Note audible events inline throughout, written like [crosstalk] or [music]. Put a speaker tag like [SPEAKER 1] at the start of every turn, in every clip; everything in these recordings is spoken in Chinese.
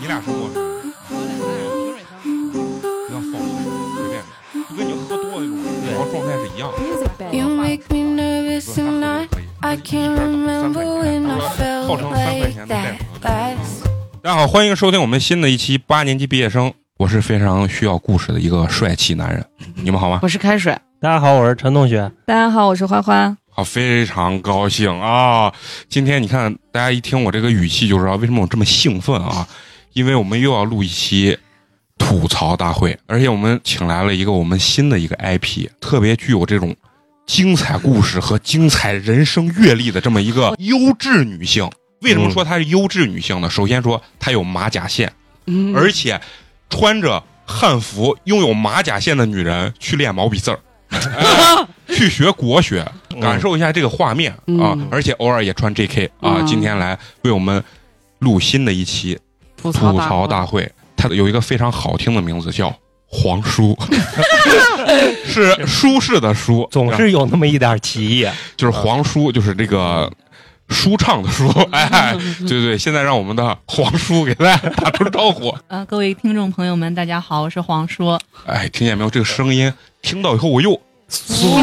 [SPEAKER 1] 你俩说过是吗？不要放开，随便，就跟你喝多那种然后状态是一样的。
[SPEAKER 2] You make me nervous and I, I can't remember when I felt like that last.
[SPEAKER 1] 大家好，欢迎收听我们新的一期八年级毕业生，我是非常需要故事的一个帅气男人，你们好吗？
[SPEAKER 3] 我是开水，
[SPEAKER 4] 大家好，我是陈同学。
[SPEAKER 5] 大家好，我是花花。
[SPEAKER 1] 好，啊非常高兴啊！今天你看，大家一听我这个语气就知道为什么我这么兴奋啊，因为我们又要录一期吐槽大会，而且我们请来了一个我们新的一个 IP，特别具有这种精彩故事和精彩人生阅历的这么一个优质女性。为什么说她是优质女性呢？首先说她有马甲线，而且穿着汉服、拥有马甲线的女人去练毛笔字儿。哎去学国学，感受一下这个画面、啊！而且偶尔也穿 J.K. 啊，
[SPEAKER 3] 嗯
[SPEAKER 1] 今天来为我们录新的一期
[SPEAKER 3] 吐槽
[SPEAKER 1] 吐
[SPEAKER 3] 大
[SPEAKER 1] 槽
[SPEAKER 3] 会
[SPEAKER 1] 大会，它有一个非常好听的名字叫黄
[SPEAKER 3] [laughs]
[SPEAKER 1] 叔，是舒适的舒，
[SPEAKER 4] 总是有那么一点歧义，啊
[SPEAKER 1] 就是黄叔，就是这个。舒畅的舒，哎，
[SPEAKER 3] 嗯
[SPEAKER 1] 对对对，现在让我们的黄叔给大家打声招呼。
[SPEAKER 6] 呃，各位听众朋友们，大家好，我是黄叔。
[SPEAKER 1] 哎，听见没有？这个声音听到以后我又酥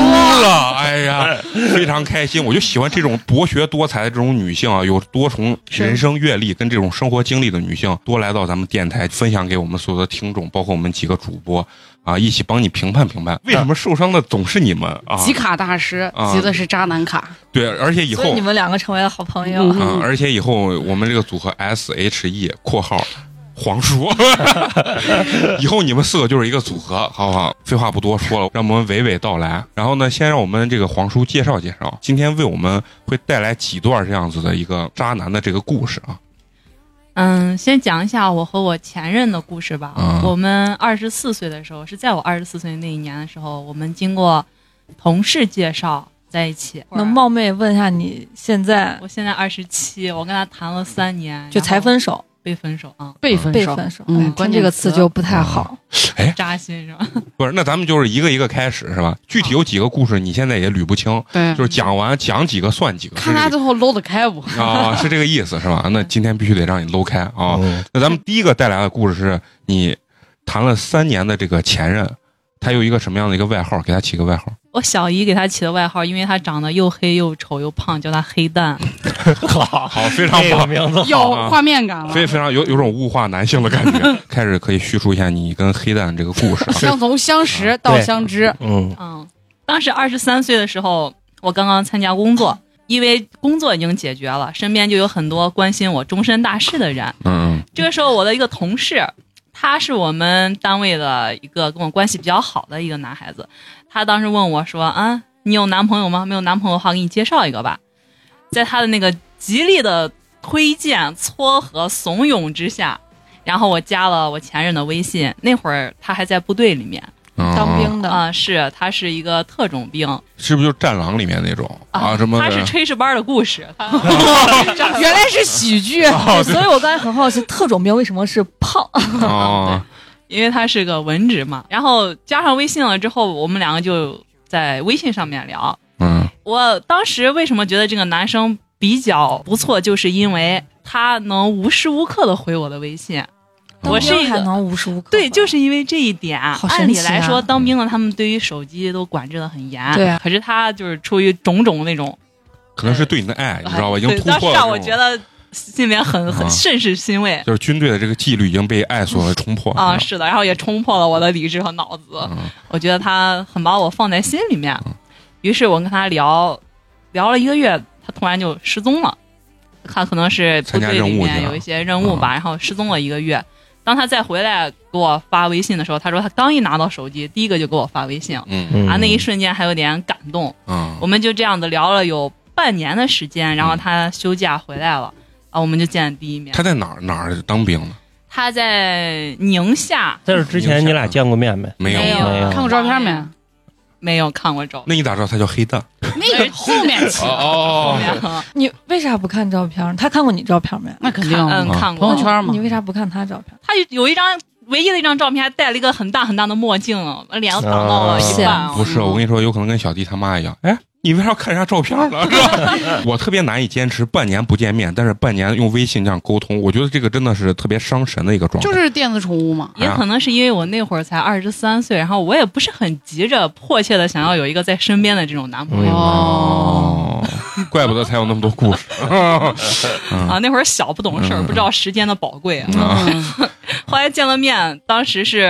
[SPEAKER 1] 了，哎
[SPEAKER 5] [laughs]
[SPEAKER 1] 呀，非常开心。我就喜欢这种博学多才的这种女性啊，有多重人生阅历跟这种生活经历的女性，多来到咱们电台，分享给我们所有的听众，包括我们几个主播啊，一起帮你评判评判，为什么受伤的总是你们啊？
[SPEAKER 3] 集卡大师
[SPEAKER 1] 啊，
[SPEAKER 3] 集的是渣男卡，
[SPEAKER 1] 对，而且以
[SPEAKER 5] 所以
[SPEAKER 1] 后
[SPEAKER 5] 你们两个成为了好朋友。
[SPEAKER 3] 嗯
[SPEAKER 1] 啊，而且以后我们这个组合 S H E（ 括号黄
[SPEAKER 3] [laughs]
[SPEAKER 1] 叔）， [laughs] 以后你们四个就是一个组合，好不好？废话不多说了，让我们娓娓道来。然后呢，先让我们这个黄叔介绍介绍，今天为我们会带来几段这样子的一个渣男的这个故事啊。
[SPEAKER 6] 嗯，先讲一下我和我前任的故事吧。
[SPEAKER 1] 嗯
[SPEAKER 6] 我们二十四岁的时候，是在我二十四岁那一年的时候，我们经过同事介绍在一起。
[SPEAKER 5] 能冒昧问一下，你现在
[SPEAKER 6] 我现在二十七，我跟他谈了三年，
[SPEAKER 5] 就才分手，
[SPEAKER 6] 被分手啊、
[SPEAKER 3] 被分
[SPEAKER 5] 被
[SPEAKER 3] 手，
[SPEAKER 5] 分手？
[SPEAKER 3] 嗯
[SPEAKER 5] 哎
[SPEAKER 3] 关键
[SPEAKER 5] 听这个
[SPEAKER 3] 词
[SPEAKER 5] 词就不太好。
[SPEAKER 6] 扎心是吧？ [laughs]
[SPEAKER 1] 不是，那咱们就是一个一个开始是吧？具体有几个故事，你现在也捋不清，
[SPEAKER 3] 对，
[SPEAKER 1] 就是讲完讲几个算几个。
[SPEAKER 3] 看他
[SPEAKER 1] 是这
[SPEAKER 3] 最后搂得开
[SPEAKER 1] [laughs]
[SPEAKER 3] 不？
[SPEAKER 1] 个啊，是这个意思是吧？那今天必须得让你搂开啊！
[SPEAKER 4] 嗯
[SPEAKER 1] 那咱们第一个带来的故事是你谈了三年的这个前任，他有一个什么样的一个外号？给他起个外号，
[SPEAKER 6] 我小姨给他起的外号，因为他长得又黑又丑又胖，叫他黑蛋。
[SPEAKER 4] 好，
[SPEAKER 1] 好，非常
[SPEAKER 4] 这个
[SPEAKER 1] 棒，
[SPEAKER 4] 名字好。
[SPEAKER 3] 有
[SPEAKER 1] 啊
[SPEAKER 3] 画面感了，
[SPEAKER 1] 非非常有有种物化男性的感 [laughs] 觉。开始可以叙述一下你跟黑蛋这个故 [laughs] 事啊。
[SPEAKER 3] 相从相识到
[SPEAKER 4] 对
[SPEAKER 3] 相知，
[SPEAKER 4] 嗯，
[SPEAKER 6] 嗯，当时二十三岁的时候，我刚刚参加工作，因为工作已经解决了，身边就有很多关心我终身大事的人。
[SPEAKER 1] 嗯
[SPEAKER 6] 这个时候，我的一个同事，他是我们单位的一个跟我关系比较好的一个男孩子，他当时问我说：“啊，你有男朋友吗？没有男朋友的话，给你介绍一个吧。”在他的那个极力的推荐、撮合、怂恿之下，然后我加了我前任的微信。那会儿他还在部队里面
[SPEAKER 1] 嗯，
[SPEAKER 5] 当
[SPEAKER 1] 嗯
[SPEAKER 5] 兵的，
[SPEAKER 6] 啊、是他是一个特种兵，
[SPEAKER 1] 是不是就是《战狼》里面那种啊？什么
[SPEAKER 6] 他是炊事班的故事，
[SPEAKER 5] 啊
[SPEAKER 3] 原来是喜剧，
[SPEAKER 5] 所以我刚才很好奇，特种兵为什么是胖？
[SPEAKER 1] 啊？
[SPEAKER 6] 因为他是个文职嘛。然后加上微信了之后，我们两个就在微信上面聊。
[SPEAKER 1] 嗯
[SPEAKER 6] 我当时为什么觉得这个男生比较不错，就是因为他能无时无刻的回我的微信。我是一
[SPEAKER 5] 还
[SPEAKER 6] 个
[SPEAKER 5] 能无时无刻
[SPEAKER 6] 对，就是是因为这一点。
[SPEAKER 5] 好神
[SPEAKER 6] 按理
[SPEAKER 5] 奇啊
[SPEAKER 6] 来说，当兵的他们对于手机都管制的很严。
[SPEAKER 5] 对啊
[SPEAKER 6] 可是他就是出于种种那种，
[SPEAKER 1] 可能是对你的爱，你知道吧？已经
[SPEAKER 6] 对
[SPEAKER 1] 突
[SPEAKER 6] 当时
[SPEAKER 1] 破了这
[SPEAKER 6] 让
[SPEAKER 1] 种。
[SPEAKER 6] 我觉得心里面很
[SPEAKER 1] 啊
[SPEAKER 6] 很甚是欣慰。
[SPEAKER 1] 就是军队的这个纪律已经被爱所冲破
[SPEAKER 6] 啊，是的，然后也冲破了我的理智和脑子。
[SPEAKER 1] 嗯
[SPEAKER 6] 我觉得他很把我放在心里面，于是我跟他聊，聊了一个月，他突然就失踪了。他可能是部
[SPEAKER 1] 参加
[SPEAKER 6] 队
[SPEAKER 1] 任
[SPEAKER 6] 里
[SPEAKER 1] 务去
[SPEAKER 6] 面
[SPEAKER 1] 了嗯
[SPEAKER 6] 有一些任务吧，然后失踪了一个月。当他再回来给我发微信的时候，他说他刚一拿到手机，第一个就给我发微信，
[SPEAKER 1] 嗯
[SPEAKER 4] 嗯
[SPEAKER 6] 啊，那一瞬间还有点感动。
[SPEAKER 1] 嗯
[SPEAKER 6] 我们就这样子聊了有半年的时间，然后他休假回来了，啊，我们就见了第一面。
[SPEAKER 1] 他在哪儿哪儿当兵呢？
[SPEAKER 6] 他在宁夏，
[SPEAKER 4] 在这之前你俩见过面没？
[SPEAKER 1] 没有
[SPEAKER 6] 没
[SPEAKER 4] 有
[SPEAKER 3] 看过照片没？
[SPEAKER 6] 没有看过照片。
[SPEAKER 1] 那你咋知道他叫黑蛋？
[SPEAKER 3] 那个后面
[SPEAKER 1] [laughs]
[SPEAKER 3] 起
[SPEAKER 1] 哦
[SPEAKER 6] 没有
[SPEAKER 5] 你为啥不看照片？他看过你照片没？
[SPEAKER 3] 那肯定
[SPEAKER 6] 看嗯
[SPEAKER 1] 啊
[SPEAKER 6] 看
[SPEAKER 3] 朋
[SPEAKER 6] 过
[SPEAKER 3] 友，圈嘛
[SPEAKER 5] 你为啥不看他照片？
[SPEAKER 6] 他有一张唯一的一张照片，还戴了一个很大很大的墨镜，脸都挡到
[SPEAKER 3] 啊
[SPEAKER 6] 了一半
[SPEAKER 3] 哦
[SPEAKER 1] 不
[SPEAKER 6] 了。
[SPEAKER 1] 是，我跟你说，有可能跟小弟他妈一样。哎，你为啥要看人家照片呢？是吧？
[SPEAKER 3] [laughs]
[SPEAKER 1] 我特别难以坚持半年不见面，但是半年用微信这样沟通，我觉得这个真的是特别伤神的一个状态。
[SPEAKER 3] 就是电子宠物嘛。
[SPEAKER 6] 也可能是因为我那会儿才二十三岁，然后我也不是很急着、迫切的想要有一个在身边的这种男朋友、
[SPEAKER 3] 哦，
[SPEAKER 1] 哦，怪不得才有那么多故事。
[SPEAKER 6] 啊。那会儿小不懂事儿，
[SPEAKER 1] 嗯
[SPEAKER 6] 不知道时间的宝贵啊。
[SPEAKER 1] 啊
[SPEAKER 3] 嗯
[SPEAKER 6] 后来见了面，当时是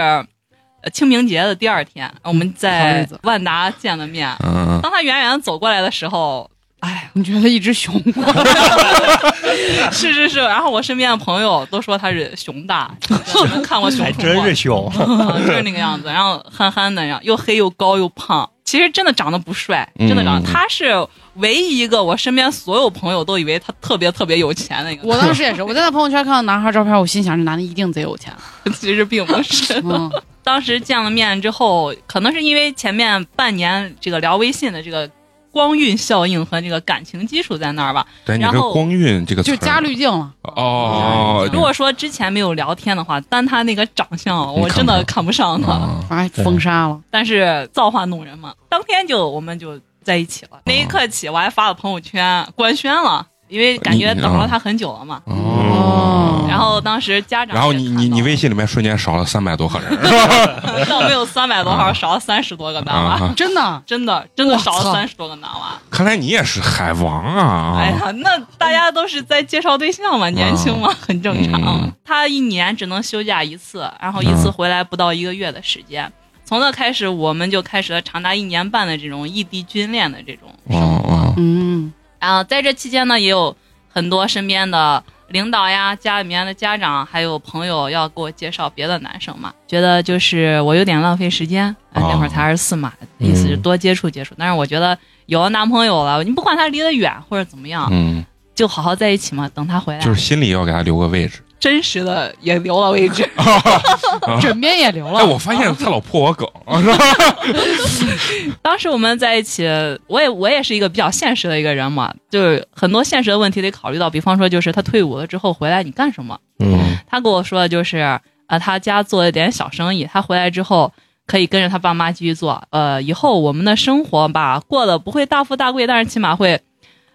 [SPEAKER 6] 呃清明节的第二天，我们
[SPEAKER 3] 好日
[SPEAKER 6] 在
[SPEAKER 3] 子
[SPEAKER 6] 万达见了面。
[SPEAKER 1] 嗯，
[SPEAKER 6] 当他远远走过来的时候，哎，
[SPEAKER 3] 你觉得一只熊过来
[SPEAKER 6] 是是是。然后我身边的朋友都说他是熊
[SPEAKER 3] [laughs]
[SPEAKER 6] 大，你们看过熊
[SPEAKER 4] 还
[SPEAKER 6] 出没
[SPEAKER 4] 真是凶，
[SPEAKER 6] 啊，就是那个样子，然后憨憨的，然后又黑又高又胖，其实真的长得不帅，
[SPEAKER 1] 嗯
[SPEAKER 6] 真的长得，他是唯一一个我身边所有朋友都以为他特别特别有钱的一
[SPEAKER 3] [laughs]
[SPEAKER 6] 个，[laughs]
[SPEAKER 3] 我当时也是，我在他朋友圈看到男孩照片，我心想这男的一定贼有钱。
[SPEAKER 6] 其实并不
[SPEAKER 1] [laughs]
[SPEAKER 6] 是。
[SPEAKER 3] 嗯，
[SPEAKER 6] 当时见了面之后，可能是因为前面半年这个聊微信的这个光晕效应和这个感情基础在那儿吧。
[SPEAKER 1] 对，你
[SPEAKER 6] 然
[SPEAKER 1] 这
[SPEAKER 6] 后
[SPEAKER 1] 光晕这个词
[SPEAKER 3] 就
[SPEAKER 1] 儿
[SPEAKER 3] 加滤镜了。嗯
[SPEAKER 1] 哦，
[SPEAKER 6] 如果说之前没有聊天的话，单他那个长相，我真的看不上他。
[SPEAKER 1] 啊
[SPEAKER 3] 把哎封杀了，
[SPEAKER 6] 但是造化弄人嘛，当天就我们就在一
[SPEAKER 1] 哦
[SPEAKER 6] 起了。那一刻起，我还发了朋友圈官宣了，因为感觉等了他很久了
[SPEAKER 3] 嗯
[SPEAKER 6] 嘛。
[SPEAKER 1] 哎哦，
[SPEAKER 6] 然后当时家长也
[SPEAKER 1] 然
[SPEAKER 6] 看到
[SPEAKER 1] 后
[SPEAKER 6] 了，
[SPEAKER 1] 你你你微信里面瞬间少了三百多个人，是吧
[SPEAKER 6] [laughs] 倒没有三百多号，少了三十多个男娃，
[SPEAKER 1] 啊，
[SPEAKER 3] 真的
[SPEAKER 6] 真的真的
[SPEAKER 3] 我
[SPEAKER 6] 少了
[SPEAKER 3] 操
[SPEAKER 6] 三十多个男娃。
[SPEAKER 1] 看来你也是海王啊！
[SPEAKER 6] 哎呀，那大家都是在介绍对象嘛，年轻嘛， [laughs] 很正常
[SPEAKER 1] 哦嗯。
[SPEAKER 6] 他一年只能休假一次，然后一次回来不到一个月的时间。从那开始，我们就开始了长达一年半的这种异地军恋的这种
[SPEAKER 1] 哦哦，
[SPEAKER 3] 嗯，
[SPEAKER 6] 然啊后在这期间呢，也有很多身边的领导呀、家里面的家长，还有朋友要给我介绍别的男生嘛，觉得就是我有点浪费时间，啊、
[SPEAKER 1] 哦嗯
[SPEAKER 6] 那会儿才二十四嘛，意思是多接触接触。但是我觉得有了男朋友了，你不管他离得远或者怎么样，
[SPEAKER 1] 嗯，
[SPEAKER 6] 就好好在一起嘛，等他回来。
[SPEAKER 1] 就是心里要给他留个位置。
[SPEAKER 6] 真实的也留了位置，
[SPEAKER 3] 枕边也留
[SPEAKER 1] 哎，
[SPEAKER 3] 了。
[SPEAKER 1] 我发现他老破我梗，是吧？
[SPEAKER 6] [laughs] 当时我们在一起，我也我也是一个比较现实的一个人嘛，就是很多现实的问题得考虑到，比方说就是他退伍了之后回来你干什么？
[SPEAKER 4] 嗯，
[SPEAKER 6] 他跟我说的就是，啊，他家做了点小生意，他回来之后可以跟着他爸妈继续做。呃，以后我们的生活吧，过得不会大富大贵，但是起码会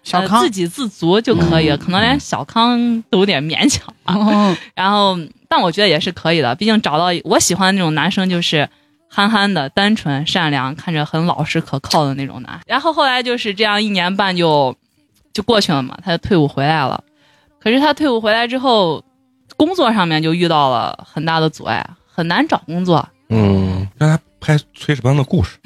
[SPEAKER 3] 小
[SPEAKER 6] 呃、
[SPEAKER 3] 康
[SPEAKER 6] 自，给自足就可以了，可能连小康都有点勉强啊。
[SPEAKER 3] 嗯
[SPEAKER 6] 然后，但我觉得也是可以的，毕竟找到我喜欢的那种男生就是。憨憨的、单纯、善良，看着很老实可靠的那种男。然后后来就是这样，一年半就就过去了嘛，他就退伍回来了。可是他退伍回来之后，工作上面就遇到了很大的阻碍，很难找工作。
[SPEAKER 4] 嗯，
[SPEAKER 1] 让他拍炊事班的故事。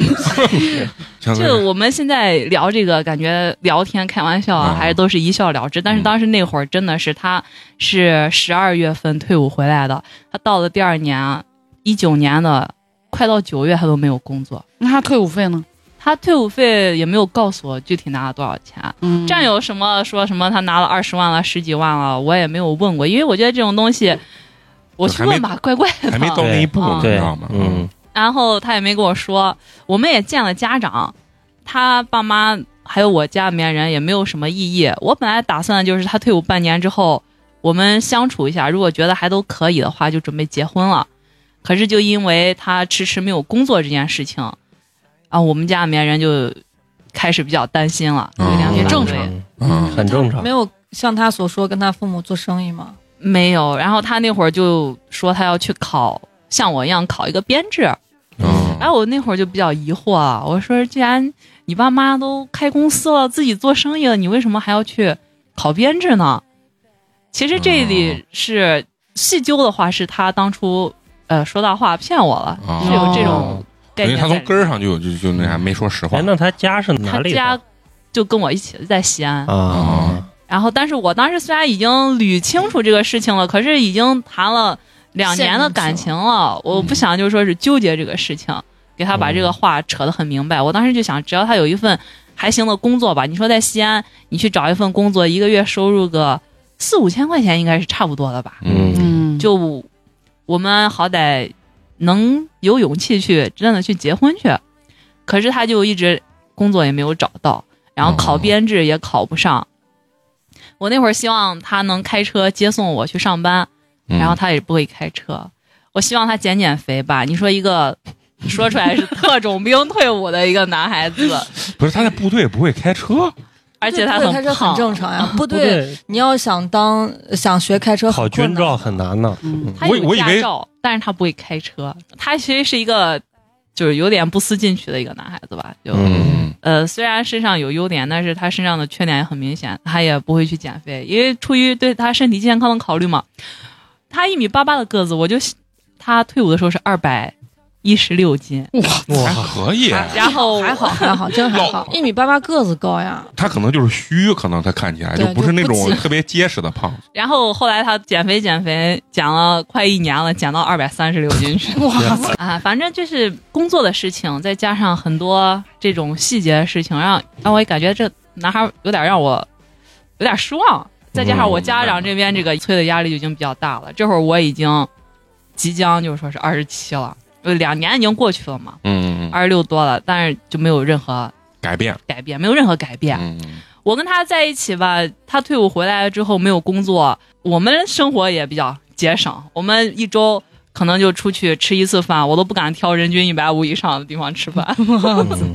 [SPEAKER 1] 行
[SPEAKER 6] [laughs] 就我们现在聊这个，感觉聊天开玩笑啊
[SPEAKER 1] 嗯，
[SPEAKER 6] 还是都是一笑了之。但是当时那会儿真的是，他是十二月份退伍回来的，他到了第二年，啊一九年的快到九月，他都没有工作。
[SPEAKER 3] 那他退伍费呢？
[SPEAKER 6] 他退伍费也没有告诉我具体拿了多少钱，
[SPEAKER 3] 嗯，
[SPEAKER 6] 战友什么说什么他拿了二十万了、十几万了，我也没有问过，因为我觉得这种东西，我去问吧，怪怪的。
[SPEAKER 1] 还没到那一步，你知
[SPEAKER 4] 对
[SPEAKER 1] 道吗？，
[SPEAKER 4] 嗯，
[SPEAKER 6] 然后他也没跟我说，我们也见了家长，他爸妈还有我家里面人也没有什么异议。我本来打算就是他退伍半年之后，我们相处一下，如果觉得还都可以的话，就准备结婚了。可是就因为他迟迟没有工作这件事情，啊，我们家里面人就开始比较担心了，有
[SPEAKER 1] 嗯
[SPEAKER 6] 点反
[SPEAKER 4] 哦
[SPEAKER 3] 也正
[SPEAKER 6] 对
[SPEAKER 3] 常
[SPEAKER 1] 嗯，
[SPEAKER 4] 很正常
[SPEAKER 5] 没。有像他所说跟他父母做生意吗？
[SPEAKER 6] 没有。然后他那会儿就说他要去考，像我一样考一个编制。
[SPEAKER 1] 嗯
[SPEAKER 6] 哎，我那会儿就比较疑惑啊，我说，既然你爸妈都开公司了，自己做生意了，你为什么还要去考编制呢？其实这
[SPEAKER 1] 嗯
[SPEAKER 6] 里是细究的话，是他当初呃说大话骗我了，
[SPEAKER 1] 哦
[SPEAKER 6] 是有这种概
[SPEAKER 1] 因为嗯
[SPEAKER 6] 念在
[SPEAKER 1] 他
[SPEAKER 6] 里面。
[SPEAKER 1] 从根儿上就有就就那啥，没说实话
[SPEAKER 4] 哎，。那他家是哪
[SPEAKER 6] 他
[SPEAKER 4] 里的？
[SPEAKER 6] 家就跟我一起在西安，
[SPEAKER 4] 啊，
[SPEAKER 6] 然后但是我当时虽然已经捋清楚这个事情了，可是已经谈了两年的感情了，我不想就说是纠结这个事情，给他把这个话扯得很明白。我当时就想，只要他有一份还行的工作吧，你说在西安，你去找一份工作，一个月收入个四五千块钱应该是差不多的吧？
[SPEAKER 1] 嗯
[SPEAKER 3] 嗯，
[SPEAKER 6] 就我们好歹能有勇气去真的去结婚去。可是他就一直工作也没有找到，然后考
[SPEAKER 1] 哦
[SPEAKER 6] 编制也考不上。我那会儿希望他能开车接送我去上班，
[SPEAKER 1] 嗯
[SPEAKER 6] 然后他也不会开车。我希望他减减肥吧。你说一个说出来是特
[SPEAKER 1] [laughs]
[SPEAKER 6] 种兵退伍的一个男孩子，
[SPEAKER 1] 不是他在部队不会开车，
[SPEAKER 6] 而且
[SPEAKER 5] 他
[SPEAKER 6] 很
[SPEAKER 5] 他这很
[SPEAKER 6] 胖，
[SPEAKER 5] 正 [laughs] 常呀。部
[SPEAKER 4] 不
[SPEAKER 5] 队，你要想当想学开车，
[SPEAKER 4] 考军照。很难呢。
[SPEAKER 3] 嗯，
[SPEAKER 6] 他
[SPEAKER 1] 我
[SPEAKER 6] 有
[SPEAKER 1] 我以
[SPEAKER 6] 驾
[SPEAKER 1] 为
[SPEAKER 6] 照，但是他不会开车。他其实是一个就是有点不思进取的一个男孩子吧，就、
[SPEAKER 1] 嗯，
[SPEAKER 6] 呃，虽然身上有优点，但是他身上的缺点也很明显，他也不会去减肥，因为出于对他身体健康的考虑嘛。他一米八八的个子，我就他退伍的时候是二百一十六斤，
[SPEAKER 1] 嗯还
[SPEAKER 4] 哇，
[SPEAKER 1] 可以。
[SPEAKER 6] 然后
[SPEAKER 5] 还好还好，真还好，一米八八个子高呀。
[SPEAKER 1] 他可能就是虚，可能他看起来就
[SPEAKER 5] 对
[SPEAKER 1] 不是那
[SPEAKER 5] 就
[SPEAKER 1] 种
[SPEAKER 5] 不
[SPEAKER 1] 特别结实的胖子。
[SPEAKER 6] [laughs] 然后后来他减肥减肥减了快一年了，减到二百三十六斤 [laughs] 去。
[SPEAKER 3] 嗯
[SPEAKER 4] 哇
[SPEAKER 6] 啊，反正就是工作的事情，再加上很多这种细节的事情，让让我也感觉这男孩有点让我有点失望。再加上我家长这边这个催的压力就已经比较大了，这会儿我已经即将就是说是二十七了，呃两年已经过去了嘛，
[SPEAKER 1] 嗯，
[SPEAKER 6] 二十六多了，但是就没有任何
[SPEAKER 1] 改变。
[SPEAKER 6] 改变，没有任何改变。
[SPEAKER 1] 嗯，
[SPEAKER 6] 我跟他在一起吧，他退伍回来之后没有工作，我们生活也比较节省，我们一周可能就出去吃一次饭，我都不敢挑人均一百五以上的地方吃饭。
[SPEAKER 4] 嗯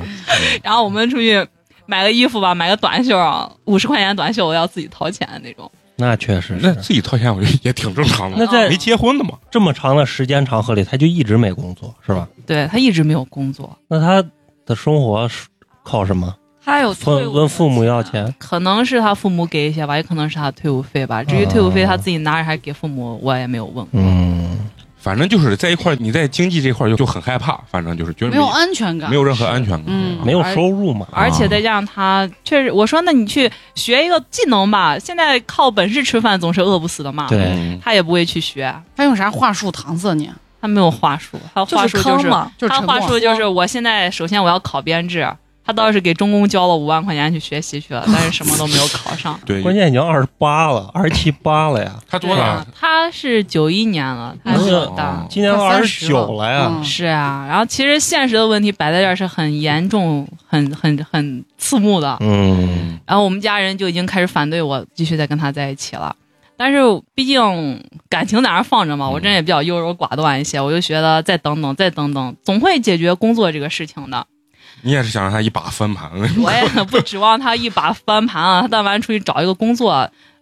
[SPEAKER 6] 然后我们出去买个衣服吧，买个短袖啊，五十块钱短袖，我要自己掏钱的那种。
[SPEAKER 4] 那确实
[SPEAKER 1] 嗯那
[SPEAKER 4] 是。
[SPEAKER 1] 自己掏钱，我觉得也挺正常的。
[SPEAKER 4] 那在
[SPEAKER 1] 没结婚的嘛，
[SPEAKER 4] 这么长的时间长河里，他就一直没工作，是吧？
[SPEAKER 6] 对他一直没有工作，
[SPEAKER 4] 那他的生活是靠什么？
[SPEAKER 5] 他有退
[SPEAKER 4] 问
[SPEAKER 5] 伍的
[SPEAKER 4] 问父母要
[SPEAKER 5] 钱
[SPEAKER 4] 钱？
[SPEAKER 6] 可能是他父母给一些吧，也可能是他退伍费吧。至于退伍费他自己拿着还是给父母，我也没有问过。
[SPEAKER 4] 嗯，
[SPEAKER 1] 反正就是在一块儿，你在经济这块儿就就很害怕，反正就是觉得
[SPEAKER 3] 没有安全感，
[SPEAKER 1] 没有任何安全感。
[SPEAKER 3] 嗯
[SPEAKER 4] 没有收入嘛？
[SPEAKER 6] 而且再加上他确实，我说那你去学一个技能吧，现在靠本事吃饭总是饿不死的嘛。
[SPEAKER 4] 对
[SPEAKER 1] 嗯。
[SPEAKER 6] 他也不会去学，
[SPEAKER 3] 他用啥话术搪塞你？
[SPEAKER 6] 他没有话术，他
[SPEAKER 5] 就
[SPEAKER 6] 话术
[SPEAKER 5] 是
[SPEAKER 6] 就
[SPEAKER 5] 坑
[SPEAKER 6] 是
[SPEAKER 5] 嘛，
[SPEAKER 3] 就是
[SPEAKER 6] 他
[SPEAKER 3] 沉默
[SPEAKER 6] 话术就是我现在首先我要考编制，他倒是给中公交了五万块钱去学习
[SPEAKER 4] [laughs]
[SPEAKER 6] 去了，但是什么都没有考上
[SPEAKER 1] 对，
[SPEAKER 4] 关键已经二十八了，二十七八了呀，
[SPEAKER 1] 他多
[SPEAKER 6] 对
[SPEAKER 1] 大
[SPEAKER 6] 啊？，他是九一年了，他
[SPEAKER 4] 嗯
[SPEAKER 6] 比我大。
[SPEAKER 1] 哦
[SPEAKER 4] 今年
[SPEAKER 3] 快
[SPEAKER 4] 二
[SPEAKER 3] 三
[SPEAKER 4] 十
[SPEAKER 3] 十了
[SPEAKER 4] 九了呀。
[SPEAKER 3] 嗯
[SPEAKER 6] 是啊，然后其实现实的问题摆在这儿是很严重、很很很刺目的。
[SPEAKER 4] 嗯，
[SPEAKER 1] 嗯
[SPEAKER 6] 然后我们家人就已经开始反对我继续再跟他在一起了。但是毕竟感情在那儿放着嘛，
[SPEAKER 1] 嗯
[SPEAKER 6] 我这人也比较优柔寡断一些，我就觉得再等等，再等等，总会解决工作这个事情的。
[SPEAKER 1] 你也是想让他一把翻盘？
[SPEAKER 6] 我也不指望他一把翻盘啊，他但凡出去找一个工作，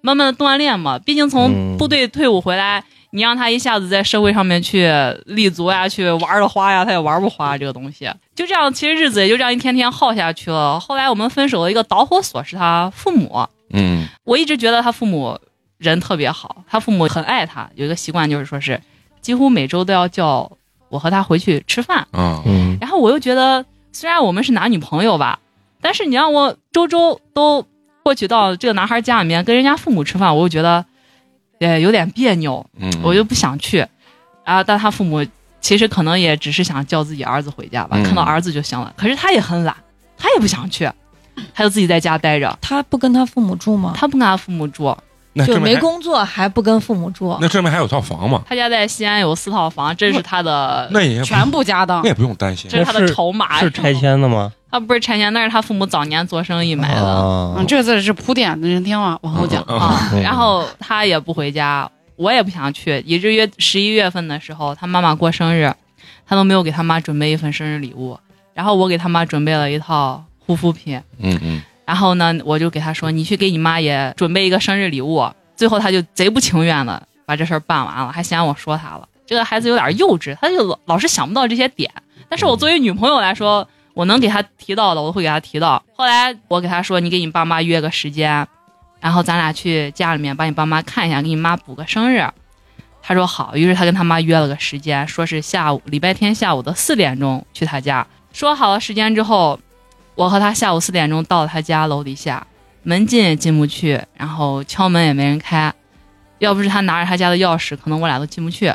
[SPEAKER 6] 慢慢的锻炼嘛。毕竟
[SPEAKER 4] 嗯
[SPEAKER 6] 从部队退伍回来，你让他一下子在社会上面去立足呀，去玩的花呀，他也玩不花这个东西。就这样，其实日子也就这样一天天耗下去了。后来我们分手的一个导火索是他父母，
[SPEAKER 1] 嗯，
[SPEAKER 6] 我一直觉得他父母人特别好，他父母很爱他，有一个习惯就是说是几乎每周都要叫我和他回去吃饭。
[SPEAKER 1] 啊，
[SPEAKER 4] 嗯，
[SPEAKER 6] 然后我又觉得，虽然我们是男女朋友吧，但是你让我周周都获取到这个男孩家里面跟人家父母吃饭，我又觉得，呃，有点别扭，
[SPEAKER 1] 嗯，
[SPEAKER 6] 我就不想去。啊，但他父母其实可能也只是想叫自己儿子回家吧，
[SPEAKER 1] 嗯
[SPEAKER 6] 看到儿子就行了。可是他也很懒，他也不想去，他就自己在家待着。
[SPEAKER 5] 他不跟他父母住吗？
[SPEAKER 6] 他不跟他父母住，
[SPEAKER 1] 那
[SPEAKER 4] 哎
[SPEAKER 5] 就
[SPEAKER 1] 证明
[SPEAKER 5] 没
[SPEAKER 1] 还
[SPEAKER 5] 工作还不跟父母住，
[SPEAKER 1] 那证明还有套房嘛？
[SPEAKER 6] 他家在西安有四套房，这是他的，
[SPEAKER 1] 那也不
[SPEAKER 3] 全部家当
[SPEAKER 1] [laughs] 那，也不用担心
[SPEAKER 6] 呃这。是他的
[SPEAKER 4] 那是
[SPEAKER 6] 筹码。
[SPEAKER 4] 是拆迁的吗？
[SPEAKER 6] 他不是拆迁，那是他父母早年做生意买的。
[SPEAKER 4] 啊
[SPEAKER 3] 嗯，，这次是铺垫，你听啊，往后讲
[SPEAKER 1] 嗯嗯
[SPEAKER 3] 啊，
[SPEAKER 4] 哦
[SPEAKER 6] 啊，然后他也不回家，我也不想去，以至于十一月份的时候，他妈妈过生日，他都没有给他妈准备一份生日礼物，然后我给他妈准备了一套护肤品，
[SPEAKER 1] 嗯嗯，
[SPEAKER 6] 然后呢，我就给他说，你去给你妈也准备一个生日礼物，最后他就贼不情愿的把这事儿办完了，还嫌我说他了，这个孩子有点幼稚，他就老老是想不到这些点，但是我作为女朋友来说。我能给他提到的，我会给他提到。后来我给他说，你给你爸妈约个时间，然后咱俩去家里面把你爸妈看一下，给你妈补个生日。他说好，于是他跟他妈约了个时间，说是下午礼拜天下午的四点钟去他家。说好了时间之后，我和他下午四点钟到了他家楼底下，门进也进不去，然后敲门也没人开。要不是他拿着他家的钥匙，可能我俩都进不去。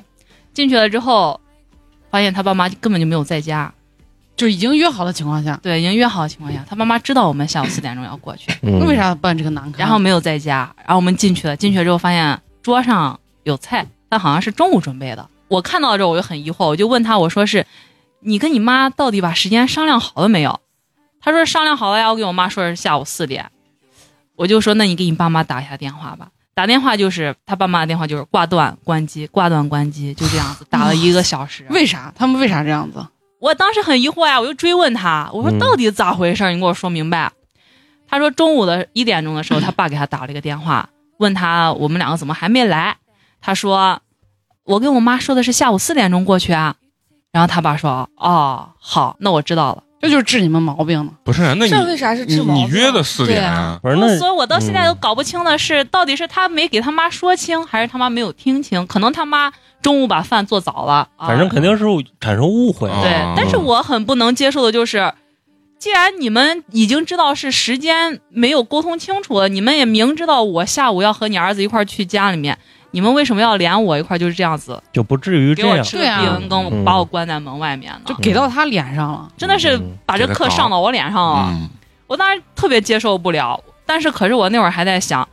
[SPEAKER 6] 进去了之后，发现他爸妈根本就没有在家。
[SPEAKER 3] 就已经约好的情况下，
[SPEAKER 6] 对，已经约好的情况下，他爸妈知道我们下午四点钟要过去，
[SPEAKER 4] 那
[SPEAKER 1] 嗯
[SPEAKER 3] 那为？啥办这个难堪？
[SPEAKER 6] 然后没有在家，然后我们进去了，进去了之后发现桌上有菜，但好像是中午准备的。我看到这我就很疑惑，我就问他，我说是，你跟你妈到底把时间商量好了没有？他说商量好了呀，我给我妈说是下午四点，我就说那你给你爸妈打一下电话吧。打电话就是他爸妈的电话就是挂断关机，挂断关机就这样子打了一个小时。
[SPEAKER 3] 为啥？他们为啥这样子？
[SPEAKER 6] 我当时很疑惑呀，我就追问他，我说
[SPEAKER 4] 嗯
[SPEAKER 6] 到底咋回事儿？你给我说明白。啊他说中午的一点钟的时候，他爸给他打了一个电话，问他我们两个怎么还没来。他说我跟我妈说的是下午四点钟过去啊。然后他爸说哦好，那我知道了。
[SPEAKER 3] 这就是治你们毛病呢。
[SPEAKER 1] 不是，啊那
[SPEAKER 5] 这
[SPEAKER 1] 你
[SPEAKER 5] 为啥是
[SPEAKER 1] 你
[SPEAKER 5] 治毛
[SPEAKER 1] 你
[SPEAKER 5] 病？
[SPEAKER 1] 约的四点
[SPEAKER 5] 对
[SPEAKER 1] 啊，
[SPEAKER 4] 不是那
[SPEAKER 6] 所以我到现在都搞不清的是，到底是他没给他妈说清，还是他妈没有听清？可能他妈中午把饭做早了，啊、
[SPEAKER 4] 反正肯定是产生误会了。
[SPEAKER 6] 对
[SPEAKER 1] 啊。
[SPEAKER 6] 但是我很不能接受的就是，既然你们已经知道是时间没有沟通清楚了，你们也明知道我下午要和你儿子一块儿去家里面，你们为什么要连我一块儿就是这样子
[SPEAKER 4] 就不至于
[SPEAKER 6] 给
[SPEAKER 4] 这
[SPEAKER 6] 我
[SPEAKER 4] 样。
[SPEAKER 6] 吃
[SPEAKER 3] 对啊
[SPEAKER 6] 闭门羹，
[SPEAKER 4] 嗯
[SPEAKER 6] 把我关在门外面
[SPEAKER 3] 就
[SPEAKER 6] 呢？
[SPEAKER 3] 给到他脸上了。
[SPEAKER 6] 真的是把这课上到我脸上了。
[SPEAKER 1] 嗯，
[SPEAKER 6] 我当时特别接受不了，但是可是我那会儿还在想，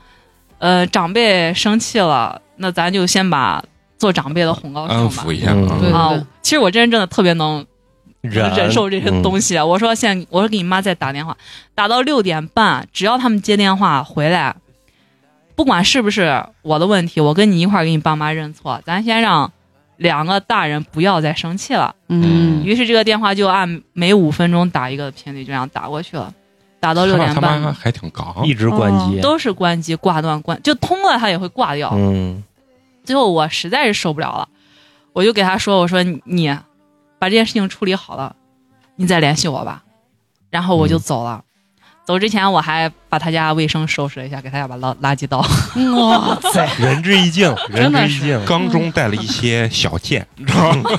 [SPEAKER 6] 呃，长辈生气了，那咱就先把做长辈的哄高
[SPEAKER 1] 安
[SPEAKER 6] 兴吧
[SPEAKER 1] 抚。一下
[SPEAKER 4] 嗯
[SPEAKER 1] 啊
[SPEAKER 3] 对
[SPEAKER 6] 啊
[SPEAKER 3] 对，
[SPEAKER 6] 其实我这人真的特别能
[SPEAKER 4] 忍
[SPEAKER 6] 忍受这些东
[SPEAKER 4] 西。
[SPEAKER 6] 西。啊我说现在，我说给你妈再打电话，打到六点半，只要他们接电话回来，不管是不是我的问题，我跟你一块儿给你爸妈认错，咱先让两个大人不要再生气了。
[SPEAKER 1] 嗯
[SPEAKER 3] 嗯，
[SPEAKER 6] 于是这个电话就按每五分钟打一个频率，就这样打过去了，打到六
[SPEAKER 1] 他爸 [laughs]
[SPEAKER 6] 点
[SPEAKER 1] 他妈
[SPEAKER 6] 半
[SPEAKER 1] 还挺刚，
[SPEAKER 4] 一直关机。
[SPEAKER 6] 都是关机挂断关，就通了它也会挂掉。
[SPEAKER 4] 嗯，
[SPEAKER 6] 最后我实在是受不了了，我就给他说：“我说你把这件事情处理好了，你再联系我吧。”然后我就走了。走之前我还把他家卫生收拾了一下，给他家把垃垃圾倒。
[SPEAKER 1] 嗯
[SPEAKER 3] 哇塞，
[SPEAKER 4] 仁至义尽，仁
[SPEAKER 3] 真的
[SPEAKER 4] 至义
[SPEAKER 3] 是
[SPEAKER 1] [laughs]
[SPEAKER 4] 尽。
[SPEAKER 1] 刚中带了一些小剑，你知道吗？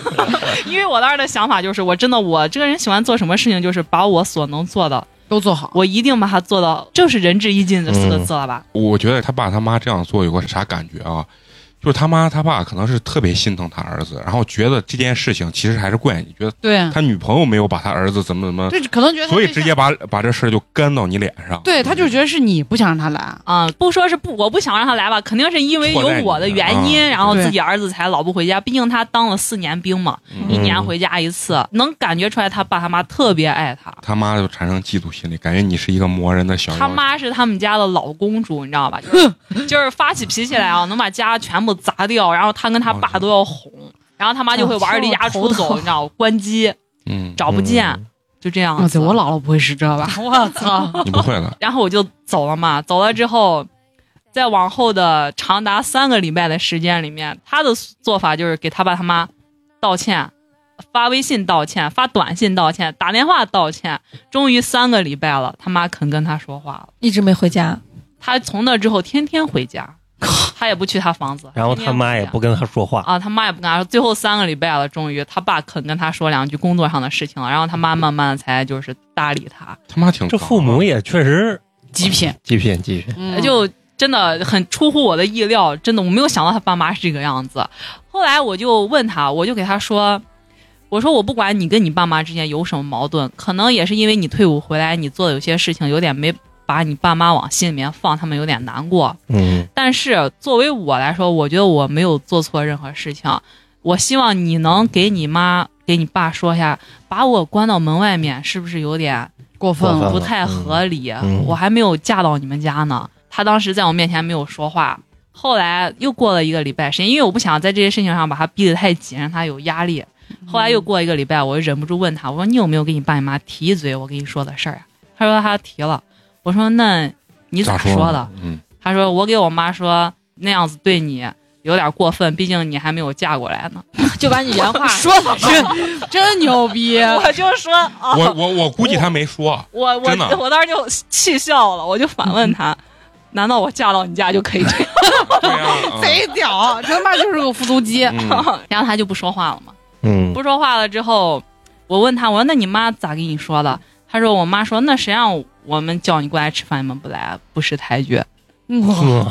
[SPEAKER 6] 因为我当时的想法就是，我真的我这个人喜欢做什么事情，就是把我所能做的，
[SPEAKER 3] 都做好。
[SPEAKER 6] 我一定把它做到，就是仁至义尽这四个字了吧？
[SPEAKER 1] 我觉得他爸他妈这样做有个啥感觉啊？就是他妈他爸可能是特别心疼他儿子，然后觉得这件事情其实还是怪你，觉得
[SPEAKER 3] 对，
[SPEAKER 1] 他女朋友没有把他儿子怎么怎么，
[SPEAKER 3] 对，可能觉得他
[SPEAKER 1] 所以
[SPEAKER 3] 对
[SPEAKER 1] 直
[SPEAKER 3] 象
[SPEAKER 1] 接把把这事儿就干到你脸上。
[SPEAKER 3] 对他就是觉得是你不想让他来。
[SPEAKER 6] 啊、不说是不，我不想让他来吧，肯定是因为有我的原因，
[SPEAKER 1] 嗯
[SPEAKER 6] 然后
[SPEAKER 3] 对
[SPEAKER 6] 自己儿子才老不回家。毕竟他当了四年兵嘛，
[SPEAKER 1] 嗯
[SPEAKER 6] 一年回家一次，能感觉出来他爸他妈特别爱他。
[SPEAKER 1] 嗯他妈就产生嫉妒心理，感觉你是一个磨人的小
[SPEAKER 6] 他
[SPEAKER 1] 妖精
[SPEAKER 6] 妈是他们家的老公主，你
[SPEAKER 1] [laughs]
[SPEAKER 6] 知道吧？就是就是发起脾气来啊，能把家全部砸掉，然后他跟他爸都要哄，然后他妈就会玩离家出走，你知道，关机
[SPEAKER 1] 哦嗯，
[SPEAKER 6] 找不见，就这样
[SPEAKER 3] 哇
[SPEAKER 6] 子。
[SPEAKER 3] 塞，我姥姥不会是这 [laughs] 吧？
[SPEAKER 6] 我操！
[SPEAKER 1] 你不会的，
[SPEAKER 6] 然后我就走了嘛，走了之后，再往后的长达三个礼拜的时间里面，他的做法就是给他爸他妈道歉，发微信道歉，发短信道歉，打电话道歉。终于三个礼拜了，他妈肯跟他说话了。
[SPEAKER 5] 一直没回家，
[SPEAKER 6] 他从那之后天天
[SPEAKER 4] [laughs]
[SPEAKER 6] 回家，他也不去他房子，
[SPEAKER 4] 然后他妈也不
[SPEAKER 6] 天天回
[SPEAKER 4] 跟
[SPEAKER 6] 家。
[SPEAKER 4] 他说话。
[SPEAKER 6] 啊，他妈也不跟他说。最后三个礼拜了，终于他爸肯跟他说两句工作上的事情了，然后他妈慢慢的才就是搭理他。
[SPEAKER 1] 他妈挺
[SPEAKER 4] 这父母也确实
[SPEAKER 3] 极品，
[SPEAKER 4] 极品极品。
[SPEAKER 3] 嗯
[SPEAKER 6] 就真的很出乎我的意料，真的我没有想到他爸妈是这个样子。后来我就问他，我就给他说，我说我不管你跟你爸妈之间有什么矛盾，可能也是因为你退伍回来，你做的有些事情有点没把你爸妈往心里面放，他们有点难过。
[SPEAKER 4] 嗯，
[SPEAKER 6] 但是作为我来说，我觉得我没有做错任何事情。我希望你能给你妈、给你爸说一下，把我关到门外面是不是有点
[SPEAKER 3] 过分
[SPEAKER 4] 过分
[SPEAKER 3] 了。
[SPEAKER 6] 不太合理、
[SPEAKER 4] 嗯
[SPEAKER 6] 我还没有嫁到你们家呢。他当时在我面前没有说话，后来又过了一个礼拜时间，因为我不想在这些事情上把他逼得太紧，让他有压力。后来又过一个礼拜，我就忍不住问他，我说你有没有跟你爸你妈提一嘴我跟你说的事儿啊？他说他提了。我说那你咋
[SPEAKER 1] 咋
[SPEAKER 6] 说的
[SPEAKER 1] 呢？嗯，
[SPEAKER 6] 他说我给我妈说那样子对你有点过分，毕竟你还没有嫁过来呢。 [laughs]
[SPEAKER 5] 就把你原话
[SPEAKER 3] [laughs] 说的真真牛 [laughs] 逼，
[SPEAKER 6] 我就说啊，
[SPEAKER 1] 我我我估计他没
[SPEAKER 3] [laughs]
[SPEAKER 1] 说，
[SPEAKER 6] 我我
[SPEAKER 1] 真的
[SPEAKER 6] 我当时就气笑了，我就反问他：“ [laughs] 难道我嫁到你家就可以这样
[SPEAKER 1] 对呀，
[SPEAKER 3] 贼屌，这他妈就是个复读机。
[SPEAKER 1] 嗯？”
[SPEAKER 6] 嗯 [laughs] 然后他就不说话了嘛。
[SPEAKER 4] 嗯
[SPEAKER 6] 不说话了之后，我问他：“我说那你妈咋跟你说的？”他说：“我妈说那谁让我们叫你过来吃饭，你们不来，不识抬举。
[SPEAKER 3] 哇，
[SPEAKER 4] 嗯，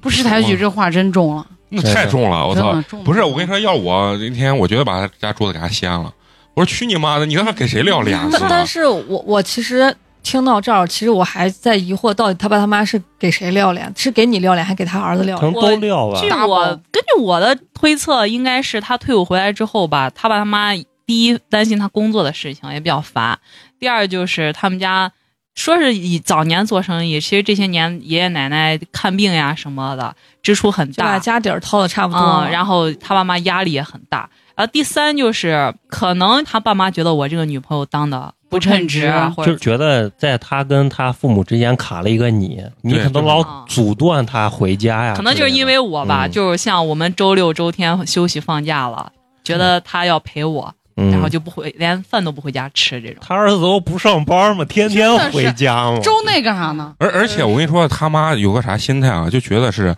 [SPEAKER 3] 不识抬举这话真中了，
[SPEAKER 1] 那太重了，我
[SPEAKER 3] 真
[SPEAKER 1] 操
[SPEAKER 3] 的！中了。
[SPEAKER 1] 不是，我跟你说，要我那天，我觉得把
[SPEAKER 4] 啊
[SPEAKER 3] 嗯
[SPEAKER 1] 他家桌子给他掀了。我说去你妈的，你让他给谁撂脸子
[SPEAKER 5] 但
[SPEAKER 1] 呢？
[SPEAKER 5] 是我我其实听到这儿，其实我还在疑惑，到底他爸他妈是给谁撂脸？是给你撂脸，还给他儿子撂
[SPEAKER 4] 可
[SPEAKER 5] 脸？
[SPEAKER 4] 能都撂吧
[SPEAKER 6] 据。
[SPEAKER 3] 大
[SPEAKER 6] 我
[SPEAKER 3] 包
[SPEAKER 6] 根据我的推测，应该是他退伍回来之后吧，他爸他妈第一担心他工作的事情，也比较烦；第二就是他们家说是以早年做生意，其实这些年爷爷奶奶看病呀什么的支出很
[SPEAKER 5] 就把
[SPEAKER 6] 大，
[SPEAKER 5] 家底儿掏的差不多了。
[SPEAKER 6] 嗯，然后他爸妈压力也很大。然后第三就是可能他爸妈觉得我这个女朋友当的不称职啊，或
[SPEAKER 4] 就
[SPEAKER 6] 者
[SPEAKER 4] 是觉得在他跟他父母之间卡了一个你，你可能老阻断他回家呀。
[SPEAKER 6] 可能就是因为我吧，
[SPEAKER 4] 嗯
[SPEAKER 6] 就是像我们周六周天休息放假了，觉得他要陪我。
[SPEAKER 4] 嗯，
[SPEAKER 6] 然后就不回，连饭都不回家吃这种。
[SPEAKER 4] 他儿子都不上班嘛，天天回家嘛。
[SPEAKER 3] 周内干啥呢？
[SPEAKER 1] 而而且我跟你说，他妈有个啥心态啊？就觉得是，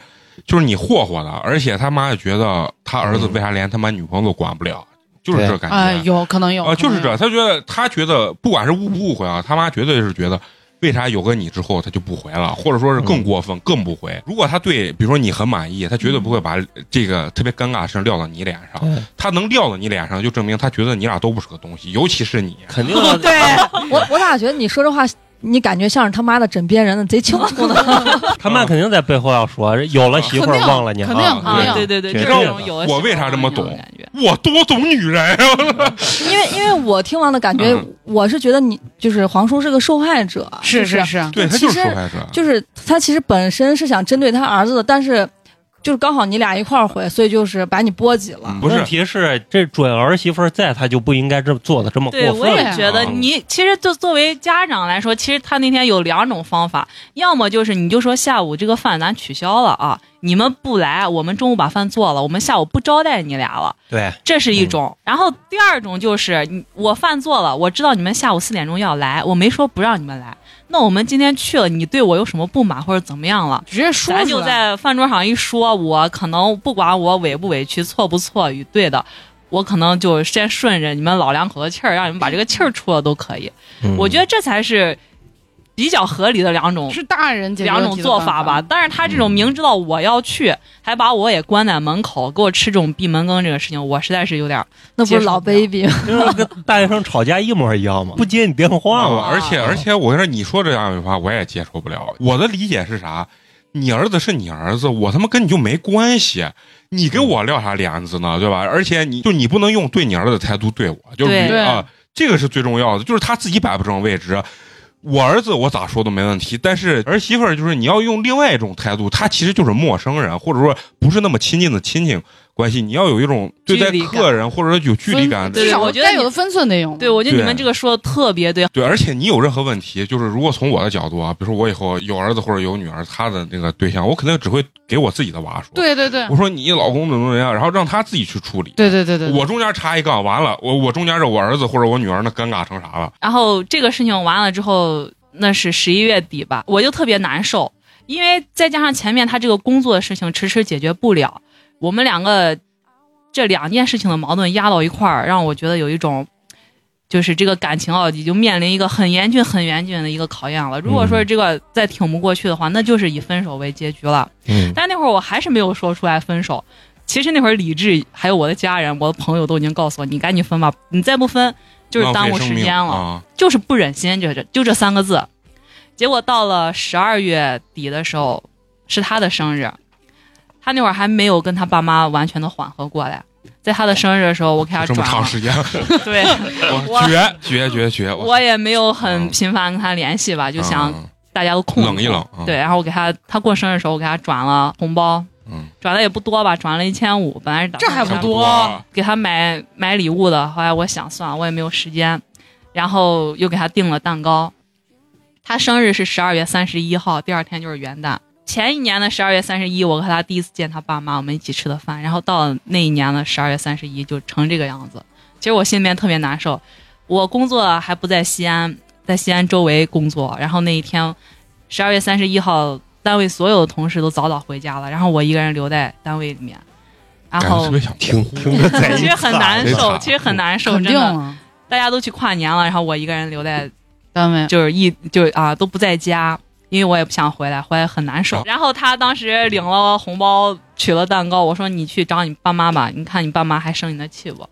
[SPEAKER 1] 就是你霍霍的，而且他妈就觉得他儿子为啥连他妈女朋友都管不了，就是这感觉。
[SPEAKER 3] 哎，有可能有
[SPEAKER 1] 啊，就是。
[SPEAKER 3] 可能
[SPEAKER 1] 这，
[SPEAKER 3] 有
[SPEAKER 1] 他觉得他觉得不管是误不误会啊，他妈绝对是觉得。为啥有个你之后他就不回了，或者说是更过分、更不回？如果他对，比如说你很满意，他绝对不会把这个特别尴尬的事情撂到你脸上。
[SPEAKER 4] 对
[SPEAKER 1] 他能撂到你脸上，就证明他觉得你俩都不是个东西，尤其是你。
[SPEAKER 4] 肯定啊要
[SPEAKER 5] [laughs] 我我咋觉得你说这话，你感觉像是他妈的枕边人呢，贼清楚呢。
[SPEAKER 4] 他妈肯定在背后要说，有了媳妇儿
[SPEAKER 3] 肯定
[SPEAKER 4] 忘了你
[SPEAKER 3] 肯定
[SPEAKER 4] 啊。
[SPEAKER 6] 啊，
[SPEAKER 3] 嗯
[SPEAKER 6] 对对对，
[SPEAKER 4] 绝
[SPEAKER 6] 就
[SPEAKER 4] 对
[SPEAKER 6] 是
[SPEAKER 4] 的
[SPEAKER 6] 这种有的时候
[SPEAKER 1] 我为啥这么懂
[SPEAKER 6] 有种感觉？
[SPEAKER 1] 我多懂女人，啊
[SPEAKER 5] 因为因为我听完的感觉
[SPEAKER 1] 嗯，
[SPEAKER 5] 我是觉得你就是黄叔是个受害者，
[SPEAKER 3] 是
[SPEAKER 5] 就是啊
[SPEAKER 3] 是，啊
[SPEAKER 1] 对 [laughs] 他就是受害者。
[SPEAKER 5] 就是他其实本身是想针对他儿子的，但是就是刚好你俩一块儿回，所以就是把你波及了。
[SPEAKER 1] 嗯不是
[SPEAKER 4] 问题是这准儿媳妇儿在，他就不应该这么做的这么
[SPEAKER 6] 对，
[SPEAKER 4] 过
[SPEAKER 6] 我
[SPEAKER 4] 分。
[SPEAKER 6] 也觉得
[SPEAKER 1] 啊
[SPEAKER 6] 你其实就作为家长来说，其实他那天有两种方法，要么就是你就说下午这个饭咱取消了啊，你们不来，我们中午把饭做了，我们下午不招待你俩了，
[SPEAKER 4] 对，
[SPEAKER 6] 这是
[SPEAKER 4] 嗯
[SPEAKER 6] 一种。然后第二种就是你我饭做了，我知道你们下午四点钟要来，我没说不让你们来，那我们今天去了，你对我有什么不满或者怎么样了？
[SPEAKER 3] 直接说出来
[SPEAKER 6] 咱就在饭桌上一说，我可能不管我委不委屈、错不错与对的，我可能就先顺着你们老两口的气儿，让你们把这个气儿出了都可以。
[SPEAKER 4] 嗯
[SPEAKER 6] 我觉得这才是比较合理的两种
[SPEAKER 3] 是大人解决
[SPEAKER 6] 两
[SPEAKER 3] 问
[SPEAKER 6] 种
[SPEAKER 3] 题的
[SPEAKER 6] 做法吧。
[SPEAKER 3] 办
[SPEAKER 6] 但是他这种明知道我要去，还把我也关在门口，给我吃这种闭门羹这个事情，我实在是有点儿
[SPEAKER 5] 那不是
[SPEAKER 6] 接
[SPEAKER 5] 老
[SPEAKER 6] 受不了
[SPEAKER 5] baby 吗？
[SPEAKER 4] 嗯就是跟大学生吵架一模一样嘛，
[SPEAKER 6] [laughs]
[SPEAKER 4] 不接你电话嘛。
[SPEAKER 1] 啊而
[SPEAKER 6] 嗯
[SPEAKER 1] 且而且，我跟你说，你说这样的话，我也接受不了。我的理解是啥？你儿子是你儿子，我他妈跟你就没关系，你给我撂啥帘子
[SPEAKER 6] 嗯
[SPEAKER 1] 呢？对吧？而且你就你不能用对你儿子的态度对我，就是
[SPEAKER 6] 对
[SPEAKER 1] 比
[SPEAKER 3] 对
[SPEAKER 1] 啊，这个是最重要的，就是他自己摆不正位置。我儿子我咋说都没问题，但是儿媳妇儿就是你要用另外一种态度，他其实就是陌生人，或者说不是那么亲近的亲情关系，你要有一种对待
[SPEAKER 6] 距离感
[SPEAKER 1] 客人或者说有距离感
[SPEAKER 3] 法，
[SPEAKER 6] 对
[SPEAKER 3] 至少
[SPEAKER 6] 我觉得
[SPEAKER 3] 该
[SPEAKER 6] 你
[SPEAKER 3] 有的分寸得有。
[SPEAKER 6] 对，我觉得你们
[SPEAKER 1] 对
[SPEAKER 6] 这个说的特别对。
[SPEAKER 1] 对，而且你有任何问题，就是如果从我的角度啊，比如说我以后有儿子或者有女儿，他的那个对象，我肯定只会给我自己的娃说。，
[SPEAKER 3] 对对对
[SPEAKER 1] 我说你老公怎么怎么样，然后让他自己去处理。
[SPEAKER 3] 对对对对，对
[SPEAKER 1] 我中间插一杠，完了，我我中间是我儿子或者我女儿，那尴尬成啥了？
[SPEAKER 6] 然后这个事情完了之后，那是十一月底吧，我就特别难受，因为再加上前面他这个工作的事情迟迟解决不了，我们两个这两件事情的矛盾压到一块儿，让我觉得有一种。就是这个感情啊，已经面临一个很严峻、很严峻的一个考验了。如果说这个再挺不过去的话，那就是以分手为结局了。
[SPEAKER 4] 嗯，
[SPEAKER 6] 但那会儿我还是没有说出来分手。其实那会儿理智还有我的家人、我的朋友都已经告诉我，你赶紧分吧，你再不分就是
[SPEAKER 1] 浪
[SPEAKER 6] 耽
[SPEAKER 1] 费
[SPEAKER 6] 误
[SPEAKER 1] 生
[SPEAKER 6] 时
[SPEAKER 1] 命
[SPEAKER 6] 间了。
[SPEAKER 1] 啊！
[SPEAKER 6] 就是不忍心，就这就这三个字。结果到了十二月底的时候，是他的生日，他那会儿还没有跟他爸妈完全的缓和过来。在他的生日的时候，我给他
[SPEAKER 1] 这么
[SPEAKER 6] 转
[SPEAKER 1] 长
[SPEAKER 6] 了，
[SPEAKER 1] 时间，
[SPEAKER 6] [laughs] 对
[SPEAKER 1] 我绝绝绝绝，
[SPEAKER 6] 我也没有很频繁跟他联系吧，就想
[SPEAKER 1] 嗯
[SPEAKER 6] 大家都空
[SPEAKER 1] 冷一冷啊
[SPEAKER 6] 对，然后我给他，他过生日的时候，我给他转了红包，
[SPEAKER 1] 嗯，
[SPEAKER 6] 转的也不多吧，转了一千五，本来是打
[SPEAKER 3] 这
[SPEAKER 6] 算
[SPEAKER 3] 还不
[SPEAKER 6] 给他
[SPEAKER 3] 多
[SPEAKER 1] 啊
[SPEAKER 6] 给他买买礼物的，后来我想算了，我也没有时间，然后又给他订了蛋糕。他生日是十二月三十一号，第二天就是元旦。前一年的十二月三十一，我和他第一次见他爸妈，我们一起吃的饭。然后到了那一年的十二月三十一，就成这个样子。其实我心里面特别难受。我工作还不在西安，在西安周围工作。然后那一天，十二月三十一号，单位所有的同事都早早回家了，然后我一个人留在单位里面。然
[SPEAKER 1] 感
[SPEAKER 6] 后
[SPEAKER 1] 觉特别想
[SPEAKER 4] 听
[SPEAKER 6] [laughs]
[SPEAKER 4] 听着在一起
[SPEAKER 6] 其实很难
[SPEAKER 1] 惨
[SPEAKER 6] 受，
[SPEAKER 1] 惨
[SPEAKER 6] 其实很难受，
[SPEAKER 3] 肯
[SPEAKER 6] 真
[SPEAKER 3] 定
[SPEAKER 6] 的。
[SPEAKER 3] 了，
[SPEAKER 6] 大家都去跨年了，然后我一个人留在，
[SPEAKER 3] 单位
[SPEAKER 6] 就是一就是啊都不在家，因为我也不想回来，回来很难受
[SPEAKER 1] 啊。
[SPEAKER 6] 然后他当时领了红包，取了蛋糕，我说你去找你爸妈吧，你看你爸妈还生你的气不？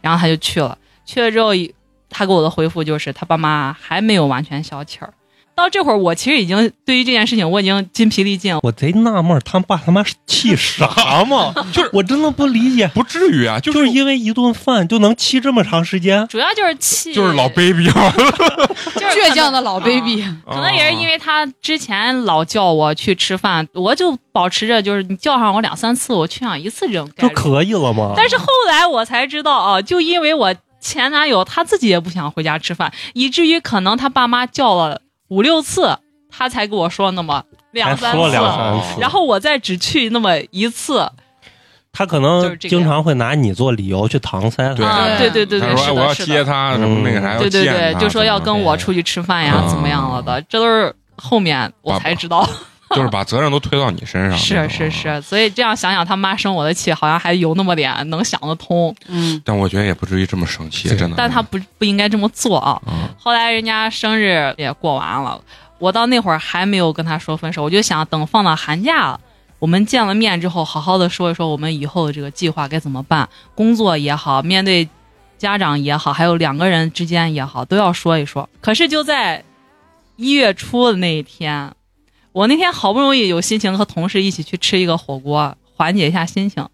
[SPEAKER 6] 然后他就去了，去了之后一他给我的回复就是他爸妈还没有完全消气儿。到这会儿，我其实已经对于这件事情我已经筋疲力尽了。
[SPEAKER 4] 我贼纳闷儿，他爸他妈气啥
[SPEAKER 6] [laughs]
[SPEAKER 4] 嘛？
[SPEAKER 1] 就是
[SPEAKER 4] 我真的不理解，
[SPEAKER 1] 不至于啊，就
[SPEAKER 4] 就是是因为一顿饭就能气这么长时间。
[SPEAKER 6] 主要就是气，
[SPEAKER 1] 就是老 baby 啊嘛，
[SPEAKER 6] 就是可能
[SPEAKER 5] 倔强的老 baby，
[SPEAKER 1] 啊
[SPEAKER 4] 哦
[SPEAKER 6] 可能也是因
[SPEAKER 1] 为
[SPEAKER 6] 为他之前老叫我去吃饭，我就保持着就是你叫上我两三次，我去上一次这种概
[SPEAKER 4] 就
[SPEAKER 6] 率。
[SPEAKER 4] 可以了吗？
[SPEAKER 6] 但是后来我才知道啊，就因为我前男友他自己也不想回家吃饭，以至于可能他爸妈叫了五六次，他才跟我说那么两
[SPEAKER 4] 还
[SPEAKER 6] 三
[SPEAKER 4] 说
[SPEAKER 6] 次，
[SPEAKER 4] 两三次，
[SPEAKER 6] 然后我再只去那么一次。
[SPEAKER 4] 他可
[SPEAKER 6] 就
[SPEAKER 4] 能
[SPEAKER 6] 是这个
[SPEAKER 4] 经常会拿你做理由去搪塞
[SPEAKER 1] 对
[SPEAKER 4] 他。
[SPEAKER 6] 啊，对对对
[SPEAKER 1] 他
[SPEAKER 6] 对，
[SPEAKER 1] 说
[SPEAKER 6] 是
[SPEAKER 1] 哎我
[SPEAKER 6] 的，
[SPEAKER 1] 要
[SPEAKER 6] 是的
[SPEAKER 1] 接，他什么那个啥，要
[SPEAKER 6] 对对
[SPEAKER 1] 见
[SPEAKER 6] 对，
[SPEAKER 1] 他
[SPEAKER 6] 就说要
[SPEAKER 1] 怎么
[SPEAKER 6] 跟我出去吃饭呀
[SPEAKER 4] 哦
[SPEAKER 1] 嗯，
[SPEAKER 6] 怎么样了的，这都是后面我才知道。 [laughs]
[SPEAKER 1] 着就是把责任都推到你身上，那
[SPEAKER 6] 是
[SPEAKER 1] 种啊
[SPEAKER 6] 是。是，所以这样想想，他妈生我的气，好像还有那么点能想得通，
[SPEAKER 3] 嗯，
[SPEAKER 1] 但我觉得也不至于这么生气，真的。
[SPEAKER 6] 但他不不应该这么做啊。
[SPEAKER 1] 嗯
[SPEAKER 6] 后来人家生日也过完了，我到那会儿还没有跟他说分手，我就想等放到寒假，我们见了面之后，好好的说一说我们以后的这个计划该怎么办，工作也好，面对家长也好，还有两个人之间也好，都要说一说。可是就在一月初的那一天，我那天好不容易有心情和同事一起去吃一个火锅，缓解一下心情，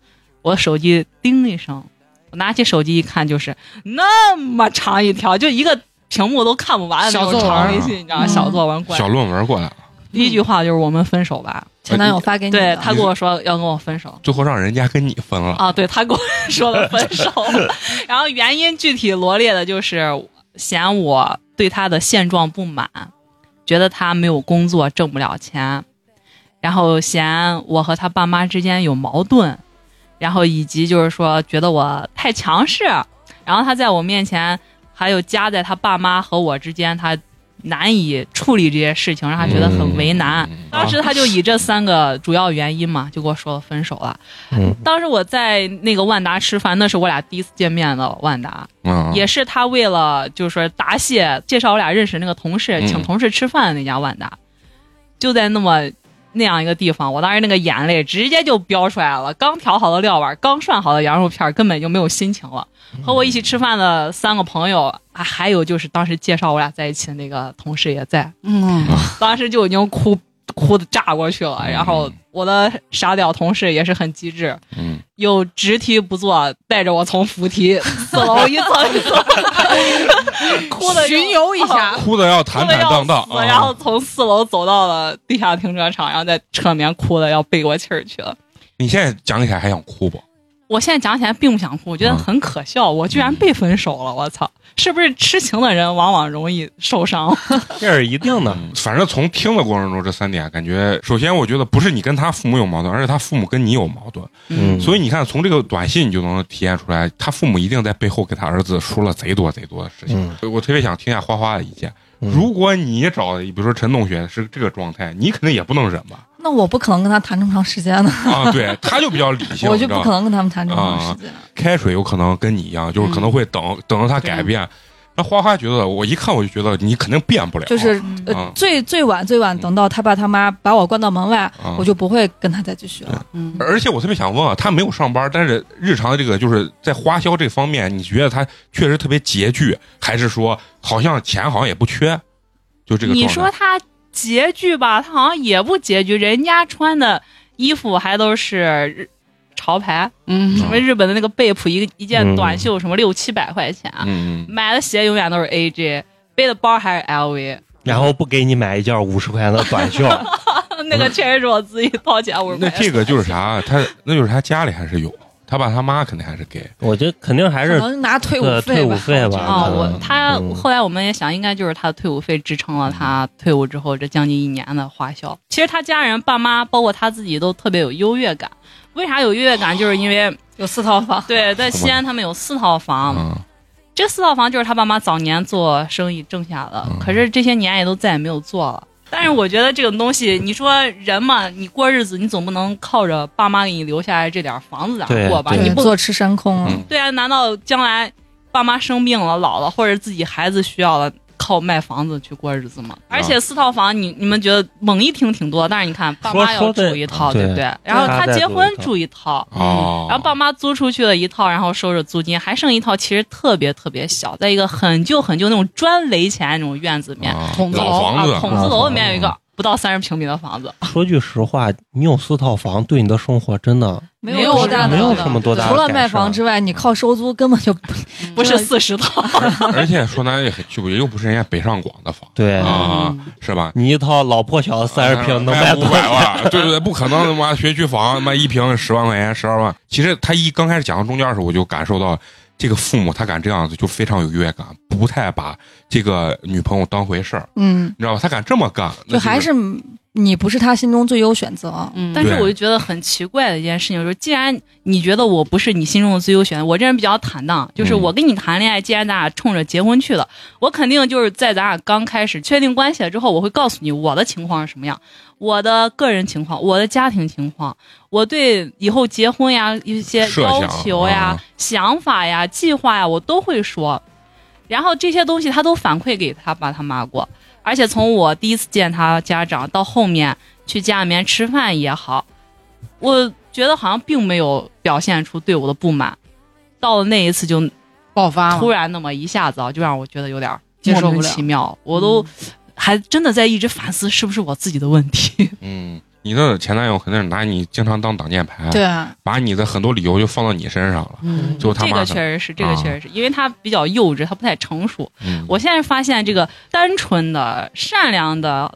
[SPEAKER 6] 我手机叮一声。我拿起手机一看，就是那么长一条，就一个屏幕都看不完的那种
[SPEAKER 3] 小作
[SPEAKER 6] 长
[SPEAKER 1] 文
[SPEAKER 6] 微信，你知道吗？
[SPEAKER 5] 嗯
[SPEAKER 6] 小作文过来
[SPEAKER 1] 小，论文过来了，
[SPEAKER 6] 第一句话就是我们分手吧。
[SPEAKER 5] 前男友发嗯给你
[SPEAKER 6] 对
[SPEAKER 5] 的，
[SPEAKER 6] 他跟我说要跟我分手
[SPEAKER 1] 最后让人家跟你分了。
[SPEAKER 6] 啊，对他跟我说了分手，然后原因具体罗列的就是嫌我对他的现状不满，觉得他没有工作挣不了钱，然后嫌我和他爸妈之间有矛盾，然后以及就是说觉得我太强势，然后他在我面前还有夹在他爸妈和我之间，他难以处理这些事情，让他觉得很为难。
[SPEAKER 1] 嗯
[SPEAKER 6] 当时他就以这三个主要原因嘛，就跟我说了分手了。
[SPEAKER 4] 嗯
[SPEAKER 6] 当时我在那个万达吃饭，那是我俩第一次见面的万达，
[SPEAKER 1] 嗯
[SPEAKER 6] 也是他为了就是说答谢介绍我俩认识那个同事，
[SPEAKER 1] 嗯
[SPEAKER 6] 请同事吃饭的那家万达，就在那么那样一个地方，我当时那个眼泪直接就飙出来了。刚调好的料碗，刚涮好的羊肉片，根本就没有心情了。和我一起吃饭的三个朋友，啊，还有就是当时介绍我俩在一起的那个同事也在，
[SPEAKER 3] 嗯，
[SPEAKER 6] 当时就已经哭哭的炸过去了。然
[SPEAKER 3] 嗯
[SPEAKER 6] 后我的傻屌同事也是很机智，
[SPEAKER 1] 嗯，
[SPEAKER 6] 又直梯不坐，带着我从扶梯四楼一层一
[SPEAKER 3] [laughs]
[SPEAKER 6] 层哭的
[SPEAKER 3] 巡游一下，
[SPEAKER 1] 嗯哭的要坦
[SPEAKER 6] 哭的
[SPEAKER 1] 坦
[SPEAKER 6] 要
[SPEAKER 1] 荡
[SPEAKER 6] 死
[SPEAKER 1] 荡，啊
[SPEAKER 6] 然后从四楼走到了地下停车场，然后在车里面哭的要背过气儿去了。
[SPEAKER 1] 你现在讲起来还想哭不？
[SPEAKER 6] 我现在讲起来并不想哭，我觉得很可笑，我居然被分手了，我操！是不是痴情的人往往容易受伤？
[SPEAKER 4] 这是一定的。
[SPEAKER 1] 嗯反正从听的过程中，这三点感觉，首先我觉得不是你跟他父母有矛盾，而是他父母跟你有矛盾。
[SPEAKER 4] 嗯，
[SPEAKER 1] 所以你看，从这个短信你就能体现出来，他父母一定在背后给他儿子说了贼多贼多的事情。
[SPEAKER 4] 嗯
[SPEAKER 1] 所以我特别想听一下花花的意见。
[SPEAKER 4] 嗯
[SPEAKER 1] 如果你找，比如说陈同学是这个状态，你肯定也不能忍
[SPEAKER 5] [laughs]
[SPEAKER 1] 吧？
[SPEAKER 5] 那我不可能跟他谈这么长时间的，
[SPEAKER 1] 啊，对，他就比较理性，
[SPEAKER 5] 我
[SPEAKER 1] 你
[SPEAKER 5] 就
[SPEAKER 1] 知道吧
[SPEAKER 5] 不可能跟他们谈这么长时间。
[SPEAKER 1] 开水有可能跟你一样，就是可能会等、等着他改变。那花花觉得，我一看我就觉得你肯定变不了，
[SPEAKER 6] 哦
[SPEAKER 5] 就是
[SPEAKER 1] 嗯
[SPEAKER 5] 呃，最最晚最晚等到他爸他妈把我关到门外，
[SPEAKER 1] 啊
[SPEAKER 5] 我就不会跟他再继续了。
[SPEAKER 3] 嗯，
[SPEAKER 1] 而且我特别想问啊，他没有上班，但是日常的这个就是在花销这方面，你觉得他确实特别拮据，还是说好像钱好像也不缺？就这个
[SPEAKER 6] 你
[SPEAKER 1] 状态
[SPEAKER 6] 说他拮据吧，他好像也不拮据，人家穿的衣服还都是日潮牌，
[SPEAKER 3] 嗯
[SPEAKER 6] 什么日本的那个贝普一个一件
[SPEAKER 4] 嗯
[SPEAKER 6] 短袖什么六七百块钱，
[SPEAKER 1] 嗯，嗯
[SPEAKER 6] 买的鞋永远都是 AJ，背的包还是 LV，
[SPEAKER 4] 然后不给你买一件五十块钱的短袖，
[SPEAKER 6] [laughs] 那个确实是我自己掏钱我
[SPEAKER 1] 嗯那
[SPEAKER 6] 买的。
[SPEAKER 1] 这个就是啥？他那就是他家里还是有，他爸他妈肯定还是给。
[SPEAKER 4] 我觉得肯定还
[SPEAKER 5] 可
[SPEAKER 4] 是
[SPEAKER 5] 能拿退伍
[SPEAKER 4] 呃退
[SPEAKER 5] 费
[SPEAKER 4] 伍
[SPEAKER 5] 吧。
[SPEAKER 4] 费吧。
[SPEAKER 6] 啊、
[SPEAKER 4] 可能
[SPEAKER 6] 我他
[SPEAKER 4] 嗯
[SPEAKER 6] 后来我们也想，应该就是他的退伍费支撑了他退伍之后这将近一年的花销。其实他家人、爸妈，包括他自己都特别有优越感。为啥有优越感？就是因为
[SPEAKER 5] [gasps] 有四套房，
[SPEAKER 6] 对，在西安他们有四套房，
[SPEAKER 1] 嗯，
[SPEAKER 6] 这四套房就是他爸妈早年做生意挣下的，
[SPEAKER 1] 嗯
[SPEAKER 6] 可是这些年也都再也没有做了。但是我觉得这种东西，你说人嘛，你过日子，你总不能靠着爸妈给你留下来这点房子
[SPEAKER 4] 对
[SPEAKER 6] 咋过吧？
[SPEAKER 4] 对
[SPEAKER 6] 你
[SPEAKER 5] 你
[SPEAKER 6] 不
[SPEAKER 5] 坐吃山空啊
[SPEAKER 1] 嗯。
[SPEAKER 6] 对啊，难道将来爸妈生病了、老了，或者自己孩子需要了，靠卖房子去过日子嘛。
[SPEAKER 1] 啊
[SPEAKER 6] 而且四套房，你你们觉得猛一听挺多，但是你看爸妈要
[SPEAKER 4] 说说
[SPEAKER 6] 住
[SPEAKER 4] 的
[SPEAKER 6] 一套，
[SPEAKER 4] 对
[SPEAKER 6] 对不对？然后
[SPEAKER 4] 他
[SPEAKER 6] 他
[SPEAKER 4] 再
[SPEAKER 6] 结
[SPEAKER 4] 住一
[SPEAKER 6] 婚
[SPEAKER 4] 套
[SPEAKER 6] 住一套，
[SPEAKER 1] 哦，
[SPEAKER 6] 嗯然后爸妈租出去了一套，然后收着租金，还剩一套，其实特别特别小，在一个很旧很旧那种砖围起来那种院子里面，
[SPEAKER 1] 啊
[SPEAKER 3] 筒子
[SPEAKER 1] 老
[SPEAKER 3] 楼
[SPEAKER 1] 房
[SPEAKER 6] 啊，
[SPEAKER 1] 子，
[SPEAKER 6] 筒子楼里面有一个不到三十平米的房子，
[SPEAKER 4] 说句实话，你有四套房，对你的生活真的
[SPEAKER 5] 没
[SPEAKER 3] 没
[SPEAKER 5] 有
[SPEAKER 3] 有
[SPEAKER 5] 多大的
[SPEAKER 4] 没有什么多大的啊
[SPEAKER 5] 除了
[SPEAKER 4] 改
[SPEAKER 5] 卖
[SPEAKER 1] 啊
[SPEAKER 4] 善
[SPEAKER 5] 房之外，你靠收租根本就不
[SPEAKER 6] 不是四十套，
[SPEAKER 1] 而且说难也很具体，又不是人家北上广的房
[SPEAKER 4] 对
[SPEAKER 6] 嗯
[SPEAKER 1] 啊，是吧？
[SPEAKER 4] 你一套老破小的三十平能卖
[SPEAKER 1] 五
[SPEAKER 4] 多
[SPEAKER 1] 百
[SPEAKER 4] 少？
[SPEAKER 1] 万？ [laughs] 对对对，不可能！他妈学区房卖一平十万块钱，十二万。其实他一刚开始讲到中间的时候，我就感受到这个父母他敢这样子，就非常有优越感，不太把这个女朋友当回事儿，
[SPEAKER 5] 嗯，
[SPEAKER 1] 你知道吧？他敢这么干，那
[SPEAKER 5] 就还
[SPEAKER 1] 是
[SPEAKER 5] 是你不是他心中最优选择。啊
[SPEAKER 3] 嗯，
[SPEAKER 6] 但是
[SPEAKER 1] 对
[SPEAKER 6] 我就觉得很奇怪的一件事情，就是既然你觉得我不是你心中的最优选，我这人比较坦荡，就是
[SPEAKER 1] 嗯
[SPEAKER 6] 我跟你谈恋爱，既然咱俩冲着结婚去了，我肯定就是在咱俩刚开始确定关系了之后，我会告诉你我的情况是什么样，我的个人情况，我的家庭情况，我对以后结婚呀一些
[SPEAKER 1] 设想
[SPEAKER 6] 要求呀
[SPEAKER 1] 啊、
[SPEAKER 6] 想法呀、计划呀，我都会说。然后这些东西他都反馈给他爸他妈过，而且从我第一次见他家长到后面去家里面吃饭也好，我觉得好像并没有表现出对我的不满。到了那一次就
[SPEAKER 3] 爆发
[SPEAKER 6] 突
[SPEAKER 3] 了，
[SPEAKER 6] 然那么一下子啊，就让我觉得有点
[SPEAKER 3] 接受
[SPEAKER 6] 莫
[SPEAKER 3] 不
[SPEAKER 6] 名
[SPEAKER 3] 了
[SPEAKER 6] 其妙，我都还真的在一直反思是不是我自己的问题。
[SPEAKER 1] 嗯，你的前男友肯定是拿你经常当挡箭牌，
[SPEAKER 5] 对，
[SPEAKER 1] 把你的很多理由就放到你身上了，
[SPEAKER 3] 嗯，
[SPEAKER 1] 最后他
[SPEAKER 6] 这
[SPEAKER 1] 妈
[SPEAKER 6] 个
[SPEAKER 1] 才
[SPEAKER 6] 确实是，这个
[SPEAKER 1] 啊
[SPEAKER 6] 确实是，因为他比较幼稚，他不太成熟。
[SPEAKER 1] 嗯
[SPEAKER 6] 我现在发现，这个单纯的、善良的，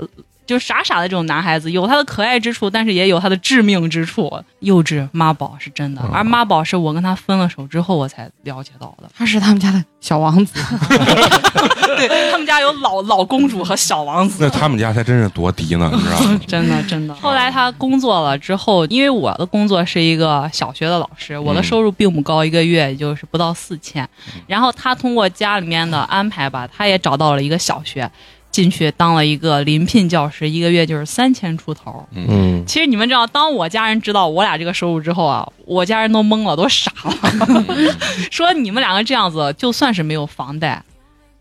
[SPEAKER 6] 就傻傻的这种男孩子，有他的可爱之处，但是也有他的致命之处。幼稚妈宝是真的
[SPEAKER 1] 嗯，
[SPEAKER 6] 而妈宝是我跟他分了手之后我才了解到的。
[SPEAKER 3] 他是他们家的小王子，
[SPEAKER 6] 对他们家有老老公主和小王子，
[SPEAKER 1] 那他们家才真是多敌呢，你知道吗？
[SPEAKER 3] [laughs] 真的真的。
[SPEAKER 6] [laughs] 后来他工作了之后，因为我的工作是一个小学的老师，我的收入并不高，一个月也就是不到四千。然后他通过家里面的安排吧，他也找到了一个小学，进去当了一个临聘教师，一个月就是三千出头。
[SPEAKER 1] 嗯，
[SPEAKER 4] 嗯，
[SPEAKER 6] 其实你们知道，当我家人知道我俩这个收入之后啊，我家人都懵了，都傻了，说你们两个这样子，就算是没有房贷，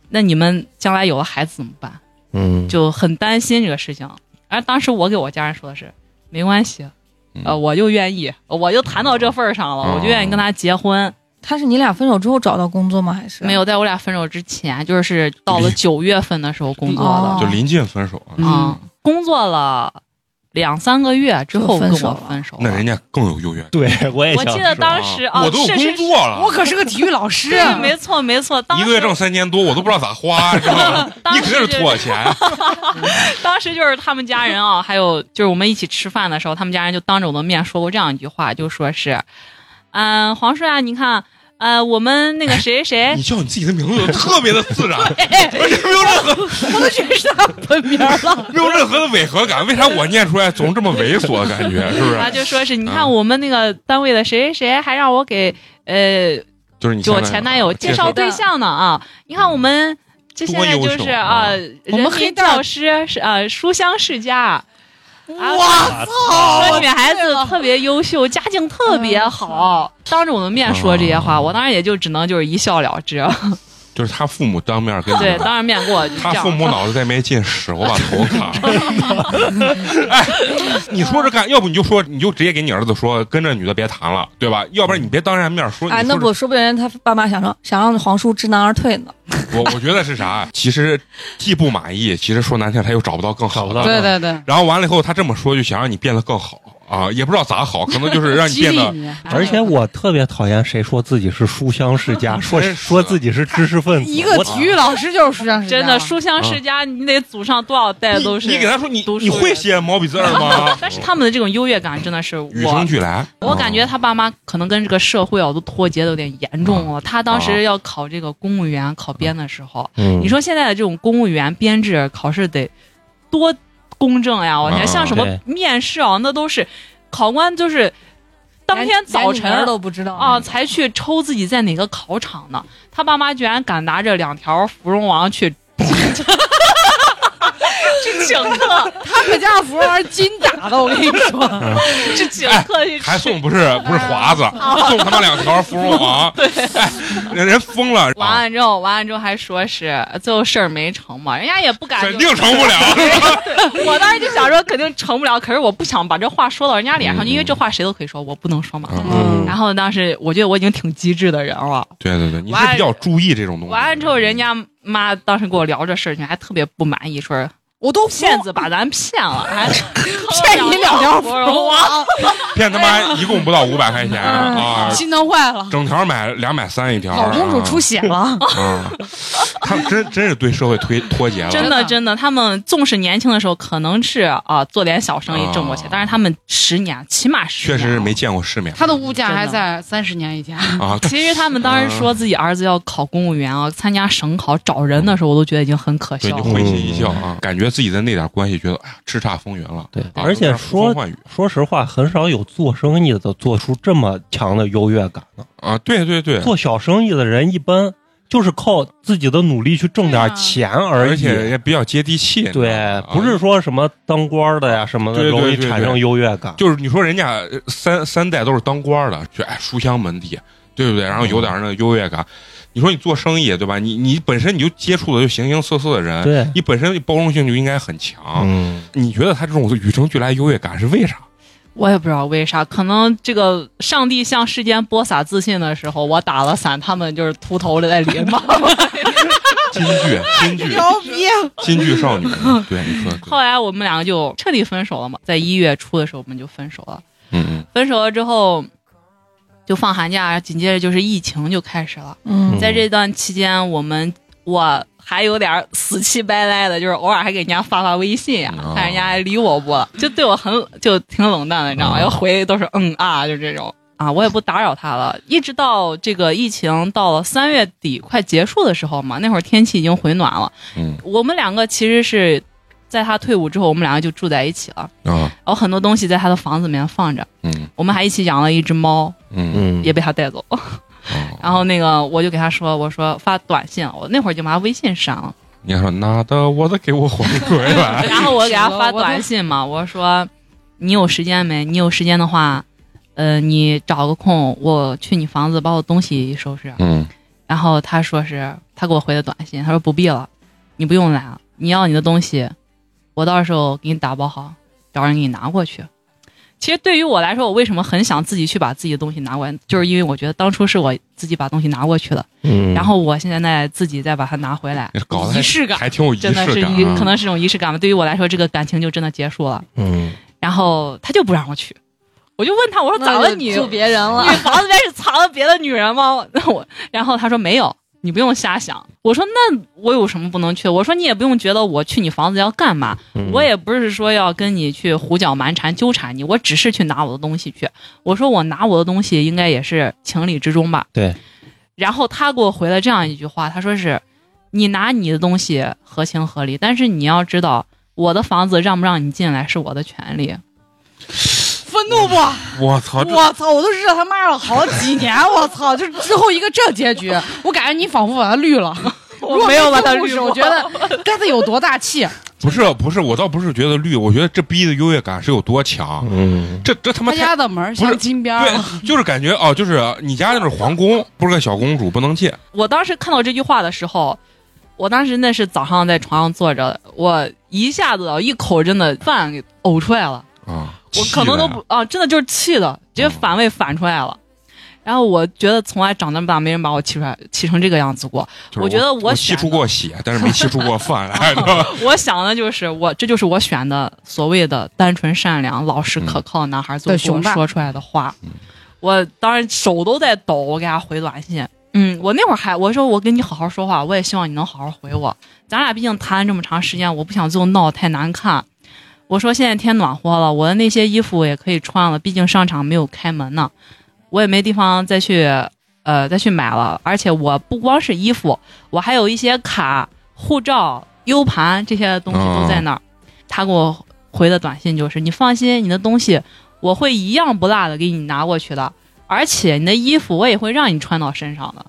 [SPEAKER 6] 那你们将来有了孩子怎么办？
[SPEAKER 4] 嗯，
[SPEAKER 6] 就很担心这个事情。而当时我给我家人说的是，没关系，
[SPEAKER 1] 嗯
[SPEAKER 6] 呃，我就愿意，我就谈到这份儿上了，
[SPEAKER 1] 哦
[SPEAKER 6] 我就愿意跟他结婚。
[SPEAKER 5] 他是你俩分手之后找到工作吗？还是
[SPEAKER 6] 没有在我俩分手之前，就是到了
[SPEAKER 1] 嗯
[SPEAKER 6] 九月份的时候工作的，
[SPEAKER 5] 哦
[SPEAKER 1] [laughs] 就临近分手了，
[SPEAKER 6] 嗯，工作了两三个月之后
[SPEAKER 5] 就
[SPEAKER 6] 跟
[SPEAKER 5] 分手
[SPEAKER 6] 我
[SPEAKER 5] 了
[SPEAKER 6] 分手了。
[SPEAKER 1] 那人家更有优越感。
[SPEAKER 4] 对我也
[SPEAKER 6] 我
[SPEAKER 4] 想
[SPEAKER 6] 记得当时啊，
[SPEAKER 1] 我都有
[SPEAKER 6] 是
[SPEAKER 1] 工
[SPEAKER 6] 是
[SPEAKER 1] 作了，
[SPEAKER 3] [laughs] 我可是个体育老师，啊
[SPEAKER 5] 啊
[SPEAKER 6] 是，没错没错，当
[SPEAKER 1] 一
[SPEAKER 6] 时
[SPEAKER 1] 个月挣三千多，我都不知道咋花，你知道吗？
[SPEAKER 6] 当
[SPEAKER 1] 你肯
[SPEAKER 6] 时
[SPEAKER 1] 定是拖我钱，
[SPEAKER 6] 当时就是他们家人啊，还有就是我们一起吃饭的时候，他们家人就当着我的面说过这样一句话，就说是，嗯、黄帅啊，你看，呃，我们那个谁谁
[SPEAKER 1] 你
[SPEAKER 6] 谁，
[SPEAKER 1] 叫你自己的名字特别的自然，
[SPEAKER 6] 哎
[SPEAKER 1] 而且没有任何
[SPEAKER 6] 我都觉得是他本名了。
[SPEAKER 1] 没有任何的违和感。为啥我念出来总这么猥琐的感觉？是不
[SPEAKER 6] 啊，
[SPEAKER 1] 是？
[SPEAKER 6] 就说是你看我们那个单位的谁谁谁，还让我给呃，
[SPEAKER 1] 就是你
[SPEAKER 6] 就我前男友介绍对象呢啊！你看我们这现在就
[SPEAKER 1] 多优
[SPEAKER 6] 是
[SPEAKER 1] 秀
[SPEAKER 6] 啊，
[SPEAKER 1] 啊
[SPEAKER 6] 人
[SPEAKER 3] 我们黑
[SPEAKER 6] 民
[SPEAKER 3] 带
[SPEAKER 6] 教师是啊，书香世家，
[SPEAKER 4] 哇操，
[SPEAKER 6] 说女孩子特别优秀，家境特别好，当着我们面说这些话，
[SPEAKER 1] 哦
[SPEAKER 6] 我当然也就只能就是一笑了之。
[SPEAKER 1] [laughs] 就是他父母当面跟你
[SPEAKER 6] 对，当着面给我就这
[SPEAKER 1] 他父
[SPEAKER 6] 样。
[SPEAKER 1] 母脑子再没进屎，我把头卡了。 [laughs] 哎，你说这干，要不你就说，你就直接给你儿子说，跟这女的别谈了，对吧？要不然你别当着面说。
[SPEAKER 6] 啊
[SPEAKER 5] 哎，
[SPEAKER 1] 你
[SPEAKER 5] 那
[SPEAKER 1] 说
[SPEAKER 5] 我说不定他爸妈想让想让黄叔知难而退呢。
[SPEAKER 1] [laughs] 我我觉得是啥？其实既不满意，其实说难听，他又找不到更好的。
[SPEAKER 3] 对对对，
[SPEAKER 1] 然后完了以后，他这么说就想让你变得更好啊，也不知道咋好，可能就是让你
[SPEAKER 3] 激
[SPEAKER 1] 变
[SPEAKER 6] [laughs]
[SPEAKER 3] 励
[SPEAKER 1] 得
[SPEAKER 3] 你，
[SPEAKER 6] 啊
[SPEAKER 4] 而
[SPEAKER 6] 嗯
[SPEAKER 4] 且我特别讨厌谁说自己是书香世
[SPEAKER 6] [laughs]
[SPEAKER 4] 家，说
[SPEAKER 1] 真是的
[SPEAKER 4] 说自己是知识分子，
[SPEAKER 3] 一个
[SPEAKER 4] 我
[SPEAKER 3] 体育老师就是书香世家
[SPEAKER 6] 真
[SPEAKER 3] 嘛
[SPEAKER 6] 的，书香世家，你得祖上多少代都是。
[SPEAKER 1] 你。你给他说你
[SPEAKER 6] 读书？
[SPEAKER 1] 你会写毛笔字儿吗
[SPEAKER 6] [laughs] 但是他们的这种优越感真的是
[SPEAKER 1] 与生
[SPEAKER 6] 我，
[SPEAKER 1] 俱来。
[SPEAKER 6] 我感觉
[SPEAKER 1] 啊
[SPEAKER 6] 他爸妈可能跟这个社会啊都脱节的有点严重
[SPEAKER 1] 啊
[SPEAKER 6] 了。他当时要考这个公务员考编的时候，
[SPEAKER 4] 嗯，
[SPEAKER 6] 你说现在的这种公务员编制考试得多公正呀！我天，
[SPEAKER 1] 嗯
[SPEAKER 6] 像什么
[SPEAKER 4] 啊对
[SPEAKER 6] 面试啊，那都是考官就是当天早晨
[SPEAKER 5] 连女儿都不知道
[SPEAKER 6] 啊才去抽自己在哪个考场呢。他 [laughs] 爸妈居然敢拿着两条芙蓉王去去请客，
[SPEAKER 3] 他们家服玩金打的，我跟你说，
[SPEAKER 6] 是请客
[SPEAKER 4] 哎
[SPEAKER 6] 去吃，
[SPEAKER 1] 还送不是
[SPEAKER 6] [laughs]
[SPEAKER 1] 不是华子，
[SPEAKER 6] 哦
[SPEAKER 1] 送他妈两条芙蓉王，对， [laughs] 人人疯了，
[SPEAKER 6] 完了之后，完了之后还说是最后事儿没成嘛，人家也不敢就，
[SPEAKER 1] 肯定成不了。
[SPEAKER 6] 我当时就想说肯定成不了，可是我不想把这话说到人家脸上，因为这话谁都可以说，我不能说嘛。
[SPEAKER 1] [laughs] 嗯
[SPEAKER 6] 然后当时我觉得我已经挺机智的人了，
[SPEAKER 1] 对对对，你是
[SPEAKER 6] 完
[SPEAKER 1] 比较注意这种东西。
[SPEAKER 6] 完了之后，人家妈当时跟我聊这事儿，你还特别不满意，说
[SPEAKER 3] [laughs] 我都
[SPEAKER 6] 骗子把咱骗了，
[SPEAKER 3] [laughs]
[SPEAKER 6] 还
[SPEAKER 3] 骗你两条芙蓉王，
[SPEAKER 1] 骗他妈一共不到五百块钱
[SPEAKER 6] 嗯
[SPEAKER 1] 啊，
[SPEAKER 3] 心疼坏了。
[SPEAKER 1] 整条买两百三一条。
[SPEAKER 3] 老公主出血 [laughs] 了，
[SPEAKER 1] 啊，啊 [laughs] 他们真真是对社会推脱节了。
[SPEAKER 6] 真的真的，他们纵使年轻的时候可能是啊做点小生意挣过
[SPEAKER 1] 啊
[SPEAKER 6] 钱，但是他们十年起码十
[SPEAKER 1] 确
[SPEAKER 6] 年
[SPEAKER 1] 实是没见过世面
[SPEAKER 3] 他的物价还
[SPEAKER 6] 真的
[SPEAKER 3] 在三十年以前。
[SPEAKER 1] 啊！
[SPEAKER 6] 其实他们当时说自己儿子要考公务员啊，参加省考找人的时候，我都觉得已经很可
[SPEAKER 1] 对，
[SPEAKER 6] 笑
[SPEAKER 1] 你
[SPEAKER 6] 了。
[SPEAKER 1] 会心一
[SPEAKER 4] 嗯
[SPEAKER 1] 笑啊，感觉自己的那点关系，觉得哎呀，叱咤风云了。
[SPEAKER 4] 对，
[SPEAKER 6] 哎
[SPEAKER 1] 啊
[SPEAKER 4] 而且说
[SPEAKER 1] 呼风唤雨
[SPEAKER 4] 说实话，很少有做生意的做出这么强的优越感的。
[SPEAKER 1] 啊，对对对，
[SPEAKER 4] 做小生意的人一般就是靠自己的努力去挣
[SPEAKER 6] 啊
[SPEAKER 4] 点钱而
[SPEAKER 1] 而
[SPEAKER 4] 已。
[SPEAKER 1] 且也比较接地气。你知道
[SPEAKER 4] 对
[SPEAKER 1] 吗，啊
[SPEAKER 4] 不是说什么当官的呀什么的
[SPEAKER 1] 对对
[SPEAKER 4] 容易
[SPEAKER 1] 对对
[SPEAKER 4] 产生优越感。
[SPEAKER 1] 就是你说人家呃三三代都是当官的，就哎书香门第，对不对？然后有点那个优越感。你说你做生意对吧？你你本身你就接触的就形形色色的人，
[SPEAKER 4] 对，
[SPEAKER 1] 你本身包容性就应该很强。
[SPEAKER 4] 嗯，
[SPEAKER 1] 你觉得他这种与生俱来优越感是为啥？
[SPEAKER 6] 我也不知道为啥，可能这个上帝向世间播撒自信的时候，我打了伞，他们就是秃头的在淋巴。
[SPEAKER 1] 金句，金句，
[SPEAKER 3] 逼！
[SPEAKER 1] 金句少女。对，你说的对，
[SPEAKER 6] 后来我们两个就彻底分手了嘛，在一月初的时候我们就分手了。
[SPEAKER 1] 嗯嗯。
[SPEAKER 6] 分手了之后，就放寒假，紧接着就是疫情就开始了。
[SPEAKER 5] 嗯，
[SPEAKER 6] 在这段期间，我们我还有点死气白赖的，就是偶尔还给人家发发微信呀、
[SPEAKER 1] 哦
[SPEAKER 6] 看人家还理我不，就对我很就挺冷淡的，你知道吗？
[SPEAKER 1] 哦
[SPEAKER 6] 要回都是嗯啊，就这种啊，我也不打扰他了。一直到这个疫情到了三月底快结束的时候嘛，那会儿天气已经回暖了，
[SPEAKER 1] 嗯
[SPEAKER 6] 我们两个其实是在他退伍之后，我们两个就住在一起了，
[SPEAKER 1] 啊，
[SPEAKER 6] 然后很多东西在他的房子里面放着，
[SPEAKER 1] 嗯
[SPEAKER 6] 我们还一起养了一只猫，
[SPEAKER 1] 嗯
[SPEAKER 4] 嗯
[SPEAKER 6] 也被他带走。
[SPEAKER 1] 哦
[SPEAKER 6] 然后那个我就给他说，我说发短信，我那会儿就把他微信删了。
[SPEAKER 1] 你还说那的，我得给我还回来。
[SPEAKER 6] 然后我给他发短信嘛，我说你有时间没？你有时间的话，呃，你找个空，我去你房子把我东西收拾。
[SPEAKER 1] 嗯，
[SPEAKER 6] 然后他说是他给我回的短信，他说不必了，你不用来了，你要你的东西，我到时候给你打包好，找人给你拿过去。其实对于我来说，我为什么很想自己去把自己的东西拿过来，就是因为我觉得当初是我自己把东西拿过去的，
[SPEAKER 4] 嗯，
[SPEAKER 6] 然后我现在自己再把它拿
[SPEAKER 1] [laughs]
[SPEAKER 6] 回来，
[SPEAKER 1] [laughs] 搞得还
[SPEAKER 6] 仪式感
[SPEAKER 1] 还挺有仪式
[SPEAKER 6] 真的是
[SPEAKER 1] 感
[SPEAKER 6] 仪，
[SPEAKER 1] 啊。
[SPEAKER 6] 可能是种仪式感吧。对于我来说，这个感情就真的结束了。
[SPEAKER 4] 嗯，
[SPEAKER 6] 然后他就不让我去，我就问他，我说咋了你？
[SPEAKER 5] 就
[SPEAKER 6] 你
[SPEAKER 5] 别人了， [laughs]
[SPEAKER 6] 房子里面是藏了别的女人吗？我，然后他说没有，你不用瞎想。我说那我有什么不能去？我说你也不用觉得我去你房子要干嘛，
[SPEAKER 4] 嗯
[SPEAKER 6] 我也不是说要跟你去胡搅蛮缠、纠缠你，我只是去拿我的东西去。我说我拿我的东西应该也是情理之中吧。
[SPEAKER 4] 对。
[SPEAKER 6] 然后他给我回了这样一句话，他说是，你拿你的东西合情合理，但是你要知道，我的房子让不让你进来是我的权利。
[SPEAKER 3] [laughs] 愤怒不？
[SPEAKER 1] 我操，啊这
[SPEAKER 3] 我操！我都日他妈了好几年，
[SPEAKER 1] [laughs]
[SPEAKER 3] 我操！就之后一个这结局，我感觉你仿佛把他绿了。如果
[SPEAKER 6] 没有把他
[SPEAKER 3] 这个故
[SPEAKER 6] 绿
[SPEAKER 3] 事，
[SPEAKER 6] 过
[SPEAKER 3] [laughs] 我觉得该得有多大气？啊
[SPEAKER 1] 不是不是，我倒不是觉得绿，我觉得这逼的优越感是有多强。
[SPEAKER 4] 嗯，
[SPEAKER 1] 这这他妈
[SPEAKER 3] 他
[SPEAKER 1] 太
[SPEAKER 3] 家的门儿
[SPEAKER 1] 不是
[SPEAKER 3] 像金边儿了，
[SPEAKER 1] 对，就是感觉哦，就是你家那是皇宫，不是个小公主，不能进。
[SPEAKER 6] 我当时看到这句话的时候，我当时那是早上在床上坐着，我一下子啊一口真的饭给呕出来了。
[SPEAKER 1] 啊，
[SPEAKER 6] 我
[SPEAKER 1] 气
[SPEAKER 6] 可能都
[SPEAKER 1] 呗嗯
[SPEAKER 6] 不啊，真的就是气的，直接反胃反出来了。然后我觉得从来长这么大没人把我气出来气成这个样子过。 [laughs]
[SPEAKER 1] 就是
[SPEAKER 6] 我觉得我
[SPEAKER 1] 我吸
[SPEAKER 6] 选
[SPEAKER 1] 出
[SPEAKER 6] 的
[SPEAKER 1] 过血，但是没吸出过饭来。知道吧
[SPEAKER 6] 我想的就是我这就是我选的所谓的单纯善良、老实
[SPEAKER 1] 嗯
[SPEAKER 6] 可靠的男孩最
[SPEAKER 3] 对
[SPEAKER 6] 后
[SPEAKER 3] 熊
[SPEAKER 6] 给我
[SPEAKER 3] 大
[SPEAKER 6] 说出来的话。我当时手都在抖，我给他回短信。嗯，我那会儿还我说我跟你好好说话，我也希望你能好好回我。咱俩毕竟谈了这么长时间，我不想最后闹得太难看。我说现在天暖和了，我的那些衣服也可以穿了，毕竟商场没有开门呢，我也没地方再去呃再去买了。而且我不光是衣服，我还有一些卡、护照、U 盘这些东西都在那儿。他给我回的短信就是：“你放心，你的东西我会一样不落的给你拿过去的，而且你的衣服我也会让你穿到身上的。”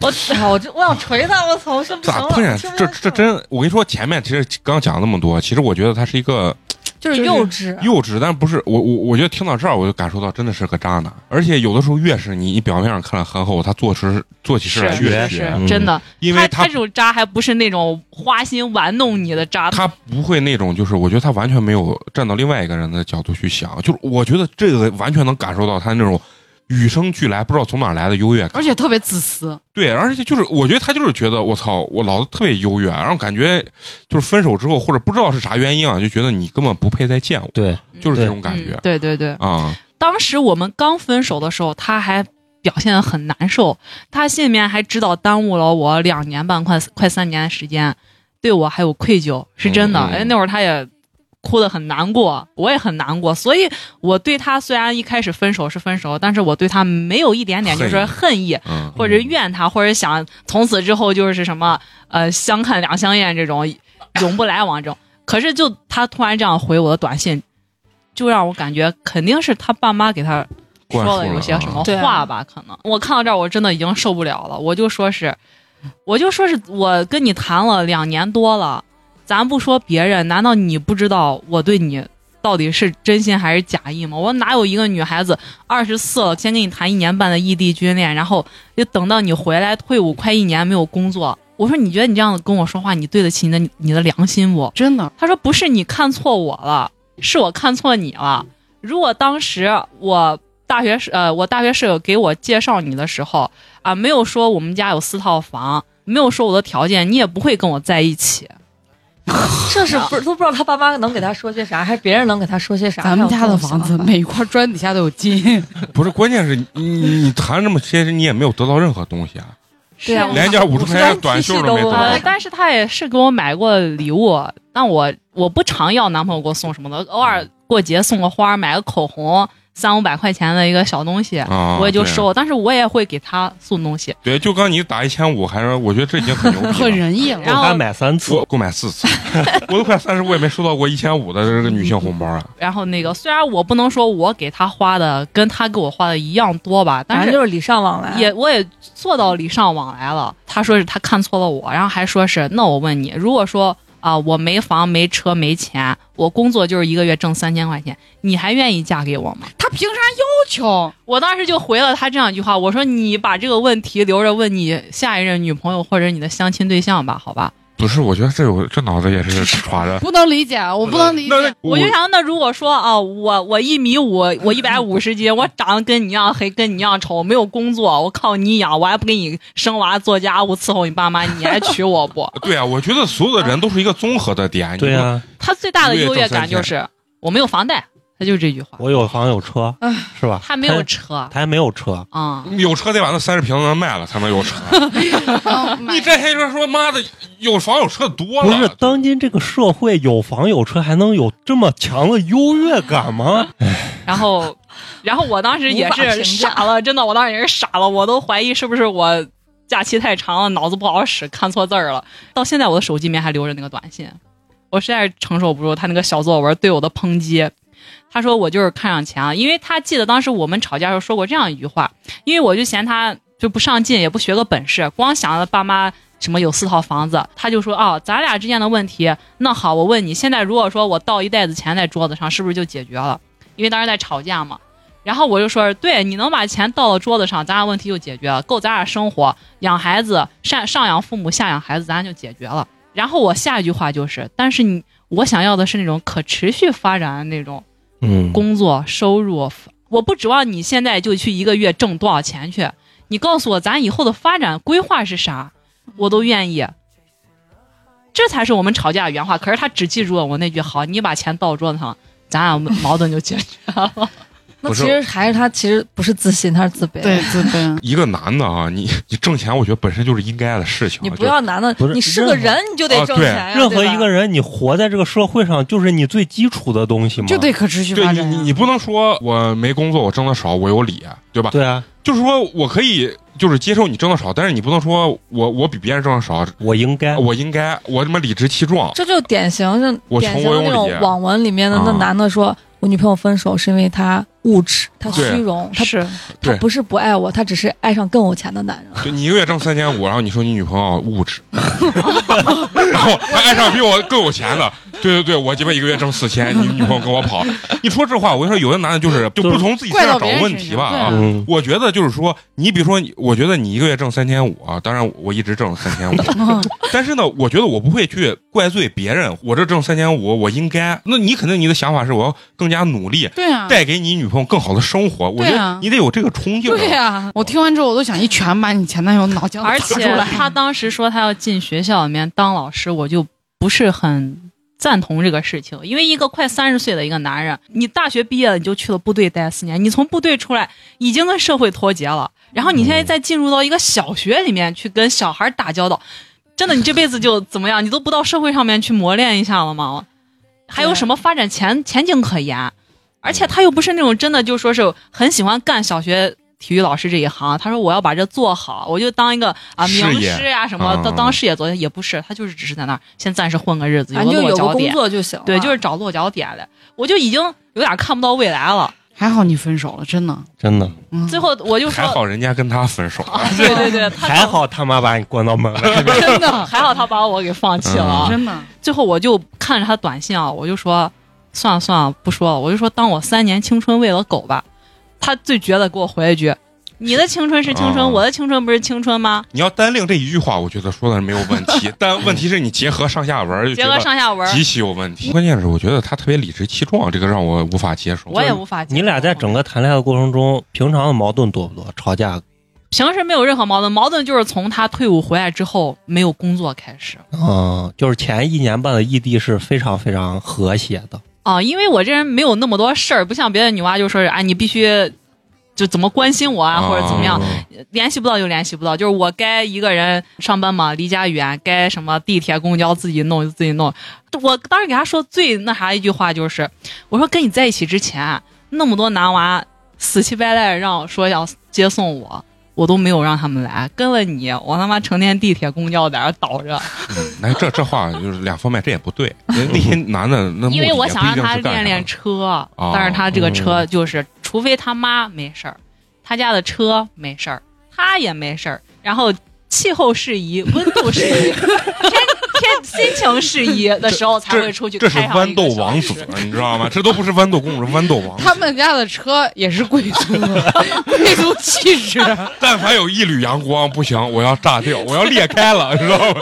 [SPEAKER 3] 我操！我这我想锤他！我操！我真不行
[SPEAKER 1] 咋
[SPEAKER 3] 了
[SPEAKER 1] 碰见？
[SPEAKER 3] 听
[SPEAKER 1] 啊
[SPEAKER 3] 不
[SPEAKER 1] 这
[SPEAKER 3] 下去
[SPEAKER 1] 这真，我跟你说，前面其实刚讲了那么多，其实我觉得他是一个
[SPEAKER 5] 就是啊幼稚，
[SPEAKER 1] 幼稚，但不是我我我觉得听到这儿我就感受到真的是个渣男，而且有的时候越是你你表面上看着很好，他做事做起事来
[SPEAKER 6] 是
[SPEAKER 1] 越
[SPEAKER 6] 是
[SPEAKER 1] 绝，
[SPEAKER 6] 是，真的。
[SPEAKER 1] 嗯因为
[SPEAKER 6] 他
[SPEAKER 1] 他
[SPEAKER 6] 这种渣还不是那种花心玩弄你的渣，
[SPEAKER 1] 他不会那种，就是我觉得他完全没有站到另外一个人的角度去想，就是我觉得这个完全能感受到他那种与生俱来不知道从哪儿来的优越感
[SPEAKER 3] 而。且特别自私。
[SPEAKER 1] 对，而且就是我觉得他就是觉得我操，我老子特别优越，然后感觉就是分手之后或者不知道是啥原因啊，就觉得你根本不配再见我，
[SPEAKER 4] 对，
[SPEAKER 6] 嗯
[SPEAKER 1] 就是这种感觉
[SPEAKER 3] 对对对，
[SPEAKER 1] 啊。
[SPEAKER 6] 当时我们刚分手的时候，他还表现得很难受，他心里面还知道耽误了我两年半，快快三年的时间，对我还有愧疚，是真的。
[SPEAKER 1] 嗯嗯
[SPEAKER 6] 哎，那会儿他也哭得很难过，我也很难过，所以我对他虽然一开始分手是分手，但是我对他没有一点点就是恨意。
[SPEAKER 1] 嗯，
[SPEAKER 6] 或者怨他，或者想从此之后就是什么呃相看两相厌这种，永不来往这种。可是就他突然这样回我的短信，就让我感觉肯定是他爸妈给他说
[SPEAKER 1] 灌输
[SPEAKER 6] 了有些什么
[SPEAKER 1] 啊
[SPEAKER 5] 对啊
[SPEAKER 6] 话吧，可能我看到这儿我真的已经受不了了，我就说是，我就说是我跟你谈了两年多了，咱不说别人，难道你不知道我对你到底是真心还是假意吗？我哪有一个女孩子二十四了，先跟你谈一年半的异地军恋，然后就等到你回来退伍快一年没有工作，我说你觉得你这样子跟我说话，你对得起你的你的良心
[SPEAKER 3] [laughs]
[SPEAKER 6] 不？
[SPEAKER 3] 真的，
[SPEAKER 6] 他说不是你看错我了，是我看错你了。如果当时我大学室呃我大学室友给我介绍你的时候啊，没有说我们家有四套房，没有说我的条件，你也不会跟我在一起。
[SPEAKER 5] 这是不是都不知道他爸妈能给他说些啥，还是别人能给他说些啥？
[SPEAKER 3] 咱们家的房
[SPEAKER 5] 还有这
[SPEAKER 3] 子
[SPEAKER 5] 种想法
[SPEAKER 3] 每一块砖底下都有 [laughs] 金，
[SPEAKER 1] 不是，关键是你你你谈这么些，你也没有得到任何东西啊，
[SPEAKER 5] 对啊
[SPEAKER 6] 是
[SPEAKER 1] 连件五十块钱的短袖都没得
[SPEAKER 5] 我
[SPEAKER 6] 呃
[SPEAKER 1] 到
[SPEAKER 5] 还，。
[SPEAKER 6] 但是他也是给我买过礼物，但我我不常要男朋友给我送什么的，偶尔过节送个花，买个口红，三五百块钱的一个小东西，
[SPEAKER 1] 啊，
[SPEAKER 6] 我也就
[SPEAKER 1] 对哦
[SPEAKER 6] 收。但是我也会给他送东西，
[SPEAKER 1] 对，就刚你打一千五，还是我觉得这已经很牛逼
[SPEAKER 3] 很
[SPEAKER 1] 了。
[SPEAKER 3] 仁义了。
[SPEAKER 6] 然后
[SPEAKER 4] 我还买三次
[SPEAKER 1] 我，购买四次，我都快三十，我也没收到过一千五的这个女性红包啊！
[SPEAKER 6] 然后那个虽然我不能说我给他花的跟他给我花的一样多吧，但
[SPEAKER 5] 反正
[SPEAKER 6] 是
[SPEAKER 5] 就是礼尚往来，
[SPEAKER 6] 也我也做到礼尚往来了。他说是他看错了我，然后还说是那我问你，如果说啊、我没房没车没钱，我工作就是一个月挣三千块钱，你还愿意嫁给我吗？
[SPEAKER 3] 他凭啥要求？
[SPEAKER 6] 我当时就回了他这样一句话，我说你把这个问题留着问你下一任女朋友或者你的相亲对象吧，好吧？
[SPEAKER 1] 不是，我觉得这有这脑子也是耍的。
[SPEAKER 3] 不能理解，啊我不能理
[SPEAKER 1] 那那
[SPEAKER 3] 解。
[SPEAKER 6] [laughs] 我就想，那如果说啊，我我一米五，我一百五十斤，我长得跟你一样黑，跟你一样丑，我没有工作，我靠你养，我还不给你生娃做家务伺候你爸妈，你还娶我不？ [laughs]
[SPEAKER 1] 对啊，我觉得所有的人都是一个综合的点。
[SPEAKER 4] 对啊，
[SPEAKER 6] 他最大的优越感就是我没有房贷，他就这句话，
[SPEAKER 4] 我有房有车，是吧？
[SPEAKER 6] 啊他没有车啊
[SPEAKER 4] 他，他还没有车，
[SPEAKER 6] 嗯
[SPEAKER 1] 你有车得把那三十平能卖了才能
[SPEAKER 5] [laughs]
[SPEAKER 1] 有车。你这些人说妈的，有房有车多
[SPEAKER 4] 不
[SPEAKER 1] 了。
[SPEAKER 4] 是当今这个社会有房有车还能有这么强的优越感吗？
[SPEAKER 6] 然后，然后我当时也
[SPEAKER 5] 无法
[SPEAKER 6] 是
[SPEAKER 5] 评价
[SPEAKER 6] 傻了，真的，我当时也是傻了，我都怀疑是不是我假期太长了，脑子不好使，看错字儿了。到现在我的手机里面还留着那个短信，我实在是承受不住他那个小作文对我的抨击。他说我就是看上钱了，因为他记得当时我们吵架的时候说过这样一句话，因为我就嫌他就不上进，也不学个本事，光想着爸妈什么有四套房子，他就说哦，咱俩之间的问题，那好，我问你，现在如果说我倒一袋子钱在桌子上，是不是就解决了？因为当时在吵架嘛。然后我就说，对，你能把钱倒到桌子上，咱俩问题就解决了，够咱俩生活、养孩子、上上养父母、下养孩子，咱就解决了。然后我下一句话就是，但是你我想要的是那种可持续发展的那种
[SPEAKER 4] 嗯，
[SPEAKER 6] 工作收入，我不指望你现在就去一个月挣多少钱去，你告诉我咱以后的发展规划是啥，我都愿意。这才是我们吵架的原话。可是他只记住了我那句“好”，你把钱倒桌子上，咱俩矛盾就解决了。
[SPEAKER 5] 那
[SPEAKER 1] 不是
[SPEAKER 5] 其实还是他其实不是自信，他是自卑。
[SPEAKER 3] 对，， [laughs] 自卑。
[SPEAKER 1] 一个男的啊，你你挣钱，我觉得本身就是应该的事情。啊
[SPEAKER 5] 你不要拿那
[SPEAKER 4] 不，是
[SPEAKER 5] 你是个人你就得挣钱呀。
[SPEAKER 4] 任何
[SPEAKER 5] 对吧
[SPEAKER 4] 一个人，你活在这个社会上，就是你最基础的东西嘛。
[SPEAKER 3] 就得可持续
[SPEAKER 1] 对
[SPEAKER 3] 发
[SPEAKER 1] 你
[SPEAKER 3] 展啊
[SPEAKER 1] 你
[SPEAKER 5] 啊
[SPEAKER 3] 呀。
[SPEAKER 1] 你不能说我没工作，我挣的少，我有理，对吧？
[SPEAKER 4] 对啊，
[SPEAKER 1] 就是说我可以就是接受你挣的少，但是你不能说我我比别人挣的少，
[SPEAKER 4] 我应该，
[SPEAKER 1] 我应该我他妈理直气壮。
[SPEAKER 5] 这就典型的
[SPEAKER 1] 我
[SPEAKER 5] 典
[SPEAKER 1] 从
[SPEAKER 5] 型
[SPEAKER 1] 我
[SPEAKER 5] 的
[SPEAKER 1] 有
[SPEAKER 5] 那种
[SPEAKER 1] 理
[SPEAKER 5] 网文里面的那
[SPEAKER 1] 啊
[SPEAKER 5] 男的说，我女朋友分手是因为她物质，他虚
[SPEAKER 1] 对
[SPEAKER 5] 荣，他
[SPEAKER 3] 是
[SPEAKER 5] 他
[SPEAKER 1] 对
[SPEAKER 5] 不是不爱我，他只是爱上更有钱的男人。
[SPEAKER 1] 就你一个月挣三千五，然后你说你女朋友物质， [laughs] 然后还爱上比我更有钱的，对对对，我鸡巴一个月挣四千，你女朋友跟我跑，你说这话，我跟你说，有的男的就是就不从自己身上找问题吧
[SPEAKER 3] 怪
[SPEAKER 1] 啊
[SPEAKER 3] 到别人身上对。
[SPEAKER 4] 嗯，
[SPEAKER 1] 我觉得就是说，你比如说你，我觉得你一个月挣三千五啊，当然我一直挣三千五，
[SPEAKER 3] 嗯
[SPEAKER 1] [laughs] 但是呢，我觉得我不会去怪罪别人，我这挣三千五，我应该。那你肯定你的想法是我要更加努力，
[SPEAKER 3] 对啊，
[SPEAKER 1] 带给你女朋友更好的生活。我觉
[SPEAKER 3] 对
[SPEAKER 1] 得
[SPEAKER 3] 啊
[SPEAKER 1] 你得有这个冲劲儿。啊
[SPEAKER 3] 对啊呀，我听完之后我都想一拳把你前男友 [laughs] 脑浆
[SPEAKER 6] 而
[SPEAKER 3] 打
[SPEAKER 6] 且
[SPEAKER 3] 出来。
[SPEAKER 6] 他当时说他要进学校里面当老师，我就不是很赞同这个事情，因为一个快三十岁的一个男人，你大学毕业了你就去了部队待四年，你从部队出来已经跟社会脱节了，然后你现在再进入到一个小学里面去跟小孩打交道， [laughs] 真的你这辈子就怎么样？你都不到社会上面去磨练一下了吗？还有什么发展前前景可言？而且他又不是那种真的就说是很喜欢干小学体育老师这一行，他说我要把这做好，我就当一个啊
[SPEAKER 1] 事业
[SPEAKER 6] 名师啊什么
[SPEAKER 1] 嗯
[SPEAKER 6] 当当事业做，也不是，他就是只是在那儿先暂时混个日子，
[SPEAKER 5] 反
[SPEAKER 6] 个
[SPEAKER 5] 正
[SPEAKER 6] 落
[SPEAKER 5] 啊就有个
[SPEAKER 6] 脚
[SPEAKER 5] 工
[SPEAKER 6] 点，
[SPEAKER 5] 作就行了。
[SPEAKER 6] 对，就是找落脚点的。我就已经有点看不到未来了。
[SPEAKER 3] 还好你分手了，真的。
[SPEAKER 4] 真的
[SPEAKER 3] 嗯
[SPEAKER 6] 最后我就说
[SPEAKER 1] 还，好人家跟他分手了。
[SPEAKER 6] 啊对
[SPEAKER 1] [laughs]
[SPEAKER 6] 对对，他
[SPEAKER 4] 还好他妈把你关到门外。
[SPEAKER 6] [laughs]
[SPEAKER 3] 真的
[SPEAKER 6] 还好他把我给放弃了啊。
[SPEAKER 1] 嗯
[SPEAKER 3] 真的，
[SPEAKER 6] 最后我就看着他短信啊，我就说算了算了，不说了，我就说当我三年青春喂了狗吧。他最绝的给我回了一句：“你的青春是青春，
[SPEAKER 1] 啊
[SPEAKER 6] 我的青春不是青春吗
[SPEAKER 1] 你要单令这一句话，我觉得说的是没有问
[SPEAKER 6] [laughs]
[SPEAKER 1] 题，但问题是你结合上下文儿？”就觉
[SPEAKER 6] 结合
[SPEAKER 1] 得
[SPEAKER 6] 上下文，
[SPEAKER 1] 极其有问题。关键是我觉得他特别理直气壮，这个让我无法接受。
[SPEAKER 6] 我也无法接受。
[SPEAKER 4] 你俩在整个谈恋爱的过程中，平常的矛盾多不多？吵架
[SPEAKER 6] 平时没有任何矛盾，矛盾就是从他退伍回来之后没有工作开始
[SPEAKER 4] 嗯，就是前一年半的异地是非常非常和谐的，
[SPEAKER 6] 啊，因为我这人没有那么多事儿，不像别的女娃就说是哎你必须就怎么关心我啊或者怎么样，
[SPEAKER 1] 啊
[SPEAKER 6] 联系不到就联系不到，就是我该一个人上班嘛，离家远，该什么地铁、公交自己弄就自己弄。我当时给他说最那啥一句话就是，我说跟你在一起之前，那么多男娃死乞白赖让说要接送我，我都没有让他们来，跟了你，我他妈成天地铁、公交在那儿倒着， [laughs]
[SPEAKER 1] 嗯那这这话就是两方面，这也不对。那那些男的那目的
[SPEAKER 6] 因为我想
[SPEAKER 1] 也
[SPEAKER 6] 让
[SPEAKER 1] 不一定
[SPEAKER 6] 他
[SPEAKER 1] 是干
[SPEAKER 6] 练练
[SPEAKER 1] 啥
[SPEAKER 6] 车
[SPEAKER 1] 哦，
[SPEAKER 6] 但是他这个车就是，除非他妈没事儿，他家的车没事儿，他也没事儿，然后气候适宜、温度
[SPEAKER 1] [laughs]
[SPEAKER 6] 适宜、天天心情适宜的时候才会出去
[SPEAKER 1] 这是
[SPEAKER 6] 开上
[SPEAKER 1] 豌
[SPEAKER 6] 一个
[SPEAKER 1] 豆
[SPEAKER 6] 小
[SPEAKER 1] 王
[SPEAKER 6] 时 [laughs]
[SPEAKER 1] 子， [laughs] 你知道吗？这都不是豌豆公主，豌豆王子。
[SPEAKER 3] [laughs] 他们家的车也是贵族，贵族气质。
[SPEAKER 1] 但凡有一缕阳光，不行，我要炸掉，我要裂开了，知道吗？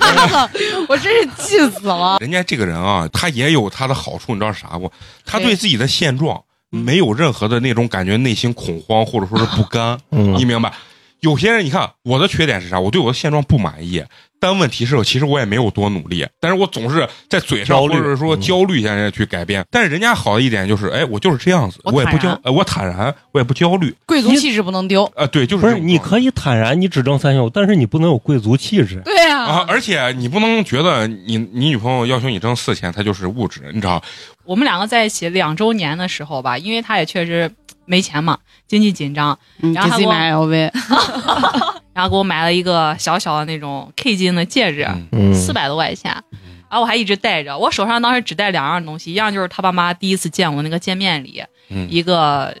[SPEAKER 3] 妈的，我真是气死了。
[SPEAKER 1] 人家这个人啊，他也有他的好处，你知道啥不？他对自己的现状
[SPEAKER 3] 嗯
[SPEAKER 1] 没有任何的那种感觉，内心恐慌或者说是不甘，
[SPEAKER 4] 嗯
[SPEAKER 1] 你明白？有些人，你看我的缺点是啥？我对我的现状不满意，但问题是，其实我也没有多努力，但是我总是在嘴上
[SPEAKER 4] 焦
[SPEAKER 1] 或
[SPEAKER 4] 虑
[SPEAKER 1] 者说
[SPEAKER 4] 嗯
[SPEAKER 1] 焦虑下去改变。但是人家好的一点就是，哎，我就是这样子，
[SPEAKER 6] 我
[SPEAKER 1] 我也不
[SPEAKER 6] 坦
[SPEAKER 1] 焦
[SPEAKER 6] 然，
[SPEAKER 1] 呃我坦然，我也不焦虑，
[SPEAKER 3] [laughs] 贵族气质不能丢。
[SPEAKER 1] 啊、对，就是
[SPEAKER 4] 不
[SPEAKER 1] 这
[SPEAKER 4] 是？
[SPEAKER 1] 种
[SPEAKER 4] 你
[SPEAKER 1] 状态
[SPEAKER 4] 可以坦然，你只挣三千五，但是你不能有贵族气质。
[SPEAKER 3] 对呀、
[SPEAKER 1] 啊，而且你不能觉得你你女朋友要求你挣四千，她就是物质，你知道？
[SPEAKER 6] 我们两个在一起两周年的时候吧，因为他也确实没钱嘛，经济紧张，
[SPEAKER 3] 嗯
[SPEAKER 6] 然后
[SPEAKER 3] 给
[SPEAKER 6] 他
[SPEAKER 3] 自己
[SPEAKER 6] 给我
[SPEAKER 3] 买 LV，
[SPEAKER 6] 然后给我买了一个小小的那种 K 金的戒指，
[SPEAKER 1] 嗯
[SPEAKER 4] 嗯，
[SPEAKER 6] 四百多块钱，然后我还一直戴着。我手上当时只戴两样东西，一样就是他爸妈第一次见我那个见面礼，
[SPEAKER 1] 嗯
[SPEAKER 6] 一个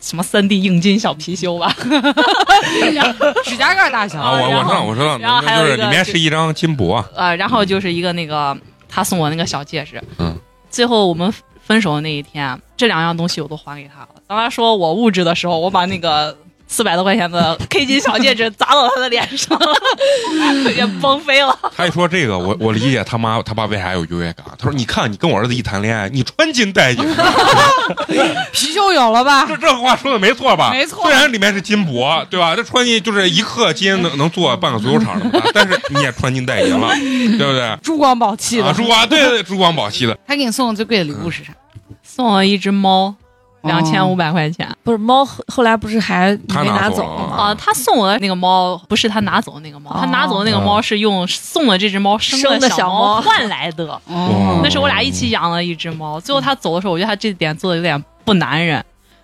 [SPEAKER 6] 什么三 D 硬金小貔貅
[SPEAKER 1] [laughs]
[SPEAKER 6] 吧，
[SPEAKER 3] 指甲盖大小
[SPEAKER 1] 啊，我我
[SPEAKER 6] 然
[SPEAKER 1] 知
[SPEAKER 6] 后
[SPEAKER 1] 道我知道，
[SPEAKER 6] 然后还
[SPEAKER 1] 就
[SPEAKER 6] 有
[SPEAKER 1] 是
[SPEAKER 6] 一个
[SPEAKER 1] 里面是一张金箔，啊
[SPEAKER 6] [laughs] 呃，然后就是一个那个他送我那个小戒指。
[SPEAKER 1] 嗯，
[SPEAKER 6] 最后我们分手的那一天，这两样东西我都还给他了。当他说我物质的时候，我把那个。四百多块钱
[SPEAKER 1] [laughs]
[SPEAKER 6] 的 K 金小戒指砸到他的脸上， [laughs] 也崩飞了。
[SPEAKER 1] 他一说这个，我我理解他妈他爸为啥有优越感。啊他说：“你看，你跟我儿子一谈恋爱，你穿金
[SPEAKER 6] [laughs]
[SPEAKER 1] 戴银，
[SPEAKER 3] [laughs] 貔貅有了吧
[SPEAKER 1] 这？这话说的没错吧？
[SPEAKER 3] 没错
[SPEAKER 1] 虽然里面是金箔，对吧？这穿进就是一克金能能做半个足球场那么大，但是你也穿金戴银了，对不
[SPEAKER 6] [laughs]
[SPEAKER 1] 对？
[SPEAKER 3] 珠光宝气的。
[SPEAKER 1] 啊，珠光对对珠光宝气的，
[SPEAKER 3] 他给你送的最贵的礼物是啥？
[SPEAKER 6] 送我一只猫，两千五
[SPEAKER 3] 哦。
[SPEAKER 6] 百块钱。
[SPEAKER 5] 不是猫后后来不是还你
[SPEAKER 1] 他
[SPEAKER 5] 没
[SPEAKER 1] 拿
[SPEAKER 5] 走
[SPEAKER 1] 走
[SPEAKER 5] 了
[SPEAKER 1] 了
[SPEAKER 5] 吗？
[SPEAKER 6] 啊，他送我的那个猫不是他拿走的那个猫，他拿走的那个猫是用送的这只猫
[SPEAKER 5] 哦生的
[SPEAKER 6] 的
[SPEAKER 5] 小
[SPEAKER 6] 小
[SPEAKER 5] 猫
[SPEAKER 6] 换来
[SPEAKER 5] [laughs]
[SPEAKER 6] 的。
[SPEAKER 1] 哦
[SPEAKER 6] 那时候我俩一起养了一只猫，最后他走的时候，我觉得他这点做的有点不男人。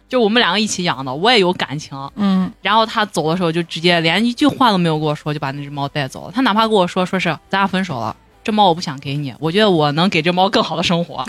[SPEAKER 6] 就我们两个一起养的，我也有感情。
[SPEAKER 5] 嗯，
[SPEAKER 6] 然后他走的时候，就直接连一句话都没有跟我说，就把那只猫带走了。他哪怕跟我说，说是咱俩分手了，这猫我不想给你，我觉得 [laughs]
[SPEAKER 5] 嗯
[SPEAKER 6] 我能给这猫更好的生活。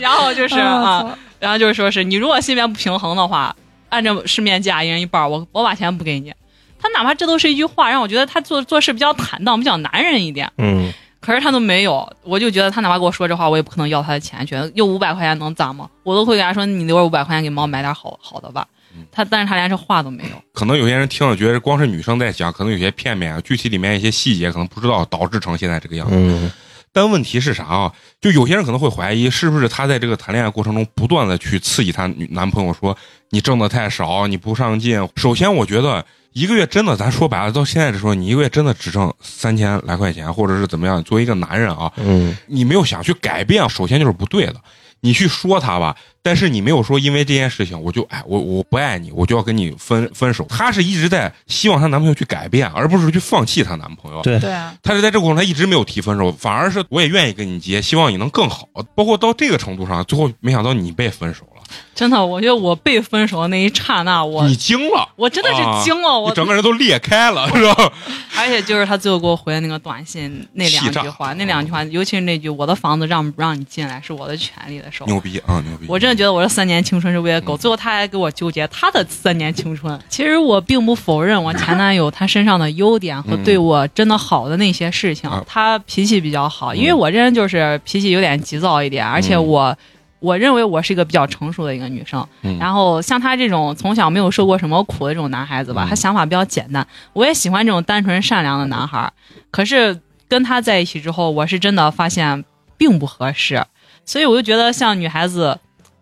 [SPEAKER 6] 然后就是啊，然后就是说是你如果心里面不平衡的话，按照市面价一人一半儿，我我把钱不给你。他哪怕这都是一句话，让我觉得他做做事比较坦荡，比较男人一点。
[SPEAKER 4] 嗯，
[SPEAKER 6] 可是他都没有，我就觉得他哪怕跟我说这话，我也不可能要他的钱去，又五百块钱能咋吗？我都会给他说，你留着五百块钱给猫买点好好的吧
[SPEAKER 1] 嗯。
[SPEAKER 6] 他但是他连这话都没有。
[SPEAKER 1] 可能有些人听了觉得光是女生在讲，可能有些片面啊，具体里面一些细节可能不知道，导致成现在这个样子。
[SPEAKER 4] 嗯，
[SPEAKER 1] 但问题是啥啊？就有些人可能会怀疑，是不是她在这个谈恋爱过程中不断的去刺激她女男朋友说你挣的太少，你不上进。首先，我觉得一个月真的，咱说白了，到现在这时候，你一个月真的只挣三千来块钱，或者是怎么样？作为一个男人啊，
[SPEAKER 4] 嗯，
[SPEAKER 1] 你没有想去改变，首先就是不对的。你去说他吧，但是你没有说因为这件事情我就哎我我不爱你，我就要跟你分分手。她是一直在希望她男朋友去改变，而不是去放弃她男朋友。
[SPEAKER 4] 对
[SPEAKER 5] 对啊，
[SPEAKER 1] 她是在这过程中，她一直没有提分手，反而是我也愿意跟你结，希望你能更好。包括到这个程度上，最后没想到你被分手了，
[SPEAKER 6] 真的，我觉得我被分手的那一刹那，我
[SPEAKER 1] 你惊了，
[SPEAKER 6] 我真的是惊了，
[SPEAKER 1] 你
[SPEAKER 6] 我
[SPEAKER 1] 整个人都裂开了，是吧？
[SPEAKER 6] 而且就是他最后给我回的那个短信那两句
[SPEAKER 1] 气炸
[SPEAKER 6] 话，那两句话，尤其是那句“我的房子让不让你进来是我的权利”的时候，
[SPEAKER 1] 牛逼啊，牛逼！
[SPEAKER 6] 我真的觉得我这三年青春是喂了
[SPEAKER 1] 嗯
[SPEAKER 6] 狗。最后他还给我纠结他的三年青春。其实我并不否认我前男友他身上的优点和
[SPEAKER 1] 嗯
[SPEAKER 6] 对我真的好的那些事情
[SPEAKER 1] 啊。
[SPEAKER 6] 他脾气比较好，
[SPEAKER 1] 嗯
[SPEAKER 6] 因为我这人就是脾气有点急躁一点，而且
[SPEAKER 1] 嗯
[SPEAKER 6] 我我认为我是一个比较成熟的一个女生。
[SPEAKER 1] 嗯
[SPEAKER 6] 然后像他这种从小没有受过什么苦的这种男孩子吧
[SPEAKER 1] 嗯，
[SPEAKER 6] 他想法比较简单。我也喜欢这种单纯善良的男孩儿，可是跟他在一起之后，我是真的发现并不合适，所以我就觉得像女孩子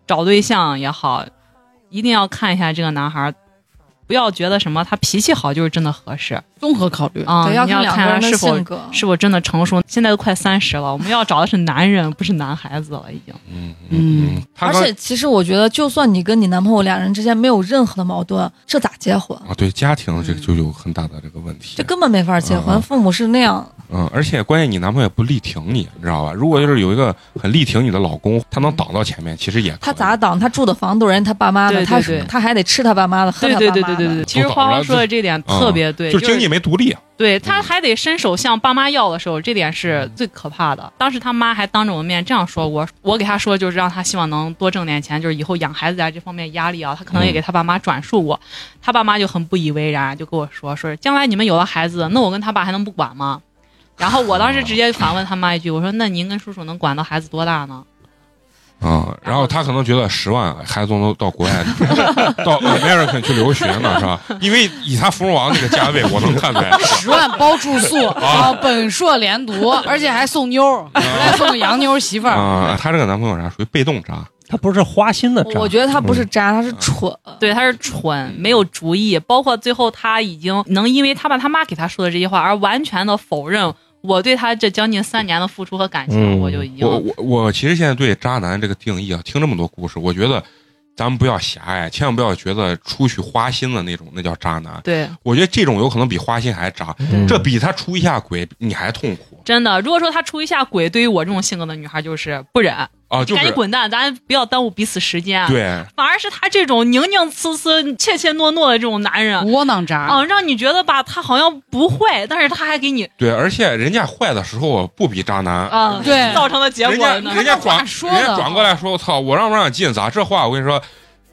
[SPEAKER 6] 找对象也好，一定要看一下这个男孩儿。不要觉得什么他脾气好就是真的合适
[SPEAKER 3] 综合考虑，
[SPEAKER 6] 啊、
[SPEAKER 5] 对，
[SPEAKER 6] 你要
[SPEAKER 5] 要看两个
[SPEAKER 6] 看
[SPEAKER 5] 人
[SPEAKER 6] 他
[SPEAKER 5] 的
[SPEAKER 6] 是否
[SPEAKER 5] 性格。
[SPEAKER 6] 是否真的成熟。现在都快三十了，我们要找的是男人，不是男孩子了，已经。
[SPEAKER 1] 嗯嗯，嗯她
[SPEAKER 5] 而
[SPEAKER 1] 刚
[SPEAKER 5] 且其实我觉得，就算你跟你男朋友俩人之间没有任何的矛盾，这咋结婚？
[SPEAKER 1] 啊，对家庭这个就有很大的这个问题
[SPEAKER 5] 这。根本没法结
[SPEAKER 1] 嗯
[SPEAKER 5] 婚。
[SPEAKER 1] 嗯
[SPEAKER 5] 父母是那样，
[SPEAKER 1] 嗯，而且关键你男朋友也不力挺你，你知道吧？如果就是有一个很力挺你的老公，他能挡到前面，其实也可以
[SPEAKER 5] 他咋挡？他住的房都是人家他爸妈的，
[SPEAKER 6] 对对
[SPEAKER 5] 他
[SPEAKER 6] 对
[SPEAKER 5] 他还得吃他爸妈的，喝
[SPEAKER 6] 对
[SPEAKER 5] 他
[SPEAKER 6] 对
[SPEAKER 5] 爸
[SPEAKER 6] 对
[SPEAKER 5] 妈
[SPEAKER 6] 对对
[SPEAKER 5] 的。
[SPEAKER 6] 对，其实花花说的这点特别对，
[SPEAKER 1] 嗯就是经济没独立啊？
[SPEAKER 6] 对他还得伸手向爸妈要的时候，这点是最可怕的。当时他妈还当着我的面这样说我，我给他说就是让他希望能多挣点钱，就是以后养孩子啊这方面压力啊，他可能也给他爸妈转述过，他爸妈就很不以为然，就跟我说说将来你们有了孩子，那我跟他爸还能不管吗？然后我当时直接反问他妈一句，我说那您跟叔叔能管到孩子多大呢？
[SPEAKER 1] 嗯，然后他可能觉得十万孩子都能到国外， [laughs] 到 American 去留学呢，是吧？因为以他芙蓉王那个价位，我能看出来。
[SPEAKER 3] 十万包住宿，然后本硕连读，而且还送妞儿，还送个洋妞儿媳妇儿。
[SPEAKER 1] 啊、她这个男朋友啥属于被动渣，
[SPEAKER 4] 他不是花心的渣，
[SPEAKER 5] 我觉得他不是渣，他是蠢。
[SPEAKER 6] 对，他是蠢，没有主意，包括最后他已经能因为他爸他妈给他说的这些话而完全的否认我对他这将近三年的付出和感情，
[SPEAKER 4] 嗯
[SPEAKER 6] 我就已经
[SPEAKER 1] 我我我其实现在对渣男这个定义啊，听这么多故事，我觉得咱们不要狭隘，千万不要觉得出去花心的那种那叫渣男。
[SPEAKER 6] 对
[SPEAKER 1] 我觉得这种有可能比花心还渣，
[SPEAKER 4] 嗯
[SPEAKER 1] 这比他出一下轨你还痛苦
[SPEAKER 6] 真的，如果说他出一下轨，对于我这种性格的女孩就是不忍，
[SPEAKER 1] 啊！就
[SPEAKER 6] 赶紧
[SPEAKER 1] 是
[SPEAKER 6] 滚蛋，咱不要耽误彼此时间。
[SPEAKER 1] 对，
[SPEAKER 6] 反而是他这种宁宁呲呲、怯怯懦懦的这种男人，
[SPEAKER 3] 窝囊渣，
[SPEAKER 6] 嗯，让你觉得吧，他好像不坏，但是他还给你
[SPEAKER 1] 对，而且人家坏的时候不比渣男，
[SPEAKER 6] 啊，
[SPEAKER 3] 对
[SPEAKER 6] 造成的结
[SPEAKER 1] 人
[SPEAKER 6] 果
[SPEAKER 1] 家
[SPEAKER 6] 呢
[SPEAKER 1] 人家转
[SPEAKER 3] 话说
[SPEAKER 1] 人家
[SPEAKER 3] 的
[SPEAKER 1] 转过来说，我操，我让不让你进咋？这话我跟你说，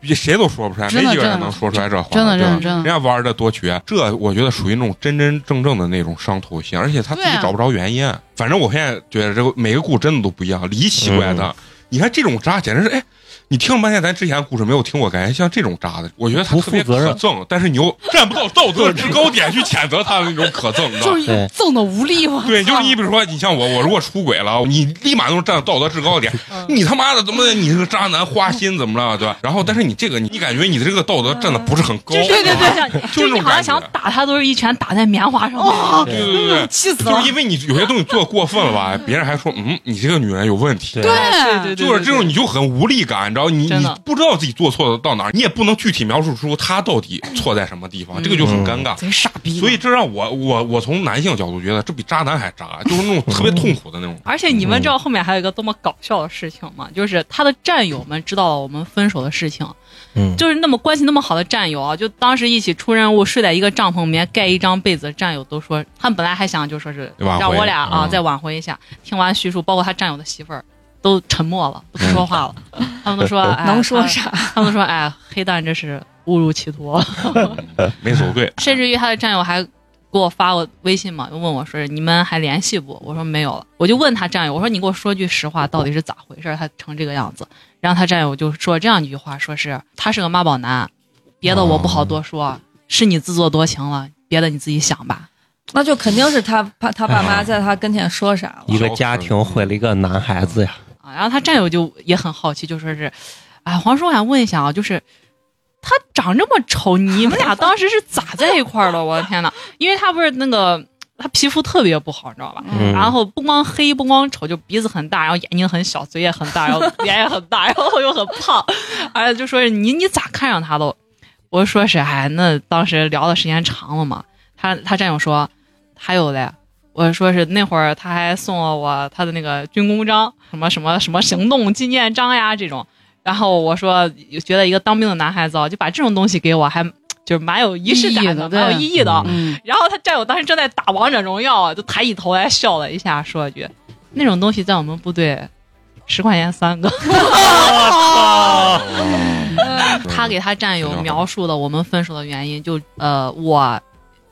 [SPEAKER 1] 比谁都说不出来，没
[SPEAKER 3] 真的
[SPEAKER 1] 几个人
[SPEAKER 3] 真的
[SPEAKER 1] 能说出来这话，
[SPEAKER 3] 真的
[SPEAKER 1] 对
[SPEAKER 3] 真
[SPEAKER 1] 吧
[SPEAKER 3] 的真
[SPEAKER 1] 人
[SPEAKER 3] 的。
[SPEAKER 1] 家玩的多绝，这我觉得属于那种真真正正的那种伤透心，而且他自己
[SPEAKER 3] 对啊
[SPEAKER 1] 找不着原因。反正我现在觉得这个每个故事真的都不一样，离奇怪
[SPEAKER 4] 嗯
[SPEAKER 1] 的。你看这种渣，简直是哎，你听了半天咱之前的故事没有听过，感觉像这种渣的，我觉得他
[SPEAKER 4] 不
[SPEAKER 1] 特别
[SPEAKER 4] 负责
[SPEAKER 1] 可
[SPEAKER 4] 任
[SPEAKER 1] 憎，但是你又站不到道德制高点去谴责他的那种可憎，你知道吗
[SPEAKER 3] 就是
[SPEAKER 4] 对
[SPEAKER 3] 憎的无力嘛。
[SPEAKER 1] 对，就是你比如说，你像我，我如果出轨了，你立马都站道德制高点， [laughs] 你他妈的怎么你是个渣男花心怎么了，对吧？然后，但是你这个你你感觉你的这个道德站的不是很高，
[SPEAKER 6] 嗯就是
[SPEAKER 1] 对
[SPEAKER 6] 好像
[SPEAKER 1] 就是这种
[SPEAKER 6] 你好像想
[SPEAKER 1] 感觉
[SPEAKER 6] 打他，都是一拳打在棉花上面，
[SPEAKER 1] 对对对，
[SPEAKER 3] 气死
[SPEAKER 1] 就
[SPEAKER 3] 了
[SPEAKER 1] 是！因为你有些东西做过分了吧，别人还说嗯你这个女人有问题，
[SPEAKER 4] 对
[SPEAKER 3] 哎
[SPEAKER 6] 对对对，
[SPEAKER 1] 就是这种你就很无力感，你知道你
[SPEAKER 6] 真
[SPEAKER 1] 你
[SPEAKER 6] 的
[SPEAKER 1] 不知道自己做错到哪儿，你也不能具体描述出他到底错在什么地方，这个就很
[SPEAKER 6] 嗯
[SPEAKER 1] 尴尬。
[SPEAKER 3] 贼傻逼。
[SPEAKER 1] 所以这让我我我从男性角度觉得这比渣男还渣，就是那种特别痛苦的那种。
[SPEAKER 6] 而且你们
[SPEAKER 1] 嗯
[SPEAKER 6] 知道后面还有一个多么搞笑的事情吗？就是他的战友们知道了我们分手的事情，
[SPEAKER 4] 嗯
[SPEAKER 6] 就是那么关系那么好的战友啊，就当时一起出任务，睡在一个帐篷里面盖一张被子的战友都说，他们本来还想就说是
[SPEAKER 1] 挽回
[SPEAKER 6] 让我俩啊
[SPEAKER 1] 嗯嗯
[SPEAKER 6] 再挽回一下。听完叙述，包括他战友的媳妇儿都沉默了，都不说话了。他们
[SPEAKER 1] [laughs]
[SPEAKER 6] 都说，哎、
[SPEAKER 5] 能说
[SPEAKER 6] 他
[SPEAKER 5] 啥？
[SPEAKER 6] 他们都说，哎，黑蛋真是误入歧途。
[SPEAKER 1] 没走对，
[SPEAKER 6] 甚至于他的战友还给我发我微信嘛，就问我说：“你们还联系不？”我说没有了。我就问他战友，我说：“你给我说句实话，到底是咋回事？他成这个样子。”然后他战友就说这样一句话，说是他是个妈宝男，别的我不好多说，是你自作多情了，别的你自己想吧。
[SPEAKER 5] 那就肯定是他爸他爸
[SPEAKER 1] 哎
[SPEAKER 5] 妈在他跟前说啥了。
[SPEAKER 4] 一个家庭毁了一个男孩子呀，
[SPEAKER 6] 啊，然后他战友就也很好奇，就说是，哎，黄叔，我想问一下啊，就是他长这么丑，你们俩当时是咋在一块儿的？我的天呐，因为他不是那个，他皮肤特别不好，你知道吧？
[SPEAKER 4] 嗯
[SPEAKER 6] 然后不光黑，不光丑，就鼻子很大，然后眼睛很小，嘴也很大，然后脸也很大，然后又很胖，哎，就说是你你咋看上他的？我说是，哎，那当时聊的时间长了嘛。他他战友说，还有嘞，我说是那会儿他还送了我他的那个军功章，什么什么什么行动纪念章呀这种。然后我说觉得一个当兵的男孩子啊，就把这种东西给我还就是蛮有仪式感
[SPEAKER 3] 意义的对
[SPEAKER 6] 蛮有意义的。
[SPEAKER 3] 嗯，
[SPEAKER 6] 然后他战友当时正在打王者荣耀，啊就抬起头来笑了一下，说了句：“那种东西在我们部队十块钱三个。
[SPEAKER 1] 嗯”
[SPEAKER 6] 他给他战友描述了我们分手的原因，就呃，我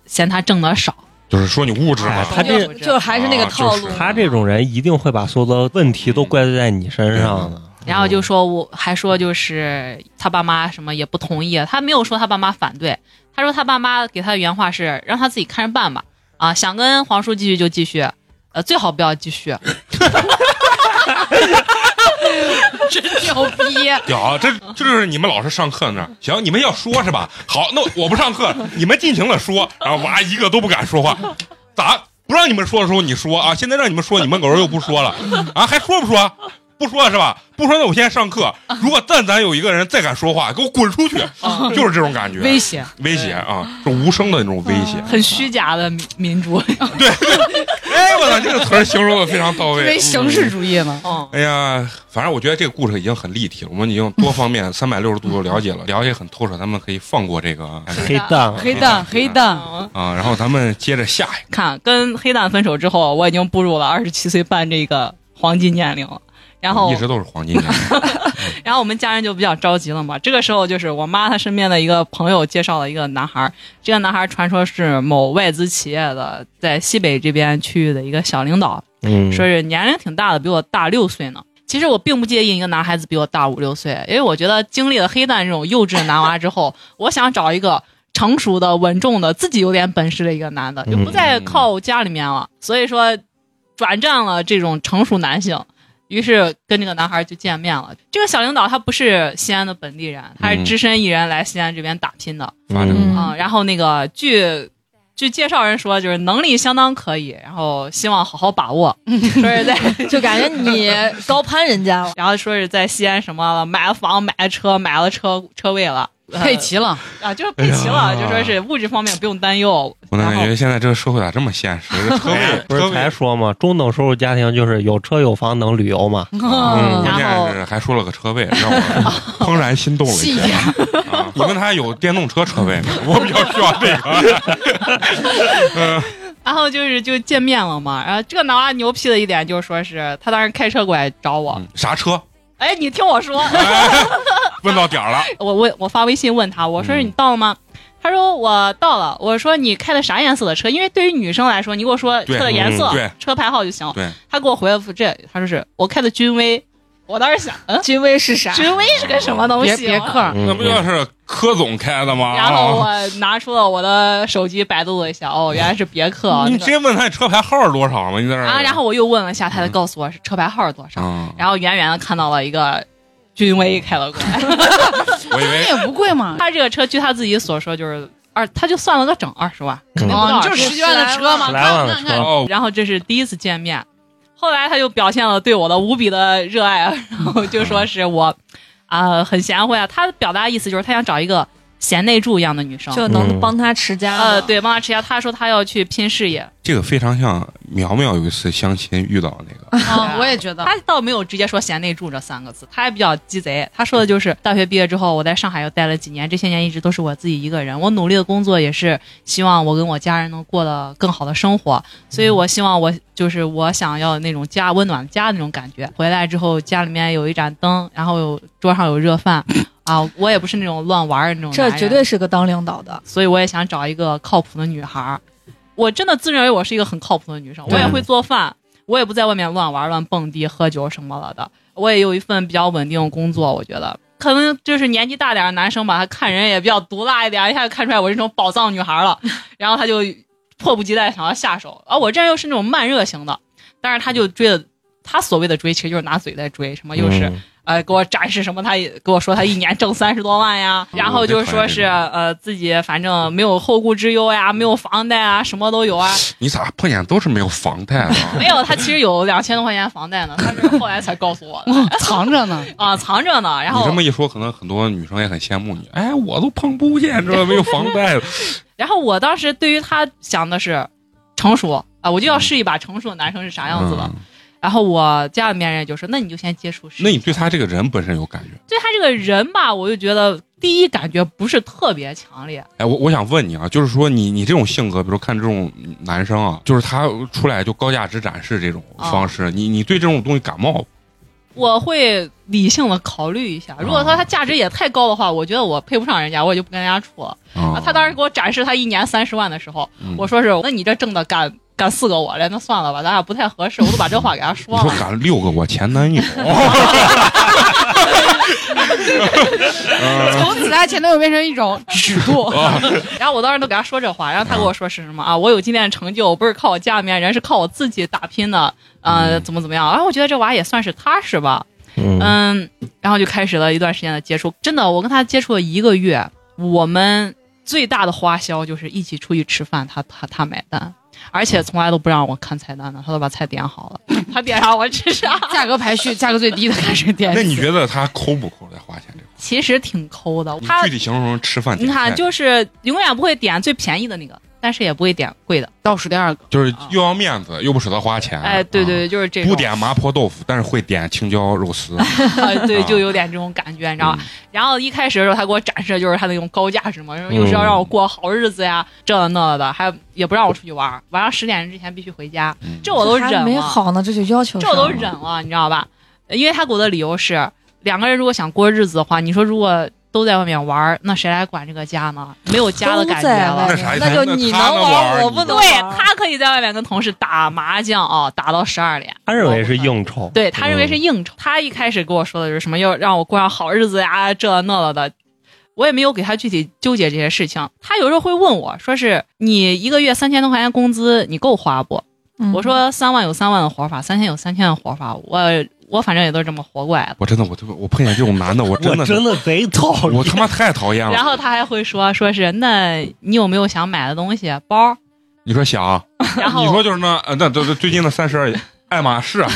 [SPEAKER 6] 嫌他挣的少，啊
[SPEAKER 1] 就是说你物质嘛
[SPEAKER 4] 哎，他这
[SPEAKER 6] 我
[SPEAKER 5] 就是还是那个套路，
[SPEAKER 1] 啊就是
[SPEAKER 4] 他这种人一定会把所有的问题都怪罪在你身
[SPEAKER 1] 嗯
[SPEAKER 4] 上的。
[SPEAKER 6] 然后就说我还说就是他爸妈什么也不同意，啊他没有说他爸妈反对，他说他爸妈给他的原话是让他自己看着办吧，啊，想跟黄叔继续就继续，呃，最好不要继续。 [laughs]
[SPEAKER 3] 真牛逼！
[SPEAKER 1] 屌，这这就是你们老师上课那儿行，你们要说是吧？好，那我不上课了，你们尽情的说。然后娃一个都不敢说话，咋不让你们说的时候你说啊？现在让你们说，你们狗人又不说了啊？还说不说？不说了是吧？不说那我现在上课，如果但咱有一个人再敢说话，给我滚出去！
[SPEAKER 6] 嗯
[SPEAKER 1] 就是这种感觉，
[SPEAKER 3] 威胁，
[SPEAKER 1] 威胁啊，是无声的那种威胁。
[SPEAKER 6] 很虚假的民民主，
[SPEAKER 1] 哎，我操，这个词儿形容的非常到
[SPEAKER 3] 因
[SPEAKER 1] 位，
[SPEAKER 3] 为形式主义嘛。
[SPEAKER 6] 嗯，
[SPEAKER 1] 哎呀，反正我觉得这个故事已经很立体了，我们已经多方
[SPEAKER 6] [laughs]
[SPEAKER 1] 面三百六十度都了解了，了解很透彻，咱们可以放过这个啊
[SPEAKER 4] 黑嗯蛋，
[SPEAKER 3] 黑蛋，黑蛋，
[SPEAKER 1] 啊，然后咱们接着下一
[SPEAKER 6] [laughs] 看跟黑蛋分手之后，我已经步入了二十七岁半这个黄金年龄了。然
[SPEAKER 1] 个，
[SPEAKER 6] 后
[SPEAKER 1] 一，直都是黄金
[SPEAKER 6] [laughs]
[SPEAKER 1] 年，
[SPEAKER 6] 然后我们家人就比较着急了嘛。这个时候，就是我妈她身边的一个朋友介绍了一个男孩儿，这个男孩儿传说是某外资企业的，在西北这边区域的一个小领导，
[SPEAKER 4] 嗯，
[SPEAKER 6] 说是年龄挺大的，比我大六岁呢。其实我并不介意一个男孩子比我大五六岁，因为我觉得经历了黑蛋这种幼稚的男娃之后， [laughs] 我想找一个成熟的、稳重的、自己有点本事的一个男的，就不再靠家里面了。所以说，转战了这种成熟男性。于是跟这个男孩就见面了。这个小领导他不是西安的本地人，他是只身一人来西安这边打拼的。
[SPEAKER 1] 发展
[SPEAKER 5] 嗯
[SPEAKER 6] 啊，然后那个据据介绍人说，就是能力相当可以，然后希望好好把握。说是在，。
[SPEAKER 5] 就感觉你高攀人家了
[SPEAKER 6] 然后说是在西安什么了，买了房，买了车，买了车车位了，呃
[SPEAKER 3] 配齐了，
[SPEAKER 6] 啊，就是配齐了，
[SPEAKER 1] 哎呀
[SPEAKER 6] 就说是物质方面不用担忧。
[SPEAKER 1] 我
[SPEAKER 6] 然
[SPEAKER 1] 感
[SPEAKER 6] 后
[SPEAKER 1] 觉现在这个社会咋这么现实？这
[SPEAKER 6] 哎
[SPEAKER 1] 车位
[SPEAKER 4] 不是才说嘛，中等收入家庭就是有车有房能旅游嘛。
[SPEAKER 1] 嗯，关
[SPEAKER 6] 然后
[SPEAKER 1] 键是还说了个车位，让我怦然心动了
[SPEAKER 3] 细
[SPEAKER 1] 一
[SPEAKER 3] 一
[SPEAKER 1] 下
[SPEAKER 3] 点。
[SPEAKER 1] 啊！你们他有电动车车
[SPEAKER 6] [laughs]
[SPEAKER 1] 位吗？我比较需要这个。
[SPEAKER 6] 然后就是就见面了嘛。然后这个男娃牛批的一点就是说是他当时开车过来找我，
[SPEAKER 1] 嗯啥车？
[SPEAKER 6] 哎，你听我说，
[SPEAKER 1] 哎问到点儿了，
[SPEAKER 6] 我问我发微信问他，我说
[SPEAKER 1] 嗯
[SPEAKER 6] 你到了吗？他说我到了。我说你开的啥颜色的车？因为对于女生来说，你给我说
[SPEAKER 1] 对
[SPEAKER 6] 车的颜色
[SPEAKER 1] 嗯、对
[SPEAKER 6] 车牌号就行了。
[SPEAKER 1] 对，
[SPEAKER 6] 他给我回复这，他说是我开的君威。我当时想，嗯，
[SPEAKER 5] 君威是啥？
[SPEAKER 6] [laughs] 君威是个什么东西
[SPEAKER 3] 别
[SPEAKER 6] 啊？
[SPEAKER 3] 别克，
[SPEAKER 1] 那不就是柯总开的吗？
[SPEAKER 6] 然
[SPEAKER 1] 啊
[SPEAKER 6] 后我拿出了我的手机百度了一下，哦，原来是别克。
[SPEAKER 1] 啊你
[SPEAKER 6] 那
[SPEAKER 1] 直
[SPEAKER 6] 个
[SPEAKER 1] 接问他你车牌号是多少吗？你在这儿
[SPEAKER 6] 啊，然后我又问了一下，
[SPEAKER 1] 嗯
[SPEAKER 6] 他才告诉我是车牌号是多少。
[SPEAKER 1] 啊，
[SPEAKER 6] 然后远远的看到了一个君威开了过来，
[SPEAKER 1] 我以为
[SPEAKER 3] 那也不贵嘛，
[SPEAKER 6] [laughs] 他这个车据他自己所说就是二，他就算了个整二十万，肯定不到
[SPEAKER 3] 哦，你
[SPEAKER 6] 20
[SPEAKER 3] 就是十几万的车嘛，
[SPEAKER 4] 十来万
[SPEAKER 3] 看
[SPEAKER 4] 的
[SPEAKER 3] 看看，
[SPEAKER 1] 哦，
[SPEAKER 6] 然后这是第一次见面，后来他就表现了对我的无比的热爱，然后就说是我啊、很贤惠啊。他表达的意思就是他想找一个贤内助一样的女生，
[SPEAKER 5] 就能帮他持家了。
[SPEAKER 6] 呃，对，帮她持家。她说她要去拼事业，
[SPEAKER 1] 这个非常像苗苗有一次相亲遇到那
[SPEAKER 6] [laughs]
[SPEAKER 1] 个，
[SPEAKER 3] 啊，我也觉得
[SPEAKER 6] 她倒没有直接说贤内助这三个字，她也比较鸡贼。她说的就是大学毕业之后，我在上海又待了几年，这些年一直都是我自己一个人，我努力的工作也是希望我跟我家人能过得更好的生活，所以我希望我就是我想要那种家温暖家那种感觉。回来之后，家里面有一盏灯，然后有桌上有热饭。啊，我也不是那种乱玩儿的那种男
[SPEAKER 5] 这
[SPEAKER 6] 人，
[SPEAKER 5] 绝对是个当领导的。
[SPEAKER 6] 所以我也想找一个靠谱的女孩儿。我真的自认为我是一个很靠谱的女生，我也会做饭，我也不在外面乱玩、乱蹦迪、喝酒什么了的。我也有一份比较稳定的工作，我觉得可能就是年纪大点儿的男生吧，他看人也比较毒辣一点，一下就看出来我是那种宝藏女孩了，然后他就迫不及待想要下手。而我这人又是那种慢热型的，但是他就追的，他所谓的追其实就是拿嘴在追，什么又是。
[SPEAKER 4] 嗯
[SPEAKER 6] 呃，给我展示什么？他也跟我说他一年挣三十多万呀，
[SPEAKER 1] 嗯
[SPEAKER 6] 然后就说是
[SPEAKER 1] 我最讨
[SPEAKER 6] 呃自己反正没有后顾之忧呀，没有房贷啊，什么都
[SPEAKER 1] [laughs]
[SPEAKER 6] 有啊。
[SPEAKER 1] 你咋碰见都是没有房贷啊
[SPEAKER 6] [laughs]
[SPEAKER 1] 的？
[SPEAKER 6] 没有，他其实有两千多块钱房贷呢，他是后来才告诉我
[SPEAKER 1] [laughs]
[SPEAKER 6] 的
[SPEAKER 3] 嗯藏着呢。
[SPEAKER 6] 啊，藏着呢。然
[SPEAKER 1] 你这
[SPEAKER 6] 后
[SPEAKER 1] 么一说，可能很多女生也很羡慕你。哎，我都碰不见，这没有房贷
[SPEAKER 6] [laughs]
[SPEAKER 1] 的。
[SPEAKER 6] 然后我当时对于他想的是成熟啊、我就要试一把成熟的男生是啥样子的。
[SPEAKER 1] 嗯
[SPEAKER 6] 然后我家里面人也就说，那你就先接触试一下。
[SPEAKER 1] 那你对他这个人本身有感觉？
[SPEAKER 6] 对他这个人吧，我就觉得第一感觉不是特别强烈，
[SPEAKER 1] 哎，我我想问你啊，就是说你你这种性格，比如看这种男生啊，就是他出来就高价值展示这种
[SPEAKER 6] 哦
[SPEAKER 1] 方式，你你对这种东西感冒？
[SPEAKER 6] 我会理性的考虑
[SPEAKER 1] 哦
[SPEAKER 6] 一下，如果说他价值也太高的话，我觉得我配不上人家，我也就不跟人家处了。
[SPEAKER 1] 啊
[SPEAKER 6] 啊，他当时给我展示他一年三十万的时候，
[SPEAKER 1] 嗯
[SPEAKER 6] 我说是，那你这挣的干干四个我了，那算了吧，咱俩不太合适，我都把这话给他
[SPEAKER 1] 你 [laughs]
[SPEAKER 6] 说
[SPEAKER 1] 说
[SPEAKER 6] 了。
[SPEAKER 1] 敢六个我前男
[SPEAKER 6] [laughs]
[SPEAKER 1] 友，
[SPEAKER 3] 从此他前男友变成一种尺 [laughs] 度，
[SPEAKER 6] 然后我当时都给他说这话，然后他跟我说是什么啊？我有今天的成就，我不是靠我家里面人，是靠我自己打拼的，呃，
[SPEAKER 1] 嗯
[SPEAKER 6] 怎么怎么样？然后我觉得这娃也算是踏实吧，
[SPEAKER 4] 嗯
[SPEAKER 6] 嗯，然后就开始了一段时间的接触。真的，我跟他接触了一个月，我们最大的花销就是一起出去吃饭，他他他买单，而且从来都不让我看菜单的，他都把菜点好了，他点啥我啊吃啥。
[SPEAKER 3] [laughs] 价格排序，价格最低的开始点。
[SPEAKER 1] 那你觉得他抠不抠在花钱这块？
[SPEAKER 6] 其实挺抠的，
[SPEAKER 1] 你
[SPEAKER 6] 他
[SPEAKER 1] 具体形容吃饭
[SPEAKER 6] 你
[SPEAKER 1] 点菜？
[SPEAKER 6] 看就是永远不会点最便宜的那个，但是也不会点贵的。
[SPEAKER 3] 倒数第二个，
[SPEAKER 1] 就是又要面子又不舍得花钱。
[SPEAKER 6] 啊哎，对对
[SPEAKER 1] 啊
[SPEAKER 6] 对，就是这种，
[SPEAKER 1] 不点麻婆豆腐，但是会点青椒肉
[SPEAKER 6] [laughs]
[SPEAKER 1] 丝，
[SPEAKER 6] 哎对，
[SPEAKER 1] 啊
[SPEAKER 6] 就有点这种感觉，你知道吧？
[SPEAKER 1] 嗯
[SPEAKER 6] 然后一开始的时候，他给我展示的就是他那种高价值嘛，然后又是要
[SPEAKER 4] 嗯
[SPEAKER 6] 让我过好日子呀，这那的，还有也不让我出去玩儿，晚上十点之前必须回家，
[SPEAKER 1] 嗯
[SPEAKER 6] 这我都忍
[SPEAKER 5] 还没
[SPEAKER 6] 了，
[SPEAKER 5] 好呢，这就要求
[SPEAKER 4] 嗯
[SPEAKER 6] 这我都
[SPEAKER 5] 上了
[SPEAKER 6] 忍了，你知道吧？因为他给我的理由是，两个人如果想过日子的话，你说如果都在外面玩儿，那谁来管这个家呢？没有家的
[SPEAKER 5] 都
[SPEAKER 6] 感觉
[SPEAKER 5] 在
[SPEAKER 6] 了
[SPEAKER 5] 外。
[SPEAKER 1] 那
[SPEAKER 5] 面
[SPEAKER 1] 啥意思
[SPEAKER 5] 那就你
[SPEAKER 1] 那他
[SPEAKER 5] 能
[SPEAKER 1] 能
[SPEAKER 5] 玩
[SPEAKER 1] 玩
[SPEAKER 5] 儿，
[SPEAKER 1] 儿
[SPEAKER 5] 我
[SPEAKER 1] 你
[SPEAKER 5] 不能
[SPEAKER 6] 对
[SPEAKER 5] 玩儿
[SPEAKER 6] 他可以在外面跟同事打麻将啊、打到十二点。
[SPEAKER 4] 他认为是应酬，
[SPEAKER 6] 对他认为是
[SPEAKER 4] 嗯
[SPEAKER 6] 应酬。他一开始跟我说的就是什么要让我过上好日子呀，这那了的，我也没有给他具体纠结这些事情。他有时候会问我说是你一个月三千多块钱工资，你够花不？
[SPEAKER 5] 嗯
[SPEAKER 6] 我说三万有三万的活法，三千有三千的活法，我我反正也都是这么活过来的。
[SPEAKER 1] 我真的我我碰见这种男的，我真
[SPEAKER 4] 我
[SPEAKER 1] 的
[SPEAKER 4] 真的贼讨厌，
[SPEAKER 1] 我他妈太讨厌
[SPEAKER 6] 然
[SPEAKER 1] 了。
[SPEAKER 6] 后他还会说，说是那你有没有想买的东西，包？
[SPEAKER 1] 你说想，
[SPEAKER 6] [laughs] 然后
[SPEAKER 1] 你说就是那呃那这这最近的三十二爱马仕
[SPEAKER 6] [laughs]
[SPEAKER 1] 啊，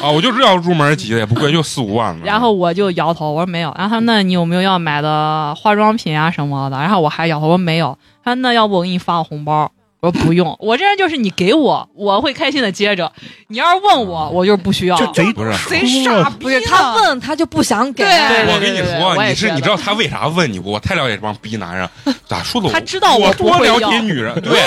[SPEAKER 1] 啊我就知道入门级的也不贵，就四五万了。
[SPEAKER 6] 然后我就摇头，我说没有。然后他说那你有没有要买的化妆品啊什么的？然后我还摇头，我说没有。他说那要不我给你发个红包？我说不用，我这人就是你给我，我会开心的接着。你要是问
[SPEAKER 1] 嗯
[SPEAKER 6] 我，我就不需要。
[SPEAKER 4] 这贼
[SPEAKER 1] 不是
[SPEAKER 3] 贼傻逼呢。
[SPEAKER 5] 不是他问他就不想给，
[SPEAKER 3] 对
[SPEAKER 1] 我跟你
[SPEAKER 6] 对对对
[SPEAKER 1] 说，
[SPEAKER 6] 我也
[SPEAKER 1] 你是
[SPEAKER 6] 觉得
[SPEAKER 1] 你知道他为啥问你？我太了解这帮逼男人，咋
[SPEAKER 6] [laughs]
[SPEAKER 1] 说的？
[SPEAKER 6] 他知道
[SPEAKER 1] 我
[SPEAKER 6] 不
[SPEAKER 1] 多
[SPEAKER 6] 会
[SPEAKER 1] 了
[SPEAKER 6] 要，
[SPEAKER 1] 解女人，
[SPEAKER 6] [laughs]
[SPEAKER 1] 对，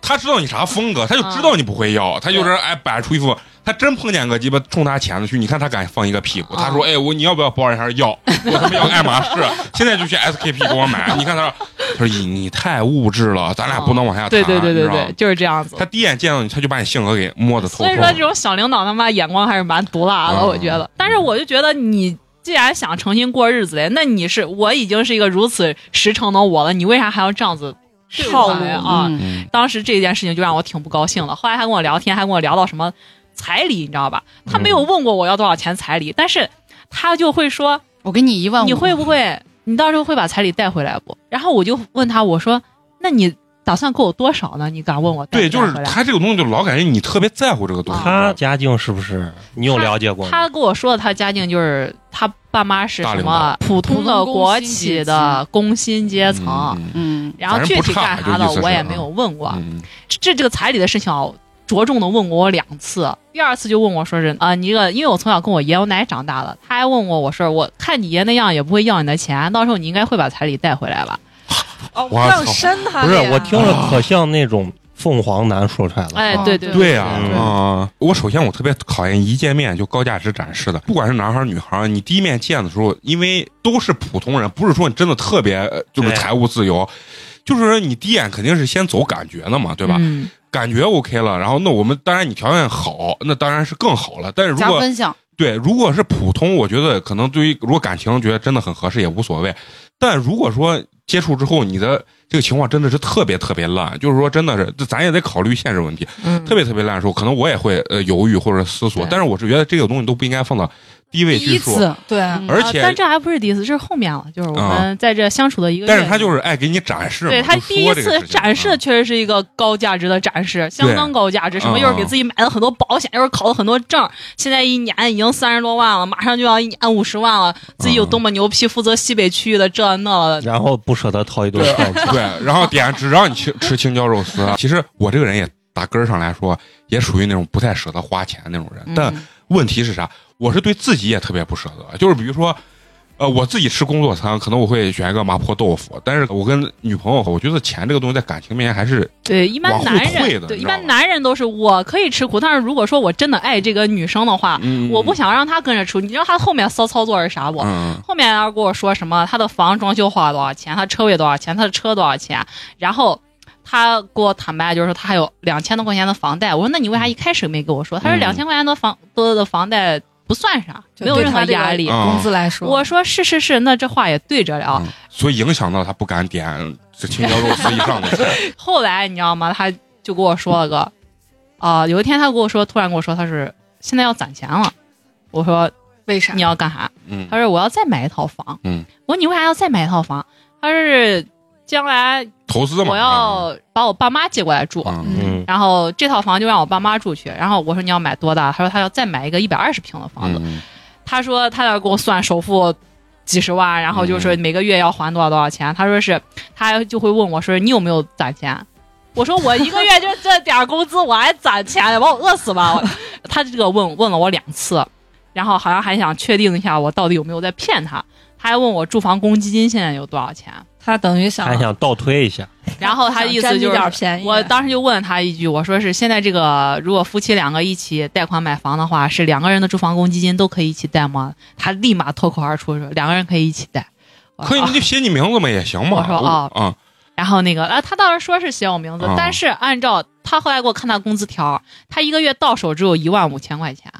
[SPEAKER 1] 他知道你啥风格，他就知道你不会
[SPEAKER 6] 嗯
[SPEAKER 1] 要，他就是哎摆出一副，他真碰见个鸡巴冲他钱的去，你看他敢放一个屁股，
[SPEAKER 6] 啊
[SPEAKER 1] 他说哎我你要不要包人还是要， [laughs] 我他妈要爱马仕，现在就去 SKP 给我买，你看他说，他说你你太物质了，咱俩不能往下谈，
[SPEAKER 6] 啊对对对
[SPEAKER 1] 你
[SPEAKER 6] 对
[SPEAKER 1] 知道
[SPEAKER 6] 对
[SPEAKER 1] 吗，
[SPEAKER 6] 就是这样子
[SPEAKER 1] 他。第一眼见到你，他就把你性格给摸得透
[SPEAKER 6] 所
[SPEAKER 1] 透
[SPEAKER 6] 以说，这种小领导他妈眼光还是蛮毒辣
[SPEAKER 1] 啊
[SPEAKER 6] 的，我觉得。但是我就觉得你。既然想诚心过日子嘞，那你是我已经是一个如此实诚的我了，你为啥还要这样子对我
[SPEAKER 5] 套路
[SPEAKER 6] 啊？
[SPEAKER 3] 嗯
[SPEAKER 1] 嗯
[SPEAKER 6] 当时这件事情就让我挺不高兴的。后来还跟我聊天，还跟我聊到什么彩礼，你知道吧？他没有问过我要多少钱彩礼，但是他就会说
[SPEAKER 3] 我给你一万五，
[SPEAKER 6] 你会不会，你到时候会把彩礼带回来不？然后我就问他，我说那你打算给我多少呢？你敢问我带
[SPEAKER 1] 对，
[SPEAKER 6] 不带
[SPEAKER 1] 就是
[SPEAKER 6] 回来
[SPEAKER 1] 他这个东西就老感觉你
[SPEAKER 6] 啊
[SPEAKER 1] 特别在乎这个东西，
[SPEAKER 4] 他家境是不是你有了解过吗？
[SPEAKER 6] 他跟我说的，他家境就是他爸妈是
[SPEAKER 1] 大
[SPEAKER 6] 什
[SPEAKER 1] 领
[SPEAKER 6] 么
[SPEAKER 1] 导
[SPEAKER 6] 普通的国企的工薪阶层，
[SPEAKER 1] 嗯
[SPEAKER 3] 嗯，
[SPEAKER 6] 然后具体干啥
[SPEAKER 1] 反正
[SPEAKER 6] 的
[SPEAKER 1] 不差
[SPEAKER 6] 我也
[SPEAKER 1] 就意思是啊
[SPEAKER 6] 没有问过。
[SPEAKER 1] 嗯
[SPEAKER 6] 这这个彩礼的事情啊，着重的问过我两次，第二次就问我说是啊、你这个，因为我从小跟我爷我奶长大的，他还问我我说我看你爷那样也不会要你的钱，到时候你应该会把彩礼带回来吧？
[SPEAKER 7] 哦，
[SPEAKER 1] 我
[SPEAKER 7] 让
[SPEAKER 1] 操
[SPEAKER 7] 深他
[SPEAKER 4] 不是
[SPEAKER 7] 了呀
[SPEAKER 4] 我听着可像那种凤凰男说出来了。
[SPEAKER 6] 哎，
[SPEAKER 3] 哦
[SPEAKER 6] 对
[SPEAKER 3] 对
[SPEAKER 6] 对，
[SPEAKER 1] 对啊，
[SPEAKER 4] 嗯
[SPEAKER 1] 啊！我首先我特别讨厌一见面就高价值展示的，不管是男孩儿女孩儿，你第一面见的时候，因为都是普通人，不是说你真的特别呃就是
[SPEAKER 4] 对
[SPEAKER 1] 财务自由，就是你第一眼肯定是先走感觉的嘛，对吧？
[SPEAKER 6] 嗯
[SPEAKER 1] 感觉 OK 了，然后那我们当然你条件好，那当然是更好了。但是如
[SPEAKER 3] 加
[SPEAKER 1] 果
[SPEAKER 3] 分项，
[SPEAKER 1] 对，如果是普通，我觉得可能对于如果感情觉得真的很合适也无所谓。但如果说接触之后，你的这个情况真的是特别特别烂，就是说真的是，这咱也得考虑现实问题。
[SPEAKER 6] 嗯，
[SPEAKER 1] 特别特别烂的时候，可能我也会呃犹豫或者思索
[SPEAKER 6] 对，
[SPEAKER 1] 但是我是觉得这个东西都不应该放到低位
[SPEAKER 3] 第
[SPEAKER 1] 去
[SPEAKER 3] 一
[SPEAKER 1] 说，
[SPEAKER 3] 次，
[SPEAKER 5] 对，
[SPEAKER 3] 嗯
[SPEAKER 1] 而
[SPEAKER 6] 啊
[SPEAKER 1] 且、
[SPEAKER 6] 但这还不是第一次，这是后面了，就是我
[SPEAKER 1] 啊
[SPEAKER 6] 们在这相处的一个月里
[SPEAKER 1] 但
[SPEAKER 6] 面。
[SPEAKER 1] 是他就是爱给你展示嘛，
[SPEAKER 6] 对他
[SPEAKER 1] 就
[SPEAKER 6] 第一
[SPEAKER 1] 说这个
[SPEAKER 6] 次
[SPEAKER 1] 事情嗯
[SPEAKER 6] 展示的确实是一个高价值的展示，相当高价值。
[SPEAKER 1] 嗯
[SPEAKER 6] 什么又是给自己买了很多保险，又是考了很多证，现在一年已经三十多万了，马上就要一年五十万了，自
[SPEAKER 1] 嗯
[SPEAKER 6] 己有多么牛批，负责西北区域的这那的。
[SPEAKER 4] 然后不舍得掏一顿饭钱，
[SPEAKER 1] 对，然后点只让你吃吃青椒肉
[SPEAKER 6] [laughs]
[SPEAKER 1] 丝。啊其实我这个人也打根儿上来说，也属于那种不太舍得花钱那种人。
[SPEAKER 6] 嗯
[SPEAKER 1] 但问题是啥？我是对自己也特别不舍得，就是比如说。呃，我自己吃工作餐，可能我会选一个麻婆豆腐，但是我跟女朋友，我觉得钱这个东西在感情面前还是
[SPEAKER 6] 对，一般
[SPEAKER 1] 往后
[SPEAKER 6] 男
[SPEAKER 1] 退
[SPEAKER 6] 人
[SPEAKER 1] 的
[SPEAKER 6] 对
[SPEAKER 1] 你
[SPEAKER 6] 一
[SPEAKER 1] 知道
[SPEAKER 6] 般
[SPEAKER 1] 吧
[SPEAKER 6] 男人都是我可以吃苦，但是如果说我真的爱这个女生的话，
[SPEAKER 1] 嗯
[SPEAKER 6] 我不想让她跟着吃苦。你知道她后面骚操作是啥不？
[SPEAKER 1] 嗯
[SPEAKER 6] 后面要跟我说什么他的房装修花了多少钱，他车位多少钱，他的车多少钱，然后。他给我坦白，就是说他还有两千多块钱的房贷。我说那你为啥一开始没跟我说？他说
[SPEAKER 1] 嗯
[SPEAKER 6] 两千块钱的房多的房贷不算啥，没有任何压力。
[SPEAKER 1] 啊
[SPEAKER 5] 工资来说，
[SPEAKER 6] 我说是是是，那这话也对着了。
[SPEAKER 1] 嗯所以影响到他不敢点这青椒肉丝以上的
[SPEAKER 6] [laughs]
[SPEAKER 1] 菜。
[SPEAKER 6] 嗯后来你知道吗？他就跟我说了个，啊、有一天他跟我说，突然跟我说他是现在要攒钱了。我说
[SPEAKER 5] 为啥
[SPEAKER 6] 你？要干啥？
[SPEAKER 1] 嗯
[SPEAKER 6] 他说我要再买一套房。
[SPEAKER 1] 嗯，
[SPEAKER 6] 我说你为啥要再买一套房？他是将来
[SPEAKER 1] 投资嘛，
[SPEAKER 6] 我要把我爸妈接过来住，
[SPEAKER 1] 嗯
[SPEAKER 4] 嗯，
[SPEAKER 6] 然后这套房就让我爸妈住去。然后我说你要买多大？他说他要再买一个一百二十平的房子。
[SPEAKER 1] 嗯
[SPEAKER 6] 他说他要给我算首付几十万，然后就是每个月要还多少多少钱。他说是，他就会问我说你有没有攒钱？我说我一个月就这点儿工资，我还攒钱，把我饿死吧！我他这个问问了我两次，然后好像还想确定一下我到底有没有在骗他。他还问我住房公积金现在有多少钱，
[SPEAKER 5] 他等于想
[SPEAKER 4] 还想倒推一下，
[SPEAKER 6] 然后他意思就
[SPEAKER 5] 想占你
[SPEAKER 6] 是
[SPEAKER 5] 点儿便宜，
[SPEAKER 6] 我当时就问他一句，我说是现在这个，如果夫妻两个一起贷款买房的话，是两个人的住房公积金都可以一起贷吗？他立马脱口而出说两个人可以一起贷。我
[SPEAKER 1] 可
[SPEAKER 6] 说
[SPEAKER 1] 以，
[SPEAKER 6] 啊
[SPEAKER 1] 你就写你名字嘛，也行嘛。
[SPEAKER 6] 我说哦
[SPEAKER 1] 啊，
[SPEAKER 6] 然后那个啊，他当时说是写我名字，
[SPEAKER 1] 哦
[SPEAKER 6] 但是按照他后来给我看他工资条，他一个月到手只有一万五千块钱，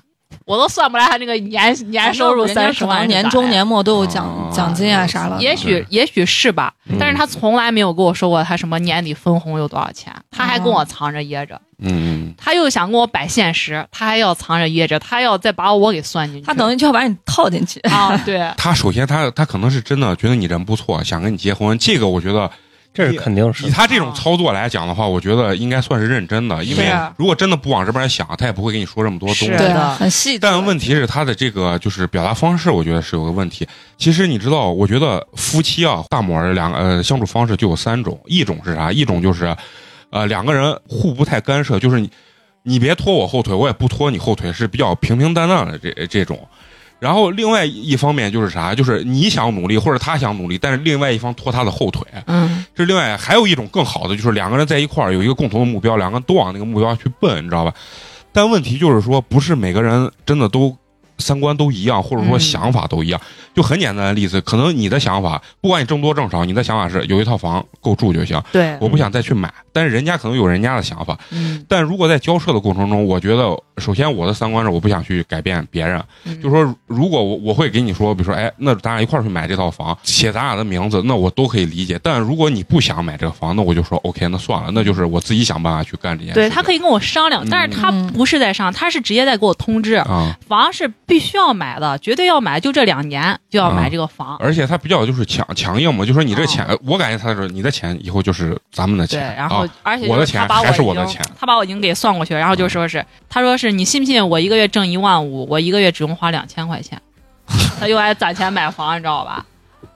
[SPEAKER 6] 我都算不来他那个年年收入
[SPEAKER 5] 人家
[SPEAKER 6] 三十
[SPEAKER 5] 可
[SPEAKER 6] 万
[SPEAKER 5] 能
[SPEAKER 6] 是咋
[SPEAKER 5] 年终
[SPEAKER 6] 来的
[SPEAKER 5] 年末都有
[SPEAKER 1] 哦
[SPEAKER 5] 奖奖金啊啥了，
[SPEAKER 6] 也许也许是吧，
[SPEAKER 4] 嗯
[SPEAKER 6] 但是他从来没有跟我说过他什么年底分红有多少钱，他还跟我藏着掖着。
[SPEAKER 1] 嗯，，
[SPEAKER 6] 他又想跟我摆现实，他还要藏着掖着，他要再把我给算进去。
[SPEAKER 5] 他等于就要把你套进去。
[SPEAKER 6] 啊，对
[SPEAKER 1] 他首先他他可能是真的觉得你人不错，想跟你结婚。这个我觉得
[SPEAKER 4] 这是肯定
[SPEAKER 1] 以
[SPEAKER 4] 是。
[SPEAKER 1] 他这种操作来讲的话，我觉得应该算是认真的，因为
[SPEAKER 6] 是
[SPEAKER 1] 如果真的不往这边想，他也不会跟你说这么多东
[SPEAKER 6] 是
[SPEAKER 1] 西。
[SPEAKER 6] 对
[SPEAKER 5] 对
[SPEAKER 6] 的，
[SPEAKER 5] 很细致。
[SPEAKER 1] 但问题是他的这个就是表达方式，我觉得是有个问题。其实你知道，我觉得夫妻啊，大伙儿两个呃相处方式就有三种，一种是啥？一种就是，呃，两个人互不太干涉，就是你你别拖我后腿，我也不拖你后腿，是比较平平淡淡的这这种。然后另外一方面就是啥？就是你想努力或者他想努力，但是另外一方拖他的后腿。
[SPEAKER 6] 嗯，
[SPEAKER 1] 这另外还有一种更好的，就是两个人在一块儿有一个共同的目标，两个人都往那个目标去奔，你知道吧？但问题就是说，不是每个人真的都三观都一样，或者说
[SPEAKER 6] 嗯
[SPEAKER 1] 想法都一样。就很简单的例子，可能你的想法，不管你挣多挣少，你的想法是有一套房够住就行，
[SPEAKER 6] 对，
[SPEAKER 1] 我不想再去买。但是人家可能有人家的想法。
[SPEAKER 6] 嗯，
[SPEAKER 1] 但如果在交涉的过程中，我觉得首先我的三观是我不想去改变别人，
[SPEAKER 6] 嗯
[SPEAKER 1] 就说如果我我会给你说，比如说，哎，那咱俩一块儿去买这套房，写咱俩的名字，那我都可以理解。但如果你不想买这个房，那我就说 OK，那算了，那就是我自己想办法去干这件事情。
[SPEAKER 6] 对他可
[SPEAKER 1] 以
[SPEAKER 6] 以跟我商量，但是他不是在商量，他是直接在给我通知，
[SPEAKER 1] 啊，
[SPEAKER 6] 房是必须要买的，绝对要买，就这两年就要买这个房。
[SPEAKER 1] 而且他比较就是强强硬嘛，就说你这
[SPEAKER 6] 哦
[SPEAKER 1] 钱，我感觉他说你的钱以后就是咱们的
[SPEAKER 6] 对，
[SPEAKER 1] 钱，
[SPEAKER 6] 然后
[SPEAKER 1] 啊、
[SPEAKER 6] 而且
[SPEAKER 1] 我
[SPEAKER 6] 就
[SPEAKER 1] 的
[SPEAKER 6] 是他
[SPEAKER 1] 钱
[SPEAKER 6] 把我
[SPEAKER 1] 还
[SPEAKER 6] 已
[SPEAKER 1] 是
[SPEAKER 6] 经
[SPEAKER 1] 我的钱，嗯
[SPEAKER 6] 他把我已经给算过去了，然后就说是，他说是你信不信我一个月挣一万五，我一个月只用花两千块钱。他又爱攒钱买房，你知道吧？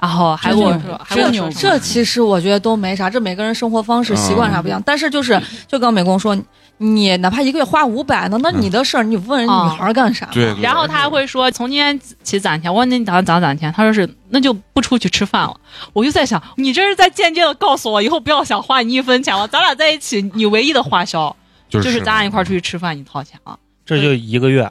[SPEAKER 6] 然后还跟我说，还
[SPEAKER 3] 真
[SPEAKER 6] 跟我
[SPEAKER 3] 牛
[SPEAKER 6] 说
[SPEAKER 3] 逼
[SPEAKER 6] 什么
[SPEAKER 5] 这其实我觉得都没啥，这每个人生活方式、
[SPEAKER 1] 嗯
[SPEAKER 5] 习惯啥不一样。但是就是，就刚美工说，你哪怕一个月花五百呢，那你的事儿，你问人
[SPEAKER 6] 嗯
[SPEAKER 5] 女孩儿干啥？
[SPEAKER 1] 对，对
[SPEAKER 6] 然后他还会说从今天起攒钱。我说那你打算咋攒钱？他说是，那就不出去吃饭了。我就在想，你这是在间接的告诉我，以后不要想花你一分钱了。咱俩在一起，你唯一的花销
[SPEAKER 1] 就
[SPEAKER 6] 就是是咱俩一块儿出去吃饭，你掏钱了。
[SPEAKER 4] 这就一个月，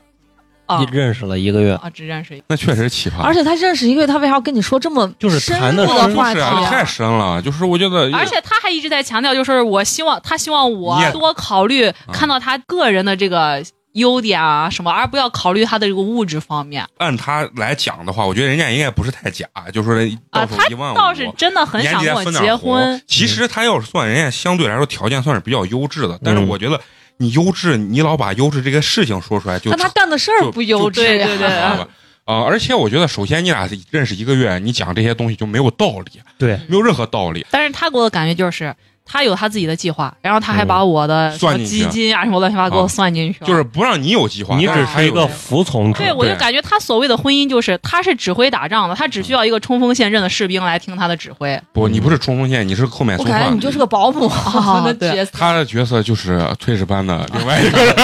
[SPEAKER 6] 啊
[SPEAKER 4] 一认识了一个月，
[SPEAKER 6] 啊，只认识一个
[SPEAKER 1] 那确实奇葩，
[SPEAKER 5] 而且他认识一个月，他为啥要跟你说这么
[SPEAKER 4] 就是
[SPEAKER 5] 深
[SPEAKER 4] 谈
[SPEAKER 5] 入
[SPEAKER 4] 得
[SPEAKER 5] 的
[SPEAKER 4] 深
[SPEAKER 5] 话
[SPEAKER 1] 是
[SPEAKER 5] 题
[SPEAKER 1] 啊，
[SPEAKER 5] 啊？
[SPEAKER 1] 太深了，就是我觉得，
[SPEAKER 6] 而且他还一直在强调，就是我希望他希望我
[SPEAKER 1] 你也
[SPEAKER 6] 多考虑看到他个人的这个优点啊什么，而不要考虑他的这个物质方面
[SPEAKER 1] 按他来讲的话，我觉得人家应该不是太假，就说
[SPEAKER 6] 啊。
[SPEAKER 1] 到手
[SPEAKER 6] 他
[SPEAKER 1] 一万五，
[SPEAKER 6] 倒是真的很
[SPEAKER 1] 年
[SPEAKER 6] 想
[SPEAKER 1] 底
[SPEAKER 6] 跟
[SPEAKER 1] 再
[SPEAKER 6] 我
[SPEAKER 1] 分点
[SPEAKER 6] 结
[SPEAKER 1] 红
[SPEAKER 6] 婚，。
[SPEAKER 1] 其实他要是算，人家相对来说条件算是比较优质的，但是
[SPEAKER 4] 嗯
[SPEAKER 1] 我觉得你优质，你老把优质这个事情说出来就，
[SPEAKER 5] 但他干的事儿不优
[SPEAKER 1] 就
[SPEAKER 5] 质呀。 [laughs]
[SPEAKER 6] 对对对
[SPEAKER 1] 好吧。啊、而且我觉得，首先你俩认识一个月，你讲这些东西就没有道理，
[SPEAKER 4] 对，
[SPEAKER 1] 没有任何道理。
[SPEAKER 6] 但是他给我的感觉就是，他有他自己的计划，然后他还把我的
[SPEAKER 1] 嗯
[SPEAKER 6] 什么
[SPEAKER 1] 算进去
[SPEAKER 6] 基金啊什么乱七八糟给
[SPEAKER 1] 啊
[SPEAKER 6] 我算进去了，
[SPEAKER 1] 就是不让你有计划，
[SPEAKER 4] 你
[SPEAKER 1] 但
[SPEAKER 4] 只
[SPEAKER 1] 他
[SPEAKER 4] 是一
[SPEAKER 1] 有
[SPEAKER 4] 个服从者
[SPEAKER 6] 对，我就感觉他所谓的婚姻就是他是指挥打仗的，他只需要一个冲锋陷阵的士兵来听他的指挥。
[SPEAKER 1] 不，你不是冲锋陷，你是后面
[SPEAKER 5] 我
[SPEAKER 1] 送
[SPEAKER 5] 感觉
[SPEAKER 1] 饭
[SPEAKER 5] 你。就是个保姆， [laughs]
[SPEAKER 6] 啊
[SPEAKER 5] 的
[SPEAKER 6] 对
[SPEAKER 5] 角色。
[SPEAKER 1] 他的角色就是炊事班的另外一个人，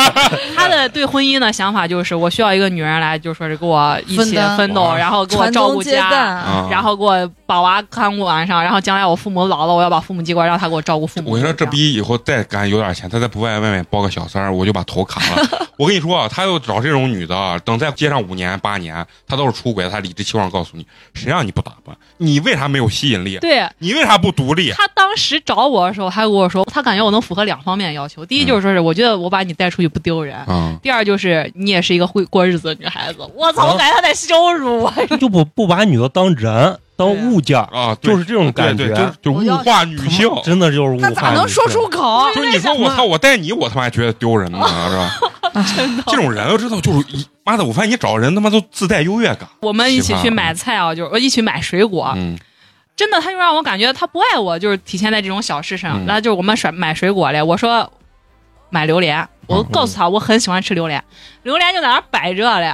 [SPEAKER 6] 他的对婚姻的想法就是，我需要一个女人来，就说是跟我一起
[SPEAKER 3] 分担
[SPEAKER 6] 奋斗，
[SPEAKER 1] 哇
[SPEAKER 6] 然后给我
[SPEAKER 5] 传
[SPEAKER 6] 照
[SPEAKER 5] 宗
[SPEAKER 6] 顾
[SPEAKER 5] 接
[SPEAKER 6] 家，
[SPEAKER 5] 代。
[SPEAKER 1] 啊
[SPEAKER 6] [laughs] 然后给我把娃看顾完上，然后将来我父母老了，我要把父母接过来，让他给我照顾父母。
[SPEAKER 1] 我跟你说，这
[SPEAKER 6] 样
[SPEAKER 1] 逼以后再敢有点钱，他在不外外面包个小三儿，我就把头砍了。 [laughs] 我跟你说啊，他又找这种女的，啊等再接上五年八年，他都是出轨，他理直气壮告诉你，谁让你不打扮？你为啥没有吸引力？
[SPEAKER 6] 对。
[SPEAKER 1] 你为啥不独立？
[SPEAKER 6] 他当时找我的时候，他跟我说，他感觉我能符合两方面的要求。第一就是说是，我觉得我把你带出去不丢人；
[SPEAKER 4] 嗯
[SPEAKER 1] 啊、
[SPEAKER 6] 第二就是你也是一个会过日子的女孩子。我
[SPEAKER 1] 嗯
[SPEAKER 6] 操，
[SPEAKER 4] 啊
[SPEAKER 6] 我感觉他在羞
[SPEAKER 1] [laughs]
[SPEAKER 6] 辱我。
[SPEAKER 4] 就不不把女的当人当物件儿，
[SPEAKER 1] 啊，对
[SPEAKER 4] 就是这种感觉
[SPEAKER 1] 对，对就就物化女性。
[SPEAKER 4] 真的就是物化
[SPEAKER 3] 那
[SPEAKER 4] 女性。
[SPEAKER 3] 咋能说出口？
[SPEAKER 1] 就是你说我操，我带你，我他妈还觉得丢人呢，是吧？
[SPEAKER 6] [laughs]
[SPEAKER 1] 这种人我知道，就是一妈的，我发现你找人他妈都自带优越感。
[SPEAKER 6] 我们一起
[SPEAKER 1] 奇葩
[SPEAKER 6] 去买菜啊，就是呃一起买水果，
[SPEAKER 1] 嗯，
[SPEAKER 6] 真的，他就让我感觉他不爱我，就是体现在这种小事上。
[SPEAKER 1] 嗯
[SPEAKER 6] 然后就是我们甩买水果嘞，我说买榴莲，
[SPEAKER 1] 嗯
[SPEAKER 6] 我告诉他我很喜欢吃榴莲，榴莲就在那儿摆着嘞，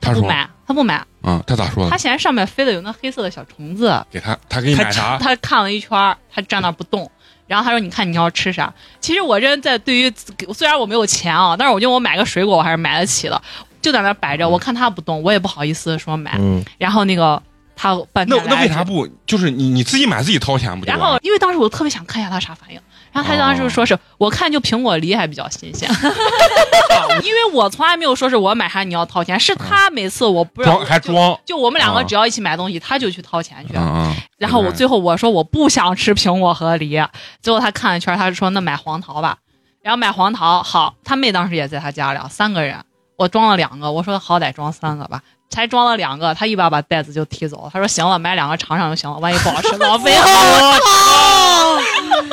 [SPEAKER 1] 他
[SPEAKER 6] 不
[SPEAKER 1] 说，
[SPEAKER 6] 买，他不买，
[SPEAKER 1] 嗯，他咋说
[SPEAKER 6] 他
[SPEAKER 1] 的？
[SPEAKER 6] 嫌上面飞的有那黑色的小虫子，
[SPEAKER 1] 给他，他给你
[SPEAKER 6] 他
[SPEAKER 1] 买啥？
[SPEAKER 6] 他看了一圈儿，他站那儿不动。然后他说：“你看你要吃啥？”其实我这人在对于虽然我没有钱啊，但是我觉得我买个水果我还是买得起的，就在那儿摆着。我看他不动，我也不好意思说买。
[SPEAKER 4] 嗯，
[SPEAKER 6] 然后那个他半
[SPEAKER 1] 那
[SPEAKER 6] 天
[SPEAKER 1] 那
[SPEAKER 6] 来
[SPEAKER 1] 为
[SPEAKER 6] 就
[SPEAKER 1] 啥不啊就是你你自己买自己掏钱不就
[SPEAKER 6] 然
[SPEAKER 1] 完
[SPEAKER 6] 后
[SPEAKER 1] 了？，
[SPEAKER 6] 因为当时我特别想看一下他啥反应，然后他当
[SPEAKER 1] 哦
[SPEAKER 6] 时说是、我看就苹果梨还比较
[SPEAKER 1] [laughs]
[SPEAKER 6] 新鲜，因为我从来没有说是我买啥你要掏钱，是他每次我不知道
[SPEAKER 1] 嗯装还装
[SPEAKER 6] 就我们两
[SPEAKER 1] 啊
[SPEAKER 6] 个只要一起买东西，他就去掏钱去。
[SPEAKER 1] 啊！
[SPEAKER 6] 然后我最后我说我不想吃苹果和梨，最后他看了一圈，他就说那买黄桃吧。然后买黄桃，好，他妹当时也在他家里，啊，三个人，我装了两个，我说好歹装三个吧，才装了两个，他一把把袋子就踢走了，他说行了，买两个尝尝就行了，万一不好吃浪费了。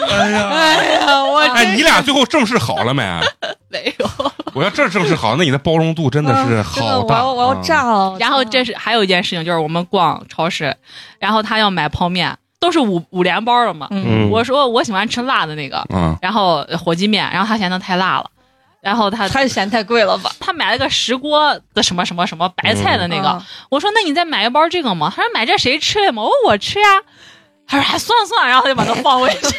[SPEAKER 1] 哎呀，
[SPEAKER 3] 哎呀，我
[SPEAKER 1] 哎，你俩最后正式好了没？
[SPEAKER 6] [laughs]
[SPEAKER 1] 啊
[SPEAKER 6] 没有。
[SPEAKER 1] 我要这正式好，那你的包容度真的是
[SPEAKER 5] 真的
[SPEAKER 1] 好
[SPEAKER 5] 我
[SPEAKER 1] 大。
[SPEAKER 5] 要我要炸
[SPEAKER 1] 啊！
[SPEAKER 5] 了！
[SPEAKER 6] 然后哦这是还有一件事情，就是我们逛超市，然后他要买泡面，都是五五连包的嘛。
[SPEAKER 4] 嗯
[SPEAKER 6] 我说我喜欢吃辣的那个，
[SPEAKER 1] 啊！
[SPEAKER 6] 然后呃火鸡面，然后他嫌它太辣了，然后他
[SPEAKER 5] 嗯太嫌太贵了吧？
[SPEAKER 6] 他买了个石锅的什么什么什么白菜的那个，
[SPEAKER 5] 啊
[SPEAKER 6] 我说那你再买一包这个嘛，他说买这谁吃呀嘛，我说我吃呀。他说还算了算了，然后他就把它放回去。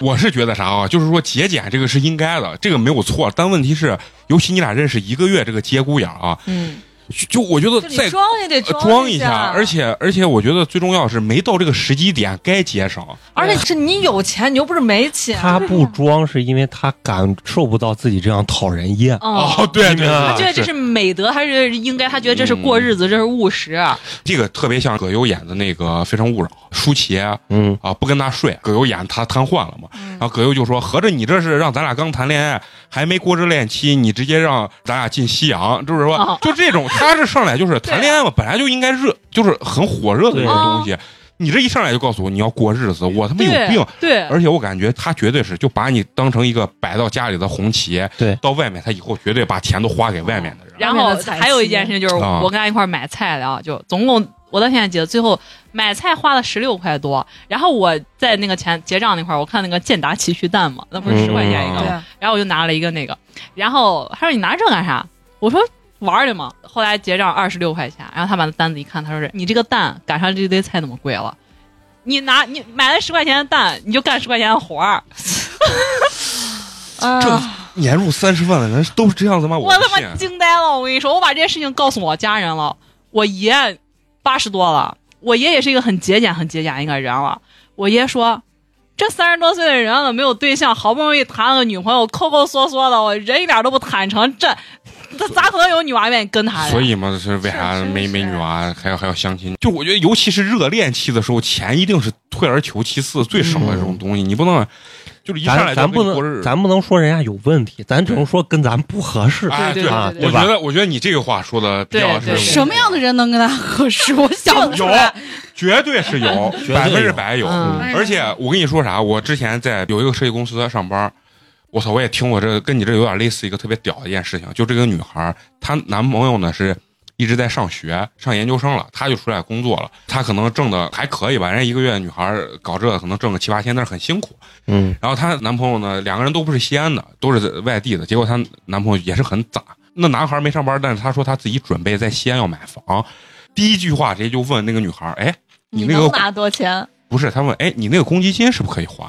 [SPEAKER 1] 我是觉得啥啊？就是说节俭这个是应该的，这个没有错。但问题是，尤其你俩认识一个月这个节骨眼儿啊，
[SPEAKER 6] 嗯，
[SPEAKER 1] 就就我觉得
[SPEAKER 5] 就
[SPEAKER 1] 在
[SPEAKER 5] 你装也得
[SPEAKER 1] 呃装
[SPEAKER 5] 一
[SPEAKER 1] 下，而且而且我觉得最重要是没到这个时机点该节省。
[SPEAKER 5] 而且是你有钱，你又不是没钱。
[SPEAKER 4] 他不装是因为他感受不到自己这样讨人厌。
[SPEAKER 1] 哦
[SPEAKER 6] 哦，，
[SPEAKER 1] 对对，
[SPEAKER 4] 他
[SPEAKER 6] 他觉得这是美德，还是应该？他觉得这是过日子，这是务实。啊
[SPEAKER 1] 这个特别像葛优演的那个《非诚勿扰》，舒淇
[SPEAKER 4] 嗯，
[SPEAKER 1] 啊，不跟他睡，葛优演他瘫痪了嘛。
[SPEAKER 6] 嗯
[SPEAKER 1] 然后葛优就说：“合着你这是让咱俩刚谈恋爱，还没过热恋期，你直接让咱俩进夕阳，就是说，
[SPEAKER 6] 哦啊
[SPEAKER 1] 就这种，他这上来就是谈恋爱嘛，本来就应该热，就是很火热的一个东西。你这一上来就告诉我你要过日子，我他妈有病。
[SPEAKER 6] 对，
[SPEAKER 1] 而且我感觉他绝对是就把你当成一个摆到家里的红旗，
[SPEAKER 4] 对
[SPEAKER 1] 到外面他以后绝对把钱都花给外面的人。
[SPEAKER 6] 然后还有一件事情就是，
[SPEAKER 1] 啊
[SPEAKER 6] 我跟他一块儿买菜的啊，就总共我到现在记得，最后买菜花了十六块多。然后我在那个钱结账那块儿，我看那个健达奇趣蛋嘛，那不是十块钱一
[SPEAKER 1] 嗯
[SPEAKER 6] 个吗，
[SPEAKER 5] 对啊
[SPEAKER 6] 然后我就拿了一个那个，然后他说你拿这干啥？我说玩儿的嘛。后来结账二十六块钱，然后他把那单子一看，他说是：“你这个蛋赶上这堆菜那么贵了，你拿你买了十块钱的蛋，你就干十块钱的活儿。
[SPEAKER 5] 啊，
[SPEAKER 1] 这年入三十万的人都是这样子吗？”
[SPEAKER 6] 我他
[SPEAKER 1] 不
[SPEAKER 6] 妈
[SPEAKER 1] 信。
[SPEAKER 6] 惊呆了！我跟你说，我把这件事情告诉我家人了。我爷八十多了，我爷也是一个很节俭、很节俭一个人了。我爷说。这三十多岁的人了，没有对象，好不容易谈了个女朋友，抠抠缩缩的，我人一点都不坦诚，这这咋可能有女娃愿意跟他呀？
[SPEAKER 1] 所以嘛，是为啥
[SPEAKER 2] 是
[SPEAKER 1] 没
[SPEAKER 2] 是
[SPEAKER 1] 没女娃还要还要相亲？就我觉得，尤其是热恋期的时候，钱一定是退而求其次最少的这种东西，你不能啊就是一上来就
[SPEAKER 4] 咱咱
[SPEAKER 1] 给
[SPEAKER 4] 不
[SPEAKER 1] 你过日
[SPEAKER 4] 能
[SPEAKER 1] 子。
[SPEAKER 4] 咱不能说人家有问题，咱只能说跟咱不合适。
[SPEAKER 1] 哎，
[SPEAKER 6] 对
[SPEAKER 4] 啊
[SPEAKER 6] 对对
[SPEAKER 1] 我
[SPEAKER 4] 吧
[SPEAKER 1] 觉得，我觉得你这个话说的比较
[SPEAKER 6] 对对
[SPEAKER 1] 是
[SPEAKER 3] 什么样的人能跟他合适？我想不出
[SPEAKER 1] 有
[SPEAKER 3] 来。，
[SPEAKER 1] 绝对是有，
[SPEAKER 4] 绝对有
[SPEAKER 1] 百分之百有。
[SPEAKER 6] 嗯
[SPEAKER 3] 哎呀
[SPEAKER 1] 而且我跟你说啥，我之前在有一个设计公司上班，我操，我也听过这跟你这有点类似一个特别屌的一件事情，就这个女孩儿，她男朋友呢是一直在上学，上研究生了，她就出来工作了，她可能挣的还可以吧，人家一个月女孩儿搞这可能挣个七八千，但是很辛苦。
[SPEAKER 4] 嗯，
[SPEAKER 1] 然后她男朋友呢，两个人都不是西安的，都是外地的。结果她男朋友也是很咋。那男孩没上班，但是他说他自己准备在西安要买房。第一句话直接就问那个女孩：“哎，
[SPEAKER 5] 你
[SPEAKER 1] 那个
[SPEAKER 5] 能拿多少钱？
[SPEAKER 1] 不是？”他问：“哎，你那个公积金是不是可以还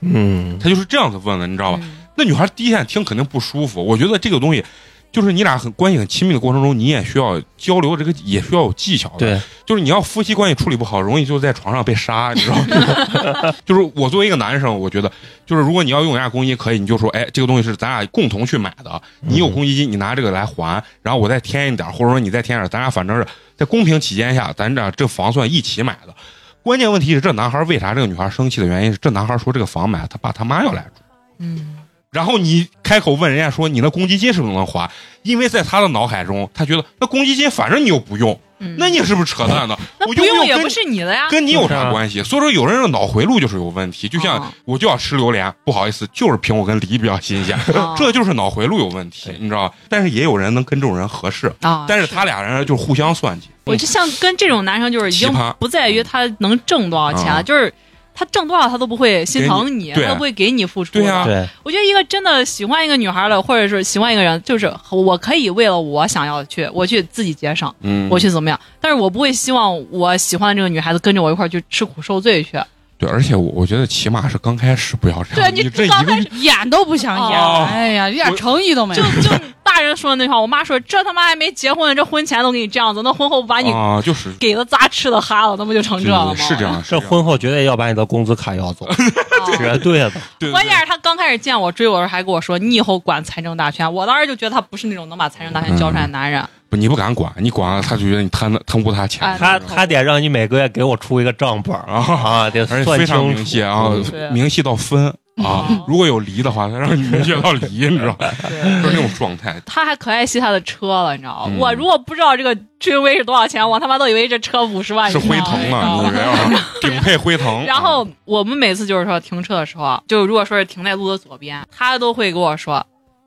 [SPEAKER 4] 嗯？”，
[SPEAKER 1] 他就是这样子问的，你知道吧？那女孩第一眼听肯定不舒服。我觉得这个东西，就是你俩很关系很亲密的过程中，你也需要交流，这个也需要有技巧的。
[SPEAKER 4] 对，
[SPEAKER 1] 就是你要夫妻关系处理不好，容易就在床上被杀，你知道 [laughs] 吗？就是我作为一个男生，我觉得就是如果你要用人家公积金，可以你就说，哎，这个东西是咱俩共同去买的，
[SPEAKER 6] 嗯
[SPEAKER 1] 你有公积金，你拿这个来还，然后我再添一点，或者说你再添一点，咱俩反正是在公平起见下，咱俩这房算一起买的。关键问题是，这男孩为啥这个女孩生气的原因是，这男孩说这个房买了他爸他妈要来住。
[SPEAKER 6] 嗯，
[SPEAKER 1] 然后你开口问人家说你那公积金是不是能还？因为在他的脑海中，他觉得那公积金反正你又不用，
[SPEAKER 6] 嗯
[SPEAKER 1] 那你是不是扯淡呢？
[SPEAKER 6] 那
[SPEAKER 1] 我又
[SPEAKER 6] 不
[SPEAKER 1] 没有
[SPEAKER 6] 用也
[SPEAKER 1] 跟
[SPEAKER 6] 不是你的呀。
[SPEAKER 1] 跟你有
[SPEAKER 4] 就是
[SPEAKER 1] 啥
[SPEAKER 4] 啊
[SPEAKER 1] 关系？所以说有人的脑回路就是有问题，就像
[SPEAKER 6] 哦
[SPEAKER 1] 我就要吃榴莲，不好意思，就是苹果跟梨比较新鲜，[laughs]
[SPEAKER 6] 哦
[SPEAKER 1] 这就是脑回路有问题，你知道吧？但是也有人能跟这种人合适，
[SPEAKER 6] 啊，
[SPEAKER 1] 但是他俩人就是互相算计。
[SPEAKER 6] 我就像跟这种男生，就是已经
[SPEAKER 1] 奇葩
[SPEAKER 6] 不在于他能挣多少钱了，
[SPEAKER 1] 啊
[SPEAKER 6] 就是他挣多少他都不会心疼你，
[SPEAKER 1] 对
[SPEAKER 6] 他都不会给你付出的。
[SPEAKER 1] 对啊
[SPEAKER 4] 对，
[SPEAKER 6] 我觉得一个真的喜欢一个女孩的，或者是喜欢一个人，就是我可以为了我想要的去，我去自己节省，
[SPEAKER 1] 嗯，
[SPEAKER 6] 我去怎么样，但是我不会希望我喜欢的这个女孩子跟着我一块儿去吃苦受罪去。
[SPEAKER 1] 对，而且我我觉得起码是刚开始不要这
[SPEAKER 6] 对啊
[SPEAKER 1] 样，
[SPEAKER 6] 你
[SPEAKER 1] 这一
[SPEAKER 6] 刚
[SPEAKER 1] 个
[SPEAKER 6] 开
[SPEAKER 1] 月
[SPEAKER 6] 始
[SPEAKER 3] 演哎都不想演，
[SPEAKER 1] 哦
[SPEAKER 3] 哎呀，一点
[SPEAKER 1] 我
[SPEAKER 3] 诚意都没
[SPEAKER 6] 就
[SPEAKER 3] 有。
[SPEAKER 6] 就大人说的那句话，我妈说这他妈还没结婚呢，这婚前都给你这样子，那婚后不把你
[SPEAKER 1] 啊，就是
[SPEAKER 6] 给了砸吃的哈了，那不就成这了吗？
[SPEAKER 1] 是这样，是
[SPEAKER 4] 这
[SPEAKER 1] 样
[SPEAKER 4] 婚后绝对要把你的工资卡要走，
[SPEAKER 6] 啊
[SPEAKER 1] [laughs]
[SPEAKER 4] 绝对的。
[SPEAKER 1] 对对
[SPEAKER 6] [laughs] 关键是他刚开始见我追我的时候还跟我说你以后管财政大权，我当时就觉得他不是那种能把财政大权交出来的男人。
[SPEAKER 1] 不你不敢管，你管了他就觉得你贪贪污他钱，
[SPEAKER 6] 哎
[SPEAKER 4] 他他得让你每个月给我出一个账本儿啊，得
[SPEAKER 1] 而且
[SPEAKER 4] 算
[SPEAKER 1] 非
[SPEAKER 4] 清
[SPEAKER 1] 常
[SPEAKER 4] 楚
[SPEAKER 1] 明细啊
[SPEAKER 4] 嗯
[SPEAKER 6] 对，
[SPEAKER 1] 明细到分啊。
[SPEAKER 6] 嗯
[SPEAKER 1] 如果有离的话，他让你明细到离，你知道吧，就是那种状态。
[SPEAKER 6] 他还可爱惜他的车了，你知道吗？
[SPEAKER 1] 嗯
[SPEAKER 6] 我如果不知道这个君威是多少钱，我他妈都以为这车五十万以
[SPEAKER 1] 是
[SPEAKER 6] 上
[SPEAKER 1] 辉腾嘛？你
[SPEAKER 6] 你
[SPEAKER 1] 以
[SPEAKER 6] 知
[SPEAKER 1] 为
[SPEAKER 6] 道吗
[SPEAKER 1] 啊？
[SPEAKER 6] [laughs]
[SPEAKER 1] 顶配辉腾。
[SPEAKER 6] 哎然后我们每次就是说停车的时候啊，就如果说是停在路的左边，他都会跟我说：“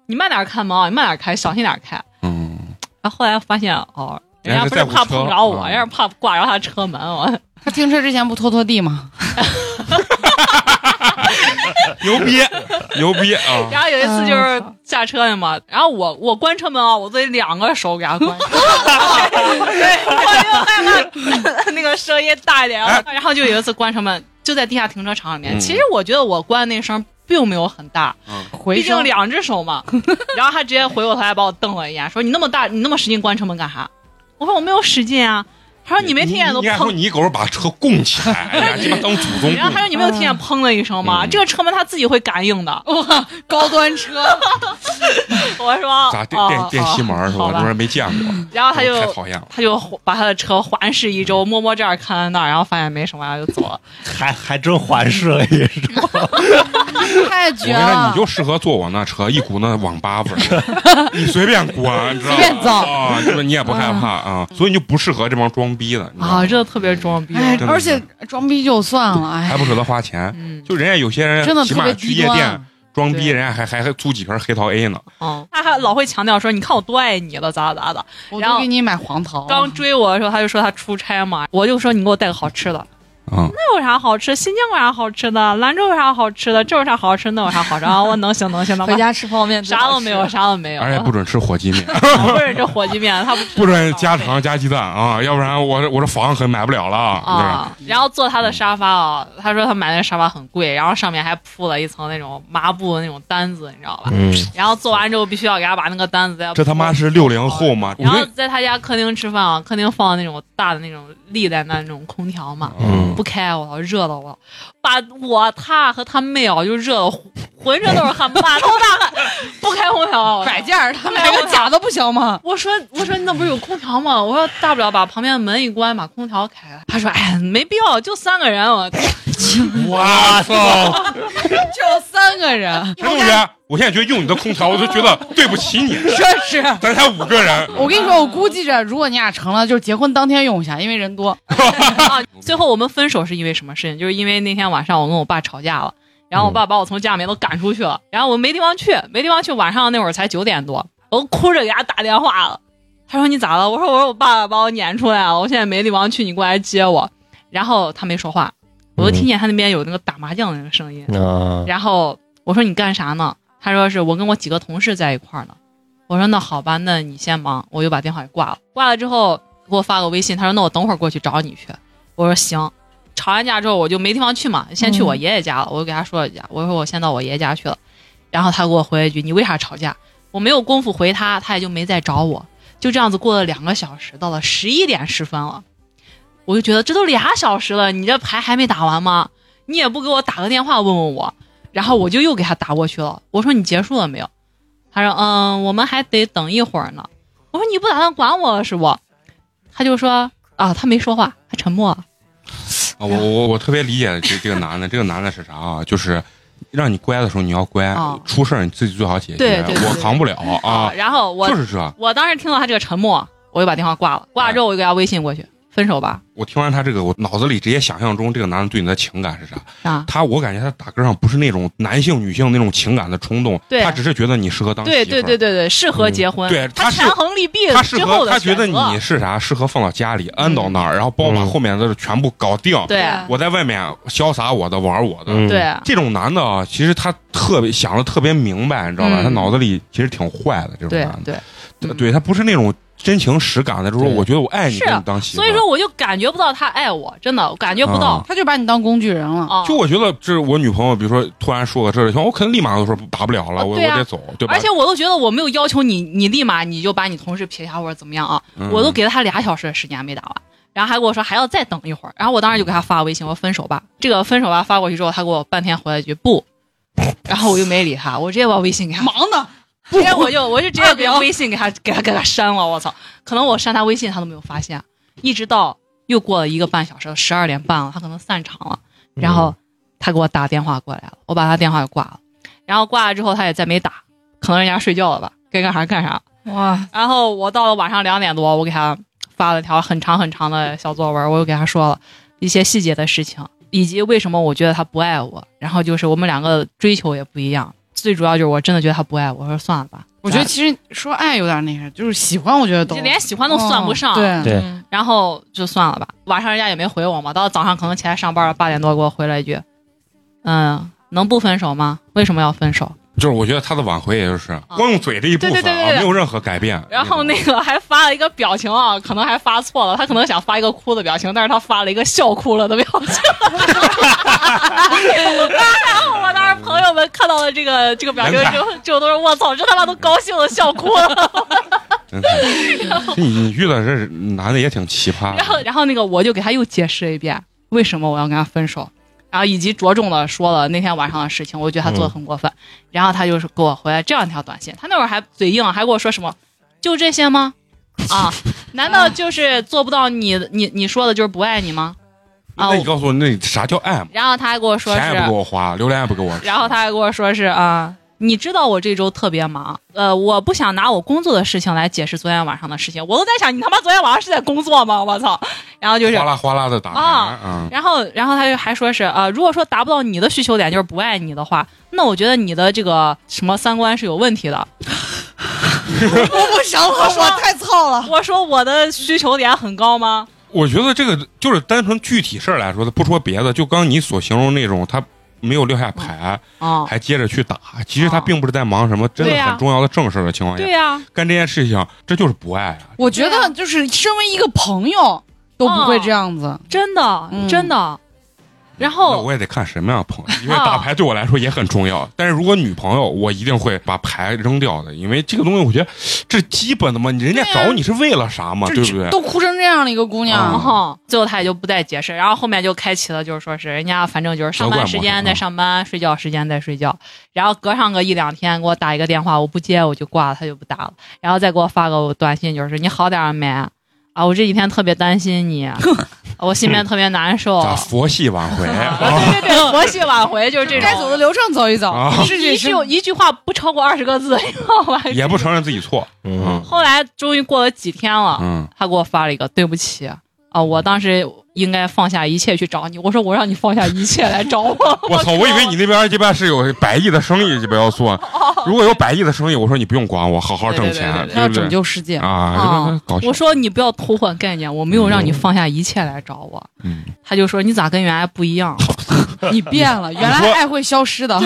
[SPEAKER 6] 你慢点开门啊，你慢点开，小心点开。
[SPEAKER 1] 嗯，”
[SPEAKER 6] 然后后来发现哦，人
[SPEAKER 1] 人家
[SPEAKER 6] 家
[SPEAKER 1] 是
[SPEAKER 6] 不是
[SPEAKER 1] 在乎
[SPEAKER 6] 怕
[SPEAKER 1] 车
[SPEAKER 6] 碰着我，
[SPEAKER 1] 啊
[SPEAKER 6] 人家是怕挂着他的车门，我
[SPEAKER 3] 他停车之前不拖拖地吗？
[SPEAKER 1] [laughs] 牛逼， [laughs] 牛逼啊！
[SPEAKER 6] [laughs] 然后有一次就是下车了
[SPEAKER 3] 嗯
[SPEAKER 6] 嘛，然后我我关车门啊，我自己两个手给
[SPEAKER 3] [laughs]
[SPEAKER 6] 它关上，对，我就害怕那个声音大一点，然后然后就有一次关车门，就在地下停车场里面。
[SPEAKER 1] 哎嗯
[SPEAKER 6] 其实我觉得我关的那声并没有很大，
[SPEAKER 3] 回
[SPEAKER 6] 毕竟
[SPEAKER 3] 声
[SPEAKER 6] 两只
[SPEAKER 3] [laughs]
[SPEAKER 6] 手嘛。然后他直接回过头来把我瞪了一眼，说：“你那么大，你那么使劲关车门干啥？”我说：“我没有使劲啊。”他说：“你没听见都
[SPEAKER 1] 应该说
[SPEAKER 6] 砰
[SPEAKER 1] 你一狗是把车供起来，哎
[SPEAKER 6] [laughs]
[SPEAKER 1] 呀，鸡巴当祖宗
[SPEAKER 6] 然后他
[SPEAKER 1] 供。
[SPEAKER 6] 说：“你没有听见砰的一声吗？
[SPEAKER 1] 嗯
[SPEAKER 6] 这个车门它自己会感应的。
[SPEAKER 3] 高端车，
[SPEAKER 6] [laughs] 我说：“
[SPEAKER 1] 咋电
[SPEAKER 6] 哦
[SPEAKER 1] 电电吸门是
[SPEAKER 6] 好
[SPEAKER 1] 吧？
[SPEAKER 6] 吧嗯
[SPEAKER 1] 这人没见过，哎
[SPEAKER 6] 然后他就
[SPEAKER 5] 哦
[SPEAKER 1] 太讨厌了。
[SPEAKER 6] 他就把他的车环视一周，摸摸这儿，看看那儿，然后发现没什么，然后就走了。
[SPEAKER 4] 还还真环视了一周。
[SPEAKER 1] 我跟你
[SPEAKER 3] 太绝
[SPEAKER 1] 说，
[SPEAKER 3] 了
[SPEAKER 1] 你！就适合坐我那车，一股那网吧味儿，
[SPEAKER 6] [laughs]
[SPEAKER 1] 你随便关，你知道吗？
[SPEAKER 3] 随便造
[SPEAKER 1] 啊，就是你也不
[SPEAKER 6] 嗯
[SPEAKER 1] 害怕啊，所以你就不适合这帮装逼的，
[SPEAKER 5] 嗯
[SPEAKER 1] 你知道吗
[SPEAKER 6] 啊，真的特别装逼。
[SPEAKER 3] 哎
[SPEAKER 1] 真，的
[SPEAKER 3] 而且装逼就算了，哎
[SPEAKER 1] 还，不舍得花钱。
[SPEAKER 6] 嗯，
[SPEAKER 1] 就人家有些人
[SPEAKER 3] 真的
[SPEAKER 1] 起
[SPEAKER 3] 特
[SPEAKER 1] 码
[SPEAKER 3] 别
[SPEAKER 1] 去
[SPEAKER 3] 低
[SPEAKER 1] 夜店
[SPEAKER 3] 端。
[SPEAKER 1] 装逼，
[SPEAKER 6] 对
[SPEAKER 1] 人家还还还租几瓶黑桃 A 呢。
[SPEAKER 6] 哦，他还老会强调说，你看我多爱你了，咋咋咋的。
[SPEAKER 3] 我
[SPEAKER 6] 然
[SPEAKER 3] 都
[SPEAKER 6] 后
[SPEAKER 3] 给你买黄桃了。
[SPEAKER 6] 刚追我的时候，他就说他出差嘛，我就说你给我带个好吃的。
[SPEAKER 5] 嗯
[SPEAKER 1] 啊，
[SPEAKER 6] 那有啥好吃？新疆有啥好吃的？兰州有啥好吃的？这有啥好吃？那有啥好吃啊？我能行能行能
[SPEAKER 5] 回
[SPEAKER 6] 吧。
[SPEAKER 5] 家吃哎泡面，
[SPEAKER 6] 啥都没有，啥都没有。
[SPEAKER 1] 而且不准吃火鸡面， [laughs]
[SPEAKER 6] 不是这火鸡面，他不吃
[SPEAKER 1] 不准加糖加鸡蛋啊，要不然我这我这房可买不了了啊。
[SPEAKER 6] 啊。然后坐他的沙发啊，他说他买那沙发很贵，然后上面还铺了一层那种麻布的那种单子，你知道吧？
[SPEAKER 4] 嗯，
[SPEAKER 6] 然后做完之后必须要给他把那个单子再
[SPEAKER 1] 这他妈是六零后吗？我
[SPEAKER 6] 然后
[SPEAKER 1] 觉得
[SPEAKER 6] 在他家客厅吃饭啊，客厅放的那种大的那种立在那那种空调嘛，
[SPEAKER 1] 嗯
[SPEAKER 6] 不开，我操，热到我，把我他和他妹啊就热的浑身都是汗，满头大汗，不开空调，啊我操
[SPEAKER 3] 摆件儿，他买个哎假的不行吗？
[SPEAKER 6] 我说我说那不是有空调吗？我说大不了把旁边的门一关，把空调开了。他说哎，没必要，就三个人，我
[SPEAKER 1] [laughs]
[SPEAKER 4] [laughs]
[SPEAKER 1] 哇 [laughs]
[SPEAKER 4] 啊
[SPEAKER 1] 操！
[SPEAKER 3] 就三个人，
[SPEAKER 1] 陈同学，我现在觉得用你的空调，我都觉得对不起你，
[SPEAKER 3] 确实。
[SPEAKER 1] 咱才五个人。
[SPEAKER 3] 我跟你说，我估计着，如果你俩成了，就是结婚当天用一下，因为人多。
[SPEAKER 6] 啊。最后我们分手是因为什么事情？就是因为那天晚上我跟我爸吵架了。然后我爸把我从家里面都赶出去了，然后我没地方去，没地方去。晚上那会儿才九点多，我哭着给他打电话了。他说你咋了？我说我说我爸把我撵出来了，我现在没地方去，你过来接我。然后他没说话，我就听见他那边有那个打麻将的那个声音。
[SPEAKER 4] 啊，
[SPEAKER 6] 然后我说你干啥呢？他说是我跟我几个同事在一块儿呢。我说那好吧，那你先忙，我就把电话给挂了。挂了之后给我发个微信，他说那我等会儿过去找你去。我说行。吵完架之后我就没地方去嘛，先去我爷爷家了。我就给他说了一下，我说我先到我爷爷家去了。然后他给我回了一句：“你为啥吵架？”我没有功夫回他，他也就没再找我。就这样子过了两个小时，到了十一点十分了，我就觉得这都俩小时了，你这牌还没打完吗？你也不给我打个电话问问我。然后我就又给他打过去了，我说你结束了没有？他说嗯，我们还得等一会儿呢。我说你不打算管我了是不？他就说啊，他没说话，他沉默了。
[SPEAKER 1] 啊，我我我特别理解这这个男的，这个男的是啥啊？就是让你乖的时候你要乖
[SPEAKER 6] 哦，
[SPEAKER 1] 出事儿你自己最好解
[SPEAKER 6] 对
[SPEAKER 1] 决，
[SPEAKER 6] 对对
[SPEAKER 1] 我扛不了啊。
[SPEAKER 6] 然后我、
[SPEAKER 1] 就是啊这，
[SPEAKER 6] 我当时听到他这个沉默，我就把电话挂了。挂了之后我就给他微信过去，分手吧
[SPEAKER 1] 我听完他这个，我脑子里直接想象中这个男的对你的情感是啥？
[SPEAKER 6] 啊。
[SPEAKER 1] 他我感觉他打歌上不是那种男性女性那种情感的冲动，
[SPEAKER 6] 对
[SPEAKER 1] 他只是觉得你适合当媳妇
[SPEAKER 6] 对
[SPEAKER 1] 儿。嗯
[SPEAKER 6] 对对对对，适合结婚。
[SPEAKER 1] 对
[SPEAKER 6] 他
[SPEAKER 1] 他是
[SPEAKER 6] 权衡利弊
[SPEAKER 1] 他适
[SPEAKER 6] 之后
[SPEAKER 1] 合，
[SPEAKER 6] 的
[SPEAKER 1] 他觉得
[SPEAKER 6] 选择
[SPEAKER 1] 你是啥，适合放到家里安到那儿，然后帮我把
[SPEAKER 4] 嗯
[SPEAKER 1] 后面的全部搞定。
[SPEAKER 6] 对
[SPEAKER 1] 我在外面潇洒我的，玩我的。
[SPEAKER 4] 嗯，
[SPEAKER 6] 对，
[SPEAKER 1] 这种男的啊，其实他特别想的特别明白，你知道吧？
[SPEAKER 6] 嗯
[SPEAKER 1] 他脑子里其实挺坏的，这种
[SPEAKER 6] 对
[SPEAKER 1] 男的，
[SPEAKER 6] 对。
[SPEAKER 1] 对
[SPEAKER 6] 嗯
[SPEAKER 1] 对他不是那种真情实感的，就是说
[SPEAKER 4] 对
[SPEAKER 1] 我觉得我爱你，
[SPEAKER 6] 是啊
[SPEAKER 1] 给你当媳妇儿。
[SPEAKER 6] 所以说我就感觉不到他爱我，真的我感觉不到。
[SPEAKER 3] 他就把你当工具人了。
[SPEAKER 6] 啊，
[SPEAKER 1] 嗯就我觉得，这是我女朋友，比如说突然说个这儿的情况，我可能立马就说打不了了，
[SPEAKER 6] 啊
[SPEAKER 1] 我、
[SPEAKER 6] 对啊
[SPEAKER 1] 我得走，对吧？
[SPEAKER 6] 而且我都觉得我没有要求你，你立马你就把你同事撇下或者怎么样啊，
[SPEAKER 1] 嗯
[SPEAKER 6] 我都给了他俩小时的时间没打完，然后还跟我说还要再等一会儿，然后我当时就给他发微信，我说分手吧。这个分手吧发过去之后，他给我半天回了一句不，然后我就没理他，我直接把微信给他，
[SPEAKER 3] 忙的，
[SPEAKER 6] [laughs] 直接我就我就直接给微信给他给他给他删了，我操！可能我删他微信他都没有发现，一直到又过了一个半小时，十二点半了，他可能散场了。然后他给我打电话过来了，我把他电话给挂了，然后挂了之后他也再没打，可能人家睡觉了吧，该干啥干啥。
[SPEAKER 5] [laughs] 哇，
[SPEAKER 6] 然后我到了晚上两点多，我给他发了条很长很长的小作文，我又给他说了一些细节的事情，以及为什么我觉得他不爱我，然后就是我们两个追求也不一样，最主要就是我真的觉得他不爱我，我说算了吧，
[SPEAKER 3] 我觉得其实说爱有点那啥，就是喜欢，我觉得
[SPEAKER 6] 咱
[SPEAKER 3] 都
[SPEAKER 6] 就连喜欢都算不上，
[SPEAKER 3] 哦对，
[SPEAKER 4] 对
[SPEAKER 5] [laughs]
[SPEAKER 6] 嗯然后就算了吧。晚上人家也没回我嘛，到早上可能起来上班了，八点多给我回了一句，嗯，能不分手吗？为什么要分手？
[SPEAKER 1] 就是我觉得他的挽回也就是光用嘴这一部分
[SPEAKER 6] 啊对对对对
[SPEAKER 1] 啊，
[SPEAKER 6] 对
[SPEAKER 1] 没有任何改变。
[SPEAKER 6] [laughs] 然后那个还发了一个表情啊，可能还发错了，他可能想发一个哭的表情，但是他发了一个笑哭了的表情。 [laughs] 然后我当时朋友们看到了这个这个表情
[SPEAKER 1] 人才
[SPEAKER 6] 就就都说我操，这他妈都高兴的笑哭了。 [laughs]
[SPEAKER 1] 真的，你嗯你遇到这男的也挺奇葩
[SPEAKER 6] 然后
[SPEAKER 1] 的。
[SPEAKER 6] 然后那个我就给他又解释了一遍为什么我要跟他分手，然后以及着重的说了那天晚上的事情，我觉得他做的很过分。然后他就是给我回来这样一条短信，他那会儿还嘴硬，还跟我说什么就这些吗？啊，
[SPEAKER 1] [laughs]
[SPEAKER 6] 难道就是做不到你你你说的就是不爱你吗？啊
[SPEAKER 1] 那，你告诉我，那啥叫爱吗？
[SPEAKER 6] 然后他还跟我说
[SPEAKER 1] 钱也不给
[SPEAKER 6] 是，
[SPEAKER 1] 我花，榴莲也不给我吃。
[SPEAKER 6] 然后他还跟我说是啊。你知道我这周特别忙，呃，我不想拿我工作的事情来解释昨天晚上的事情。我都在想，你他妈昨天晚上是在工作吗？我操！然后就是
[SPEAKER 1] 哗啦哗啦的打牌
[SPEAKER 6] 啊
[SPEAKER 1] 啊，
[SPEAKER 6] 然后，然后他就还说是呃，如果说达不到你的需求点，就是不爱你的话，那我觉得你的这个什么三观是有问题的。
[SPEAKER 3] 我不行了，我太糙了。
[SPEAKER 6] 我说我的需求点很高吗？
[SPEAKER 1] 我觉得这个就是单纯具体事儿来说的，不说别的，就刚你所形容那种，他没有撂下牌，
[SPEAKER 3] 啊，
[SPEAKER 1] 还接着去打，其实他
[SPEAKER 6] 嗯哦
[SPEAKER 1] 并不是在忙什么真
[SPEAKER 6] 对
[SPEAKER 1] 的
[SPEAKER 6] 呀
[SPEAKER 1] 很重要的正事儿的情况下，
[SPEAKER 6] 对呀、
[SPEAKER 1] 干这件事情，这就是不爱啊。
[SPEAKER 3] 我觉得就是身为一个朋友都不会这样
[SPEAKER 1] 啊
[SPEAKER 3] 子。
[SPEAKER 6] 真的、
[SPEAKER 3] 嗯
[SPEAKER 6] 真的。然
[SPEAKER 1] 那
[SPEAKER 6] 后
[SPEAKER 1] 我也得看什么样的朋友，因为
[SPEAKER 6] 哦
[SPEAKER 1] 打牌对我来说也很重要。但是如果女朋友，我一定会把牌扔掉的，因为这个东西我觉得这基本的嘛，你人家
[SPEAKER 3] 对
[SPEAKER 6] 啊
[SPEAKER 3] 呀
[SPEAKER 1] 找你是为了啥嘛，
[SPEAKER 3] 这
[SPEAKER 1] 对不对？
[SPEAKER 3] 都哭成这样的一个姑
[SPEAKER 1] 啊
[SPEAKER 6] 然
[SPEAKER 3] 娘，
[SPEAKER 6] 后最后他也就不再解释，然后后面就开启了，就是说是人家反正就是上班时间在上班，睡觉时间在睡觉，然后隔上个一两天给我打一个电话，我不接我就挂了，他就不打了，然后再给我发个短信，就是你好点儿没啊？我这几天特别担心你，我心里面特别难受。 [laughs]
[SPEAKER 1] 咋佛系挽回啊？
[SPEAKER 6] 对对对，佛系挽回就是这种，
[SPEAKER 3] 该走的流程走一走
[SPEAKER 1] 啊，
[SPEAKER 3] 是
[SPEAKER 6] 一
[SPEAKER 3] 这是
[SPEAKER 6] 句一句话不超过二十个字，你知道吧？
[SPEAKER 1] 也不承认自己错，
[SPEAKER 4] 嗯，
[SPEAKER 6] 后来终于过了几天了，
[SPEAKER 1] 嗯，
[SPEAKER 6] 他给我发了一个对不起啊、我当时应该放下一切去找你。我说我让你放下一切来
[SPEAKER 1] [laughs]
[SPEAKER 6] 找我。
[SPEAKER 1] 我操！我以为你那边鸡巴是有百亿的生意，鸡巴要做。如果有百亿的生意，我说你不用管我，好好挣钱，
[SPEAKER 6] 哦对
[SPEAKER 3] 要
[SPEAKER 1] 不
[SPEAKER 3] 拯
[SPEAKER 1] 对？
[SPEAKER 3] 救世界。
[SPEAKER 1] 啊，搞笑
[SPEAKER 6] 哦我。说你不要偷换概念，我没有让你放下一切来找我。
[SPEAKER 1] 嗯，
[SPEAKER 6] 他就说你咋跟原来不一
[SPEAKER 1] [laughs]
[SPEAKER 6] 样？
[SPEAKER 3] 你变了，原来爱会消失的。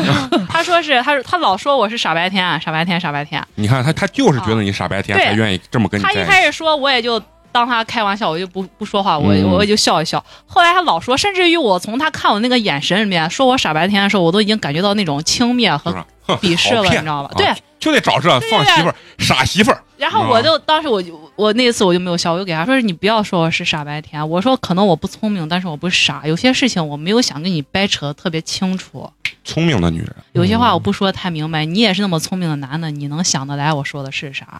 [SPEAKER 6] 他说是，他他老说我是傻白甜，啊傻白甜，傻白甜。
[SPEAKER 1] 你看他，他就是觉得你傻白甜，
[SPEAKER 6] 对
[SPEAKER 1] 才愿意这么跟你
[SPEAKER 6] 他一
[SPEAKER 1] 在一起。
[SPEAKER 6] 开始说我也就。当他开玩笑，我就不不说话，我
[SPEAKER 4] 嗯
[SPEAKER 6] 我也就笑一笑。后来他老说，甚至于我从他看我那个眼神里面说我傻白甜的时候，我都已经感觉到那种轻蔑和
[SPEAKER 1] 是吧哼
[SPEAKER 6] 鄙视
[SPEAKER 1] 好
[SPEAKER 6] 了，你
[SPEAKER 1] 骗
[SPEAKER 6] 知道吧
[SPEAKER 1] 啊？
[SPEAKER 6] 对，
[SPEAKER 1] 就得找这
[SPEAKER 6] 对
[SPEAKER 1] 放媳妇儿、傻媳妇儿。
[SPEAKER 6] 然后我就当时我就我那次我就没有笑，我就给他说：“你不要说我是傻白甜，我说可能我不聪明，但是我不是傻，有些事情我没有想跟你掰扯得特别清楚，
[SPEAKER 1] 聪明的女人，
[SPEAKER 6] 有些话我不说得太明白。你也是那么聪明的男的，你能想得来我说的是啥？”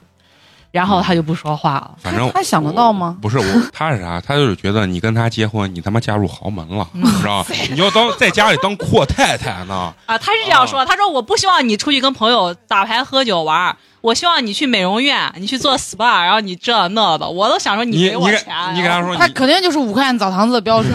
[SPEAKER 6] 然后他就不说话了。 [laughs]
[SPEAKER 1] 反正
[SPEAKER 3] [laughs] 他想得到吗？
[SPEAKER 1] 不是我，他是啥？他就是觉得你跟他结婚，你他妈嫁入豪门
[SPEAKER 6] 嗯
[SPEAKER 1] 了，你知道？你要当在家里当阔太太
[SPEAKER 6] [laughs]
[SPEAKER 1] 呢，
[SPEAKER 6] 啊，他是这样说，他说我不希望你出去跟朋友打牌喝酒玩儿，我希望你去美容院，你去做 SPA，然后你这那的，我都想说
[SPEAKER 1] 你
[SPEAKER 6] 给
[SPEAKER 1] 你
[SPEAKER 6] 我
[SPEAKER 1] 给
[SPEAKER 6] 钱啊，
[SPEAKER 1] 你给他说
[SPEAKER 3] 他
[SPEAKER 1] 你，
[SPEAKER 3] 肯定就是武汉澡堂子的
[SPEAKER 1] [laughs]
[SPEAKER 3] 标准，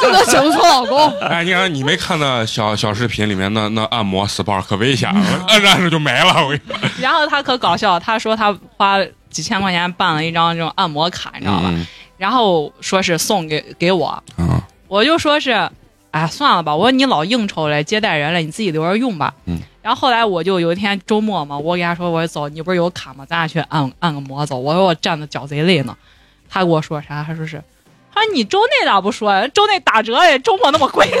[SPEAKER 3] 就能请不出老公。
[SPEAKER 1] 哎，你看你没看那小小视频里面那那按摩 SPA 可危险了，
[SPEAKER 6] 嗯
[SPEAKER 1] 按着按着就没了，我跟你
[SPEAKER 6] 然后他可搞笑了，他说他花几千块钱办了一张这种按摩卡，你知道吧？
[SPEAKER 1] 嗯
[SPEAKER 6] 然后说是送给给我，
[SPEAKER 1] 嗯
[SPEAKER 6] 我就说是，哎，算了吧，我说你老应酬了，接待人了，你自己留着用吧。
[SPEAKER 1] 嗯。
[SPEAKER 6] 然后后来我就有一天周末嘛，我给他说，我说走，你不是有卡吗？咱俩去按按个摩走。我说我站的脚贼累呢。他给我说啥？他说是，他说你周内咋不说呀？周内打折呀，周末那么贵， [laughs]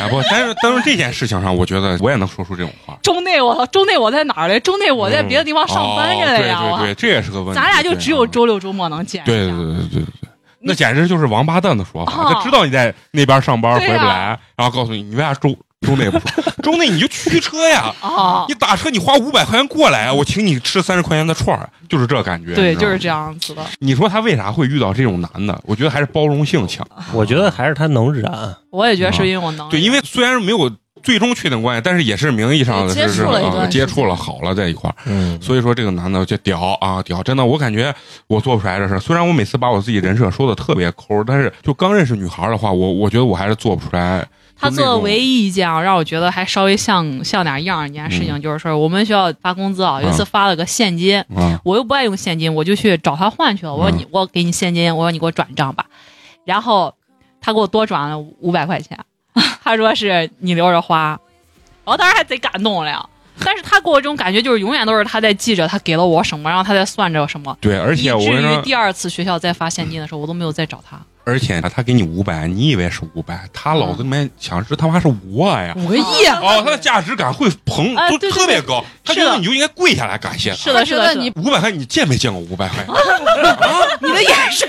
[SPEAKER 1] 哎不，但是但是这件事情上，我觉得我也能说出这种话。
[SPEAKER 6] 周内我操，周内我在哪儿嘞？周内我在别的地方上班去了呀！
[SPEAKER 1] 嗯哦
[SPEAKER 6] 我
[SPEAKER 1] 对对对，这也是个问题。
[SPEAKER 6] 咱俩就只有
[SPEAKER 1] 对啊
[SPEAKER 6] 周六周末能见一下。
[SPEAKER 1] 对对对对对对，那简直就是王八蛋的说法。
[SPEAKER 6] 哦
[SPEAKER 1] 他知道你在那边上班回
[SPEAKER 6] 对
[SPEAKER 1] 不
[SPEAKER 6] 呀
[SPEAKER 1] 来，然后告诉你你为啥周周内不说，周内你就驱车呀，
[SPEAKER 6] 哦，
[SPEAKER 1] 你打车你花五百块钱过来，我请你吃三十块钱的串儿，就是这感觉。
[SPEAKER 6] 对，
[SPEAKER 1] 你知道吗
[SPEAKER 6] 就是这。样子的。
[SPEAKER 1] 你说他为啥会遇到这种男的？我觉得还是包容性强。
[SPEAKER 4] 我觉得还是他能忍，
[SPEAKER 6] 我也觉得是因为我能
[SPEAKER 1] 嗯
[SPEAKER 6] 力
[SPEAKER 1] 对，因为虽然没有最终确定关系，但是也是名义上的
[SPEAKER 5] 对
[SPEAKER 1] 是
[SPEAKER 5] 接
[SPEAKER 1] 是
[SPEAKER 5] 触了一
[SPEAKER 1] 啊
[SPEAKER 5] 段时
[SPEAKER 1] 接
[SPEAKER 5] 间
[SPEAKER 1] 触了，好了在一块儿。
[SPEAKER 4] 嗯，
[SPEAKER 1] 所以说这个男的就屌啊屌，真的，我感觉我做不出来这事儿。虽然我每次把我自己人设说的特别抠，但是就刚认识女孩儿的话，我我觉得我还是做不出来。
[SPEAKER 6] 他
[SPEAKER 1] 就
[SPEAKER 6] 做
[SPEAKER 1] 那
[SPEAKER 6] 的
[SPEAKER 1] 种
[SPEAKER 6] 唯一一件啊让我觉得还稍微像像点样儿一件事
[SPEAKER 1] 嗯
[SPEAKER 6] 情，就是说我们学校发工资啊，有一次发了个现金，
[SPEAKER 1] 啊，
[SPEAKER 6] 我又不爱用现金，我就去找他换去了。
[SPEAKER 1] 嗯
[SPEAKER 6] 我说你，我给你现金，我说你给我转账吧。然后他给我多转了五百块钱， [laughs] 他说是你留着花。我当时还贼感动了呀。但是他给我这种感觉就是永远都是他在记着他给了我什么，然后他在算着什么，
[SPEAKER 1] 对，而且我
[SPEAKER 6] 以
[SPEAKER 1] 跟
[SPEAKER 6] 至
[SPEAKER 1] 你
[SPEAKER 6] 于
[SPEAKER 1] 说，
[SPEAKER 6] 第二次学校再发现金的时候，我都没有再找他。
[SPEAKER 1] 而且他给你五百，你以为是五百，他
[SPEAKER 6] 嗯
[SPEAKER 1] 脑子里面想是他妈是五万呀。
[SPEAKER 3] 五个亿，啊
[SPEAKER 1] 哦，他的价值感会膨，
[SPEAKER 6] 哎
[SPEAKER 1] 都
[SPEAKER 6] 嗯对对
[SPEAKER 1] 特别高。他觉
[SPEAKER 6] 是
[SPEAKER 1] 得
[SPEAKER 6] 的
[SPEAKER 1] 你就应该跪下来感谢他。
[SPEAKER 6] 是的，啊
[SPEAKER 3] 他
[SPEAKER 6] 是
[SPEAKER 3] 觉
[SPEAKER 6] 的，
[SPEAKER 3] 得
[SPEAKER 6] 是的
[SPEAKER 3] 你
[SPEAKER 1] 五百块，你见没见过五百块？
[SPEAKER 6] 你的眼神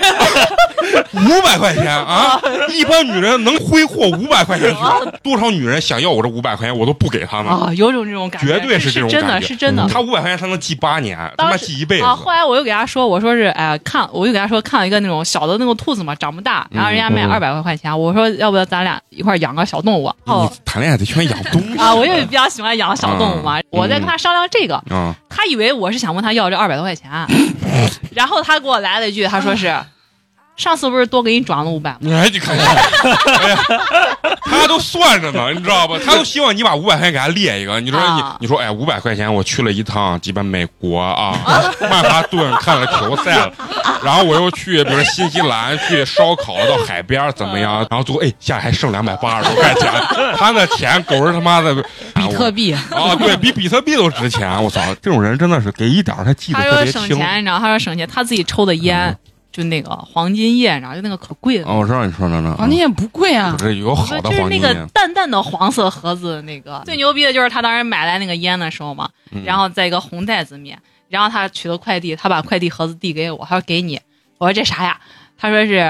[SPEAKER 1] 五百块钱
[SPEAKER 6] [laughs]
[SPEAKER 1] 啊！一般女人能挥霍五百块钱去吗，多少女人想要我这五百块钱，我都不给他们。
[SPEAKER 6] 啊，有种这种感
[SPEAKER 1] 嗯
[SPEAKER 6] 觉，
[SPEAKER 1] 绝对
[SPEAKER 6] 是
[SPEAKER 1] 是这种
[SPEAKER 6] 真
[SPEAKER 1] 感
[SPEAKER 6] 的，
[SPEAKER 1] 觉嗯
[SPEAKER 6] 是真的。
[SPEAKER 1] 他五百块钱他能记八年，他
[SPEAKER 6] 嗯当
[SPEAKER 1] 妈
[SPEAKER 6] 时
[SPEAKER 1] 记一辈子。
[SPEAKER 6] 啊！后来我又给他说，我说是哎，看，我就给他说看了一个那种小的那种兔子嘛，长不大，然后人家卖
[SPEAKER 4] 嗯
[SPEAKER 6] 二百块块钱，我说要不要咱俩一块儿养个小动物啊？
[SPEAKER 1] 你
[SPEAKER 6] 哦
[SPEAKER 1] 谈恋爱得喜欢养东西
[SPEAKER 6] 啊，我也比较喜欢养小动物嘛，
[SPEAKER 1] 嗯
[SPEAKER 6] 我在跟他商量这个，
[SPEAKER 1] 啊，
[SPEAKER 6] 他以为我是想问他要这二百多块钱，
[SPEAKER 1] [laughs]
[SPEAKER 6] 然后他给我来了一句，他说是。上次不是多给你转了五百吗？
[SPEAKER 1] [laughs] 你还得看一下，哎呀他都算着呢，你知道吧？他都希望你把五百块钱给他列一个。你说你，
[SPEAKER 6] 啊
[SPEAKER 1] 你说，哎，五百块钱我去了一趟鸡巴美国啊，曼哈顿看了球赛了，然后我又去，比如说新西兰去烧烤，到海边儿怎么样？然后最后哎，下来还剩两百八十多块钱，他那钱狗日他妈的
[SPEAKER 3] 比特币，
[SPEAKER 1] 啊，对比比特币都值钱！我操，这种人真的是给一点儿他记得
[SPEAKER 6] 他
[SPEAKER 1] 特
[SPEAKER 6] 说
[SPEAKER 1] 别
[SPEAKER 6] 省
[SPEAKER 1] 清。嗯
[SPEAKER 6] 钱，你知道，他说省钱，他自己抽的烟就那个黄金叶，然后就那个可贵了。
[SPEAKER 1] 啊，我知道你说的呢。
[SPEAKER 6] 哦
[SPEAKER 3] 黄金也不贵啊
[SPEAKER 1] 不，是有好的
[SPEAKER 6] 就是
[SPEAKER 1] 黄
[SPEAKER 6] 那
[SPEAKER 1] 金
[SPEAKER 6] 个
[SPEAKER 1] 烟，
[SPEAKER 6] 淡淡的黄色盒子的那个。最牛逼的就是他当时买来那个烟的时候嘛，
[SPEAKER 1] 嗯
[SPEAKER 6] 然后在一个红袋子面，然后他取的快递，他把快递盒子递给我，他说给你，我说这啥呀？他说是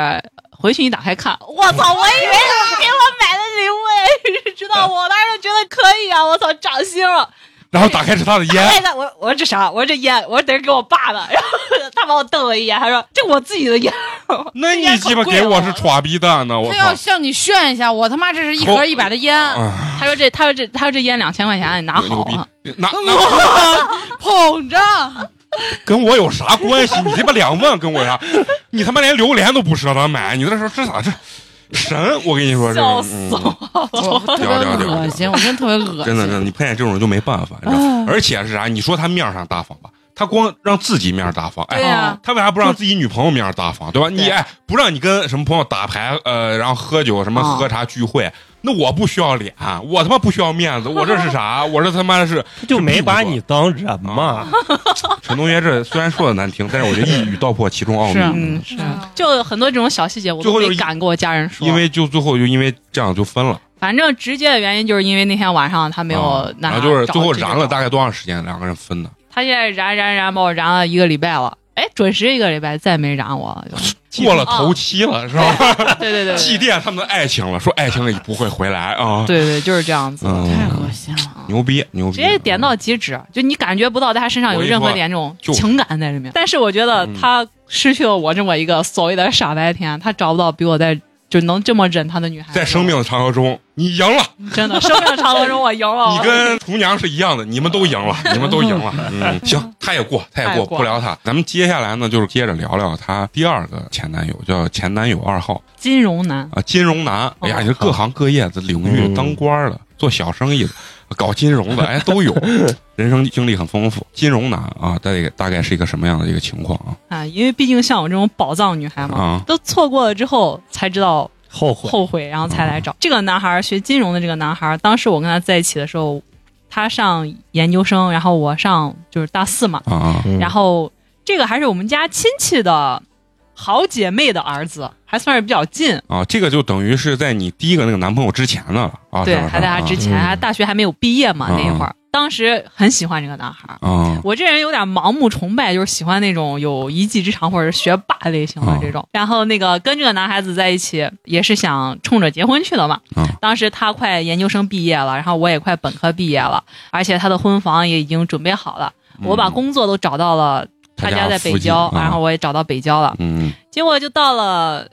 [SPEAKER 6] 回去你打开看，我操，我
[SPEAKER 5] [laughs]
[SPEAKER 6] 以为是给我买的礼物，哎 [laughs] 知道我当时就觉得可以啊，我操，掌心了。
[SPEAKER 1] 然后打开是他的
[SPEAKER 6] 打
[SPEAKER 1] 烟，
[SPEAKER 6] 开他，我我说这啥？我说这烟，我说得是给我爸的。然后 [laughs] 他把我瞪了一眼，他说这我自己的烟。
[SPEAKER 1] 那你鸡巴
[SPEAKER 6] 这烟可贵
[SPEAKER 1] 给
[SPEAKER 6] 啊了
[SPEAKER 1] 我是耍逼蛋呢！我哦
[SPEAKER 3] 非要
[SPEAKER 1] 操！
[SPEAKER 3] 向你炫一下，我他妈这是一
[SPEAKER 1] 抽
[SPEAKER 3] 盒一百的烟，
[SPEAKER 1] 啊，
[SPEAKER 6] 他说这，他说这，他说这烟两千块钱，你拿好
[SPEAKER 1] 牛逼
[SPEAKER 6] 啊。！ [laughs]
[SPEAKER 1] 那那
[SPEAKER 3] 捧着，
[SPEAKER 1] [laughs] 跟我有啥关系？你鸡巴两万跟我啥？你他妈连榴莲都不舍得买，你那时候这咋这神？我跟你说，这个
[SPEAKER 6] 笑死
[SPEAKER 1] 嗯
[SPEAKER 3] [laughs] 我特别
[SPEAKER 1] 屌屌屌
[SPEAKER 3] 恶心，我真特别恶心，
[SPEAKER 1] 真的真的，你碰见这种人就没办法，你知道
[SPEAKER 6] 嗯
[SPEAKER 1] 吗？而且是啥？你说他面儿上大方吧，他光让自己面儿大方，哎
[SPEAKER 6] 对，呀
[SPEAKER 1] 他为啥不让自己女朋友面儿大方，对吧？你哎，不让你跟什么朋友打牌，呃，然后喝酒，什么
[SPEAKER 6] 啊
[SPEAKER 1] 喝茶聚会，那我不需要脸，我他妈不需要
[SPEAKER 6] [laughs]
[SPEAKER 1] 面子，我这是啥？我这他妈是
[SPEAKER 4] 他就没把你当人嘛。
[SPEAKER 1] 陈同学这虽然说的难听，但是我觉得一语道破其中奥
[SPEAKER 3] 是啊
[SPEAKER 1] 秘。
[SPEAKER 6] 嗯，是，就很多这种小细节，我
[SPEAKER 1] 最后
[SPEAKER 6] 都
[SPEAKER 1] 就
[SPEAKER 6] 没
[SPEAKER 1] 是
[SPEAKER 6] 敢跟我家人说，
[SPEAKER 1] 因为就最后就因为这样就分了，
[SPEAKER 6] 反正直接的原因就是因为那天晚上他没
[SPEAKER 1] 啊
[SPEAKER 6] 有拿，
[SPEAKER 1] 然后就是最后
[SPEAKER 6] 找这个
[SPEAKER 1] 燃了大概多长时间？两个人分的，
[SPEAKER 6] 他现在燃燃燃把我燃了一个礼拜了，哎，准时一个礼拜再没燃我，
[SPEAKER 1] 过了头七了是吧？
[SPEAKER 6] [laughs] 对对对
[SPEAKER 1] 祭
[SPEAKER 6] 对，
[SPEAKER 1] 奠他们的爱情了，说爱情也不会回来啊。
[SPEAKER 6] 对对就是这样子，
[SPEAKER 3] 太
[SPEAKER 1] 嗯，
[SPEAKER 3] 恶心了。
[SPEAKER 1] 牛逼牛逼，
[SPEAKER 6] 直接点到即止，就你感觉不到在他身上有任何点这种
[SPEAKER 1] 就是
[SPEAKER 6] 情感在里面。但是我觉得他失去了我这么一个所谓的傻白甜，他找不到比我在就能这么忍他的女孩子，
[SPEAKER 1] 嗯在生命的长河中，你赢了，
[SPEAKER 6] 真的生命长河中我赢了，
[SPEAKER 1] 你跟厨娘是一样的，你们都赢
[SPEAKER 6] [laughs]
[SPEAKER 1] 了，你们都赢了。嗯，行，他也过，他也
[SPEAKER 6] 他也
[SPEAKER 1] 过，
[SPEAKER 6] 过
[SPEAKER 1] 不聊他。咱们接下来呢，就是接着聊聊他第二个前男友，叫前男友二号
[SPEAKER 6] 金融男，
[SPEAKER 1] 啊，金融男。哎呀，
[SPEAKER 6] 哦
[SPEAKER 1] 你说各行各业的领域，
[SPEAKER 4] 嗯
[SPEAKER 1] 当官的，做小生意的，搞金融的，哎，都
[SPEAKER 6] [laughs]
[SPEAKER 1] 有，人生经历很丰富。金融男啊，大概大概是一个什么样的一个情况啊？
[SPEAKER 6] 啊，因为毕竟像我这种宝藏女孩嘛，
[SPEAKER 1] 啊
[SPEAKER 6] 都错过了之后才知道
[SPEAKER 4] 后悔，
[SPEAKER 6] [laughs] 后悔，然后才来找、这个男孩儿。学金融的这个男孩儿，当时我跟他在一起的时候，他上研究生，然后我上就是大四嘛，
[SPEAKER 1] 啊啊！
[SPEAKER 4] 嗯
[SPEAKER 6] 然后这个还是我们家亲戚的好姐妹的儿子，还算是比较近，
[SPEAKER 1] 啊，这个就等于是在你第一个那个男朋友之前的了啊，
[SPEAKER 6] 对，
[SPEAKER 1] 是吧
[SPEAKER 6] 还在他之前，
[SPEAKER 4] 嗯
[SPEAKER 6] 还大学还没有毕业嘛、那一会儿，当时很喜欢这个男孩儿。
[SPEAKER 1] 啊
[SPEAKER 6] 我这人有点盲目崇拜，就是喜欢那种有一技之长或者是学霸类型
[SPEAKER 1] 啊
[SPEAKER 6] 的这种。然后那个跟这个男孩子在一起，也是想冲着结婚去的嘛。
[SPEAKER 1] 嗯
[SPEAKER 6] 当时他快研究生毕业了，然后我也快本科毕业了，而且他的婚房也已经准备好了。我把工作都找到了，
[SPEAKER 1] 嗯他
[SPEAKER 6] 他
[SPEAKER 1] 家
[SPEAKER 6] 家在
[SPEAKER 1] 附
[SPEAKER 6] 北
[SPEAKER 1] 近
[SPEAKER 6] 郊，
[SPEAKER 1] 啊
[SPEAKER 6] 然后我也找到北郊了。
[SPEAKER 1] 嗯
[SPEAKER 6] 结果就到了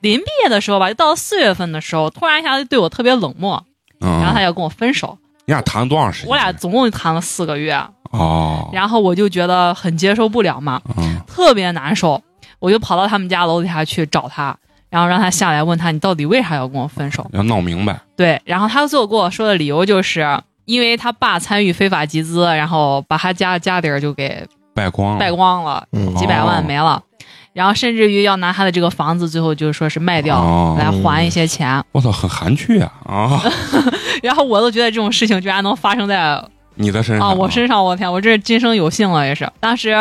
[SPEAKER 6] 临毕业的时候吧，就到了四月份的时候，突然一下就对我特别冷漠，
[SPEAKER 1] 嗯，
[SPEAKER 6] 然后他要跟我分手。
[SPEAKER 1] 你俩谈了多长时间？
[SPEAKER 6] 我俩总共谈了四个月，
[SPEAKER 1] 哦，
[SPEAKER 6] 然后我就觉得很接受不了嘛。
[SPEAKER 1] 嗯
[SPEAKER 6] 特别难受，我就跑到他们家楼底下去找他，然后让他下来问他你到底为啥要跟我分手？
[SPEAKER 1] 要闹明白，
[SPEAKER 6] 对，然后他最后跟我说的理由就是因为他爸参与非法集资，然后把他家家底儿就给
[SPEAKER 1] 败光了
[SPEAKER 6] 败光了，
[SPEAKER 4] 嗯
[SPEAKER 6] 几百万
[SPEAKER 1] 哦
[SPEAKER 6] 没了，然后甚至于要拿他的这个房子最后就是说是卖掉。
[SPEAKER 1] 哦
[SPEAKER 6] 来还一些钱，
[SPEAKER 1] 我操，很含蓄啊
[SPEAKER 6] [laughs]
[SPEAKER 1] 啊！
[SPEAKER 6] 然后我都觉得这种事情居然能发生在 [laughs] 啊
[SPEAKER 1] 你的身上啊
[SPEAKER 6] 我身上，我天，我这是今生有幸了，也是。当时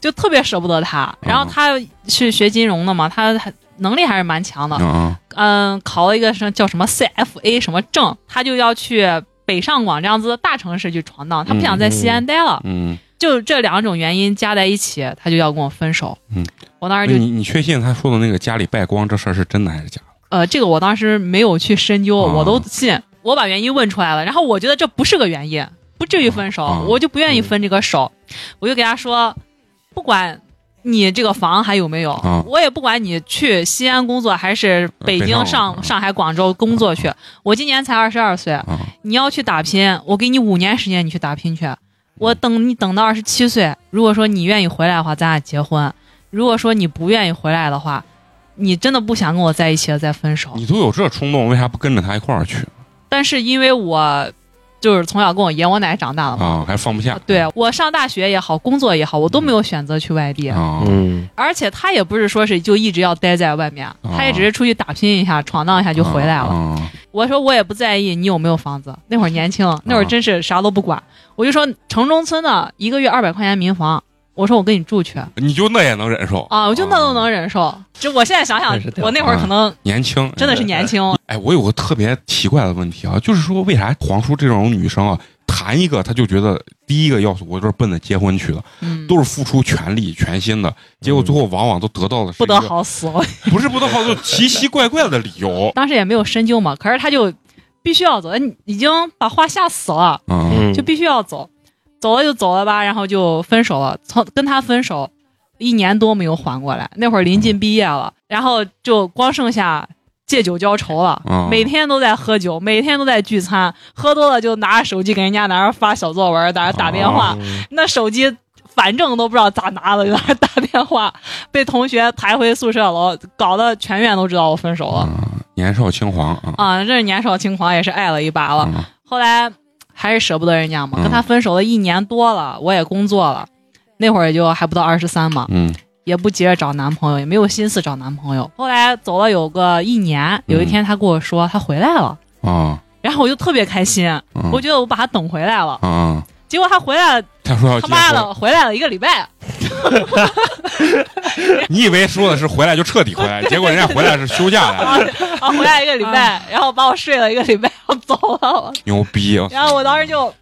[SPEAKER 6] 就特别舍不得他，然后
[SPEAKER 1] 嗯
[SPEAKER 6] 他是学金融的嘛，他还能力还是蛮强的，
[SPEAKER 1] 啊
[SPEAKER 6] 嗯，考了一个什么叫什么 CFA 什么证，他就要去北上广这样子的大城市去闯荡，他不想在西安待了。
[SPEAKER 1] 嗯，
[SPEAKER 6] 就这两种原因加在一起，他就要跟我分手。
[SPEAKER 1] 嗯，
[SPEAKER 6] 我当时就
[SPEAKER 1] 你你确信他说的那个家里败光这事儿是真的还是假的？
[SPEAKER 6] 呃，这个我当时没有去深究，
[SPEAKER 1] 啊
[SPEAKER 6] 我都信，我把原因问出来了，然后我觉得这不是个原因，不至于分手，
[SPEAKER 1] 啊
[SPEAKER 6] 我就不愿意分这个手，我就给他说，不管。你这个房还有没有？
[SPEAKER 1] 啊
[SPEAKER 6] 我也不管你去西安工作还是北
[SPEAKER 1] 北上
[SPEAKER 6] 京、
[SPEAKER 1] 啊
[SPEAKER 6] 上上海、广州工作去。我今年才二十二岁，
[SPEAKER 1] 啊
[SPEAKER 6] 你要去打拼，我给你五年时间，你去打拼去。我等你等到二十七岁，如果说你愿意回来的话，咱俩结婚；如果说你不愿意回来的话，你真的不想跟我在一起了再分手。
[SPEAKER 1] 你都有这冲动，为啥不跟着他一块儿去
[SPEAKER 6] 但是因为我就是从小跟我爷我奶长大的嘛，
[SPEAKER 1] 啊？还放不下？
[SPEAKER 6] 对我上大学也好，工作也好，我都没有选择去外地。
[SPEAKER 1] 啊，
[SPEAKER 4] 嗯，
[SPEAKER 6] 而且他也不是说是就一直要待在外面，他也只是出去打拼一下、闯荡一下就回来了。
[SPEAKER 1] 啊
[SPEAKER 6] 我说我也不在意你有没有房子，那会儿年轻，那会儿真是啥都不管。我就说城中村的一个月二百块钱民房，我说我跟你住去
[SPEAKER 1] 你就那也能忍受
[SPEAKER 6] 啊，我就那都能忍受。这我现在想想
[SPEAKER 4] 真是，屌
[SPEAKER 6] 我那会儿可能
[SPEAKER 1] 年轻，
[SPEAKER 6] 真的是年轻，
[SPEAKER 1] 啊哎，我有个特别奇怪的问题啊，就是说为啥黄叔这种女生啊，谈一个她就觉得第一个要素我就是奔着结婚去的，
[SPEAKER 6] 嗯，
[SPEAKER 1] 都是付出全力全心的，结果最后往往都得到的是
[SPEAKER 6] 不
[SPEAKER 1] 一个
[SPEAKER 6] 得，好死。我。
[SPEAKER 1] 不是不得好，就奇奇怪怪的理由
[SPEAKER 6] [laughs] 当时也没有深究嘛，可是他就必须要走，哎你已经把话吓死了，
[SPEAKER 1] 嗯，
[SPEAKER 6] 就必须要走，走了就走了吧，然后就分手了。从跟他分手一年多没有缓过来，那会儿
[SPEAKER 1] 嗯
[SPEAKER 6] 临近毕业了，然后就光剩下借酒浇愁了，
[SPEAKER 1] 嗯
[SPEAKER 6] 每天都在喝酒，每天都在聚餐，喝多了就拿着手机给人家在那儿发小作文，在那儿打电
[SPEAKER 1] 哦
[SPEAKER 6] 话，
[SPEAKER 4] 嗯
[SPEAKER 6] 那手机。反正都不知道咋拿的，就在那儿打电话，被同学抬回宿舍楼，搞得全院都知道我分手了。
[SPEAKER 1] 嗯年少轻狂啊
[SPEAKER 6] 啊，这是年少轻狂，也是爱了一把了。
[SPEAKER 1] 嗯
[SPEAKER 6] 后来还是舍不得人家嘛，
[SPEAKER 1] 嗯
[SPEAKER 6] 跟他分手了一年多了，我也工作了，那会儿也就还不到二十三嘛，
[SPEAKER 1] 嗯
[SPEAKER 6] 也不急着找男朋友，也没有心思找男朋友。后来走了有个一年，有一
[SPEAKER 1] 嗯
[SPEAKER 6] 天他跟我说他回来了，
[SPEAKER 1] 啊
[SPEAKER 6] 然后我就特别开心，
[SPEAKER 1] 嗯
[SPEAKER 6] 我觉得我把他等回来了。
[SPEAKER 1] 啊！
[SPEAKER 6] 结果他回来了，
[SPEAKER 1] 他说要
[SPEAKER 6] 他
[SPEAKER 1] 结
[SPEAKER 6] 妈
[SPEAKER 1] 婚，
[SPEAKER 6] 的回来了一个礼拜，
[SPEAKER 1] 你以为说的是回来就彻底回来，结果人家回来是休
[SPEAKER 6] [laughs]
[SPEAKER 1] 假来了，
[SPEAKER 6] 啊，回来一个礼拜，然后把我睡了一个礼拜， [laughs] 我走了。
[SPEAKER 1] 牛逼！啊
[SPEAKER 6] 然后我当时就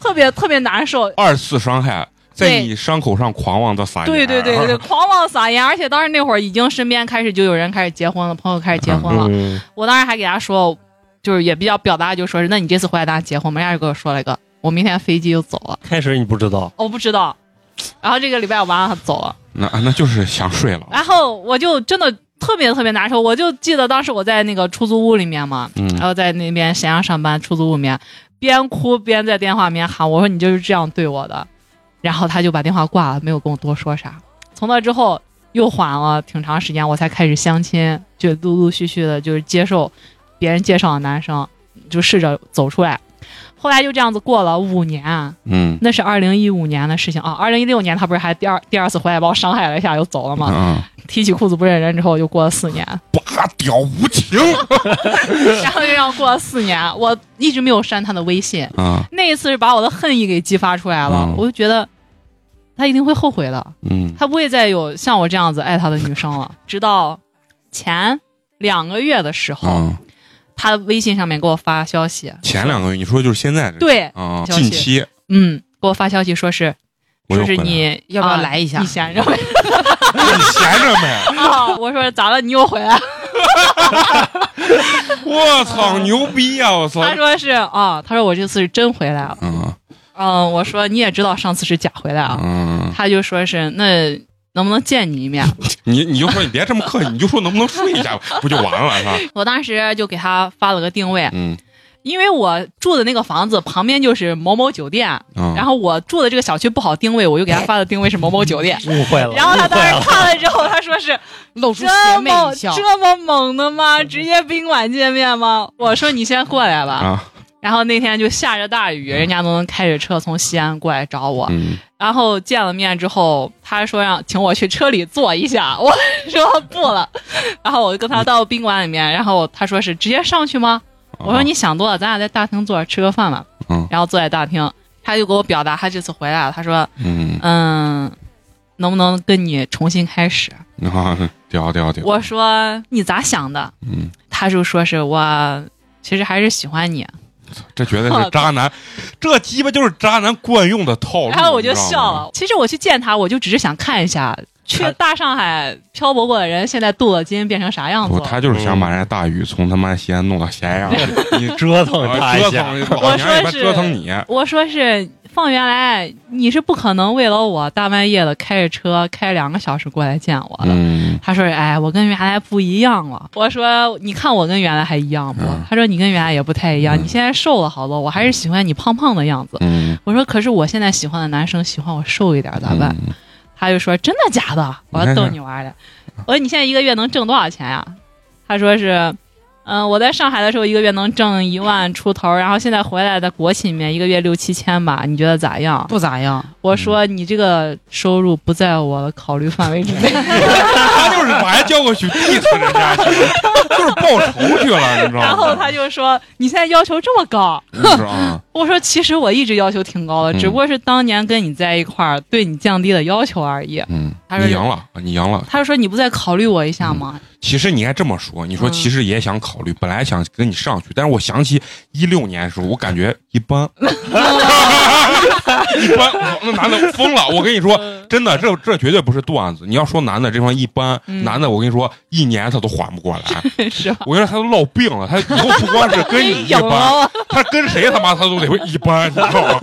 [SPEAKER 6] 特别特别难受，
[SPEAKER 1] 二次伤害在
[SPEAKER 6] 对
[SPEAKER 1] 你伤口上狂妄的撒盐，
[SPEAKER 6] 对对对对，对，狂妄撒盐，而且当时那会儿已经身边开始就有人开始结婚了，朋友开始结婚了。
[SPEAKER 4] 嗯
[SPEAKER 6] 我当时还给他说，就是也比较表达，就说是那你这次回来咱俩结婚吗？人家就跟我说了一个，我明天飞机就走了，
[SPEAKER 4] 开始你不知道，。
[SPEAKER 6] 我不知道。 [sniffs] 然后这个礼拜我晚上他走了，
[SPEAKER 1] 那那就是想睡了，
[SPEAKER 6] 然后我就真的特别特别难受。我就记得当时我在那个出租屋里面嘛，
[SPEAKER 1] 嗯
[SPEAKER 6] 然后在那边沈阳上班，出租屋里面边哭边在电话里面喊我说你就是这样对我的，然后他就把电话挂了，没有跟我多说啥。从那之后又缓了挺长时间，我才开始相亲，就陆陆续续的就是接受别人介绍的男生，就试着走出来。后来就这样子过了五年，
[SPEAKER 1] 嗯
[SPEAKER 6] 那是二零一五年的事情啊。二零一六年他不是还第二第二次回来把我伤害了一下又走了吗？
[SPEAKER 1] 嗯，
[SPEAKER 6] 提起裤子不认人之后又过了四年， [laughs]
[SPEAKER 1] 拔屌无情
[SPEAKER 6] 然后就让过了四年，我一直没有删他的微信。
[SPEAKER 1] 啊，
[SPEAKER 6] 那一次是把我的恨意给激发出来了，
[SPEAKER 1] 嗯
[SPEAKER 6] 我就觉得他一定会后悔的，
[SPEAKER 1] 嗯
[SPEAKER 6] 他不会再有像我这样子爱他的女生了。直到前两个月的时候，
[SPEAKER 1] 啊，
[SPEAKER 6] 他微信上面给我发消息，
[SPEAKER 1] 前两个月你说就是现在这个
[SPEAKER 6] 对，
[SPEAKER 1] 啊，
[SPEAKER 6] 消
[SPEAKER 1] 近
[SPEAKER 6] 息
[SPEAKER 1] 期
[SPEAKER 6] 嗯，给我发消息说是。
[SPEAKER 1] 我又回
[SPEAKER 6] 说是
[SPEAKER 1] 来了
[SPEAKER 6] 你
[SPEAKER 3] 要不要
[SPEAKER 6] 啊
[SPEAKER 3] 来一下
[SPEAKER 6] 你闲着呗
[SPEAKER 1] 你闲着没？
[SPEAKER 3] [laughs]
[SPEAKER 6] 啊！我说咋了？你又回来了？
[SPEAKER 1] 我操，牛逼呀！我操，
[SPEAKER 6] 他说是啊，他说我这次是真回来了。
[SPEAKER 1] 嗯
[SPEAKER 6] 嗯，我说你也知道上次是假回来啊。
[SPEAKER 1] 嗯，
[SPEAKER 6] 他就说是那能不能见你一面？
[SPEAKER 1] 你你就说你别这么客气，你就说能不能睡一下，不就完了是吧？
[SPEAKER 6] 我当时就给他发了个定位，
[SPEAKER 1] 嗯
[SPEAKER 6] 因为我住的那个房子旁边就是某某酒店，
[SPEAKER 3] 嗯
[SPEAKER 1] 啊，
[SPEAKER 6] 然后我住的这个小区不好定位，我
[SPEAKER 3] [laughs]
[SPEAKER 6] 就给他发的定位是某某酒店
[SPEAKER 4] 误会了。
[SPEAKER 6] 然后他
[SPEAKER 4] 误会
[SPEAKER 6] 当
[SPEAKER 4] 了
[SPEAKER 6] 时看了之后，他说是
[SPEAKER 3] 嗯露出邪
[SPEAKER 6] 这
[SPEAKER 3] 魅
[SPEAKER 6] 么
[SPEAKER 3] 一笑，嗯
[SPEAKER 6] 这么猛的吗？直接宾馆见面吗？我说你先过来
[SPEAKER 3] 嗯
[SPEAKER 6] 吧。
[SPEAKER 1] 啊，
[SPEAKER 6] 然后那天就下着大雨，人家都能开着车从西安过来找我。
[SPEAKER 1] 嗯
[SPEAKER 6] 然后见了面之后，他说让请我去车里坐一下，我说不了。然后我就跟他到宾馆里面，然后他说是直接上去吗？我说你想多了，咱俩在大厅坐着吃个饭吧。
[SPEAKER 1] 啊嗯
[SPEAKER 6] 然后坐在大厅，他就给我表达他这次回来了，他说
[SPEAKER 1] 嗯
[SPEAKER 6] 嗯，能不能跟你重新开始？
[SPEAKER 1] 啊，屌屌屌，
[SPEAKER 6] 我说你咋想的？
[SPEAKER 1] 嗯，
[SPEAKER 6] 他就说是我其实还是喜欢你。
[SPEAKER 1] 这绝对
[SPEAKER 6] [laughs]
[SPEAKER 1] 是渣男，这鸡巴就是渣男惯用的套路。
[SPEAKER 6] 然后我就
[SPEAKER 1] 你知
[SPEAKER 6] 笑
[SPEAKER 1] 道吗
[SPEAKER 6] 了。其实我去见他，我就只是想看一下，去大上海漂泊过的人，现在镀了金变成啥样子
[SPEAKER 1] 不，
[SPEAKER 6] 了。
[SPEAKER 1] 他就是想把人家大宇从他妈西安弄到咸阳，你
[SPEAKER 4] 啊折腾他
[SPEAKER 1] 折
[SPEAKER 4] 一下，
[SPEAKER 1] 腾老娘也别折腾你，
[SPEAKER 6] 我说是放原来，你是不可能为了我大半夜的开着车开两个小时过来见我的。
[SPEAKER 1] 嗯
[SPEAKER 6] 他说：“哎，我跟原来不一样了。”我说：“你看我跟原来还一样不？”
[SPEAKER 1] 嗯
[SPEAKER 6] 他说：“你跟原来也不太一样，
[SPEAKER 1] 嗯
[SPEAKER 6] 你现在瘦了好多，我还是喜欢你胖胖的样子。
[SPEAKER 1] 嗯，
[SPEAKER 6] 我说：“可是我现在喜欢的男生喜欢我瘦一点，咋办？”
[SPEAKER 1] 嗯
[SPEAKER 6] 他就说真的假的？我说逗你玩
[SPEAKER 1] [laughs]
[SPEAKER 6] 儿的。我说你现在一个月能挣多少钱呀、他说是，嗯、我在上海的时候一个月能挣一万出头，然后现在回来的国企里面一个月六七千吧，你觉得咋样？
[SPEAKER 3] 不咋样，
[SPEAKER 6] 我说
[SPEAKER 1] 嗯
[SPEAKER 6] 你这个收入不在我的考虑范围之内。
[SPEAKER 1] 他就是把人叫过去 diss 人家去了，就是报仇去了，你知道吗？
[SPEAKER 6] 然后他就说你现在要求这么高，
[SPEAKER 1] 就是啊，
[SPEAKER 6] 我说其实我一直要求挺高的，
[SPEAKER 1] 嗯
[SPEAKER 6] 只不过是当年跟你在一块儿对你降低了要求而已。
[SPEAKER 1] 嗯，
[SPEAKER 6] 他说
[SPEAKER 1] 你赢了，你赢了。
[SPEAKER 6] 他就说你不再考虑我一下吗？
[SPEAKER 1] 其实你应该这么说，你说
[SPEAKER 6] 嗯
[SPEAKER 1] 其实也想考虑，本来想跟你上去，但是我想起一六年的时候，我感觉一般，一般。那男的疯了，我跟你说，真的，这这绝对不是段子。你要说男的这方一般，
[SPEAKER 6] 嗯
[SPEAKER 1] 男的我跟你说，一年他都缓不过来。
[SPEAKER 6] [laughs] 是吧？
[SPEAKER 1] 我跟你说，他都落病了，他以后不光是跟你一
[SPEAKER 6] 有
[SPEAKER 1] 般，
[SPEAKER 6] 了，
[SPEAKER 1] 他跟谁他妈他都得会一般，你知道吗？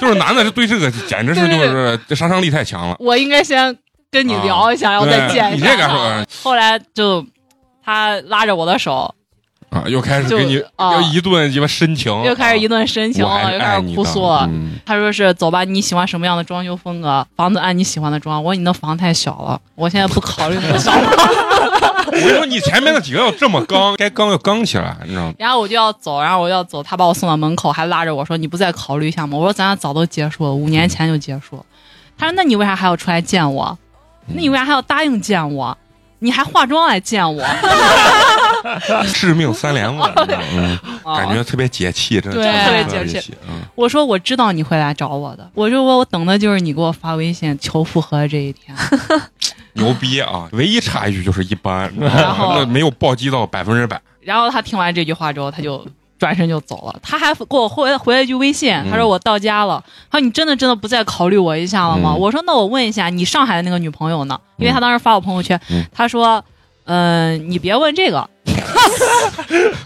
[SPEAKER 1] 就是男的，是对这个简直是就
[SPEAKER 6] 对对
[SPEAKER 1] 是这杀伤力太强了。
[SPEAKER 6] 我应该先跟你聊一下，然后再见
[SPEAKER 1] 哦对你
[SPEAKER 6] 一下。
[SPEAKER 1] 这感受，嗯
[SPEAKER 6] 后来就他拉着我的手，
[SPEAKER 1] 啊，又开始
[SPEAKER 6] 就
[SPEAKER 1] 给你
[SPEAKER 6] 啊
[SPEAKER 1] 又一顿鸡巴深情，啊
[SPEAKER 6] 又开始一顿深情
[SPEAKER 1] 哦我还
[SPEAKER 6] 了，
[SPEAKER 1] 是
[SPEAKER 6] 又
[SPEAKER 1] 爱
[SPEAKER 6] 开
[SPEAKER 1] 你
[SPEAKER 6] 始
[SPEAKER 1] 的
[SPEAKER 6] 哭诉啊了。
[SPEAKER 1] 嗯
[SPEAKER 6] 他说是走吧，你喜欢什么样的装修风格？房子按你喜欢的装。我说你的房太小了，我现在不考虑那么小。
[SPEAKER 1] 我跟你说，你前面那几个要这么刚，该刚要刚起来，你知道吗？
[SPEAKER 6] 然后我就要走，然后我就要走，他把我送到门口，还拉着我说：“你不再考虑一下吗？”我说：“咱俩早都结束了，五年前就结束了。”他说：“那你为啥还要出来见我？
[SPEAKER 1] 嗯
[SPEAKER 6] 那你为啥还要答应见我？你还化妆来见我？
[SPEAKER 1] 致命三连问，你知道吗
[SPEAKER 6] [laughs]
[SPEAKER 1] 嗯 [laughs] 感觉特别解气，真的
[SPEAKER 6] 哦对
[SPEAKER 1] 特别
[SPEAKER 6] 特别
[SPEAKER 1] 解
[SPEAKER 6] 解
[SPEAKER 1] 气。嗯
[SPEAKER 6] 啊我说我知道你会来找我的，我说我我等的就是你给我发微信求复合这一天。
[SPEAKER 1] 牛逼啊！唯一差一句就是一般，你知道吗
[SPEAKER 6] 然后
[SPEAKER 1] 那没有暴击到百分之百。
[SPEAKER 6] 然后他听完这句话之后，他就转身就走了。他还给我回回了一句微信，他说我到家了。他说你真的真的不再考虑我一下了吗？
[SPEAKER 1] 嗯
[SPEAKER 6] 我说那我问一下，你上海的那个女朋友呢？因为他当时发我朋友圈，
[SPEAKER 1] 嗯
[SPEAKER 6] 他说，嗯、你别问这个。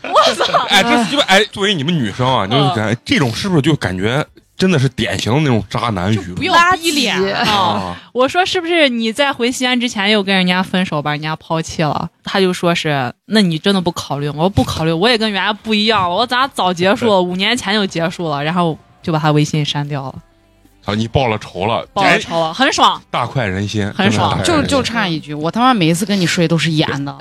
[SPEAKER 6] 我操！
[SPEAKER 1] 哎，这鸡巴哎，作为你们女生啊，你就
[SPEAKER 6] 嗯
[SPEAKER 1] 感觉这种是不是就感觉真的是典型的那种渣男语？ [laughs]
[SPEAKER 3] 不用逼脸
[SPEAKER 6] 啊！
[SPEAKER 1] 啊，
[SPEAKER 6] 我说是不是你在回西安之前又跟人家分手，把人家抛弃了？他就说是，那你真的不考虑？我说不考虑，我也跟原来不一样了，我咱俩早结束了，五年前就结束了，然后就把他微信删掉了。
[SPEAKER 1] 好，你报了仇了，
[SPEAKER 6] 报了
[SPEAKER 1] 哎
[SPEAKER 6] 仇了，很爽。
[SPEAKER 1] 大快人心，
[SPEAKER 6] 很
[SPEAKER 1] 真的
[SPEAKER 6] 爽
[SPEAKER 1] 大快
[SPEAKER 3] 就
[SPEAKER 1] 人心
[SPEAKER 3] 就差一句，我他妈每一次跟你睡都是演的，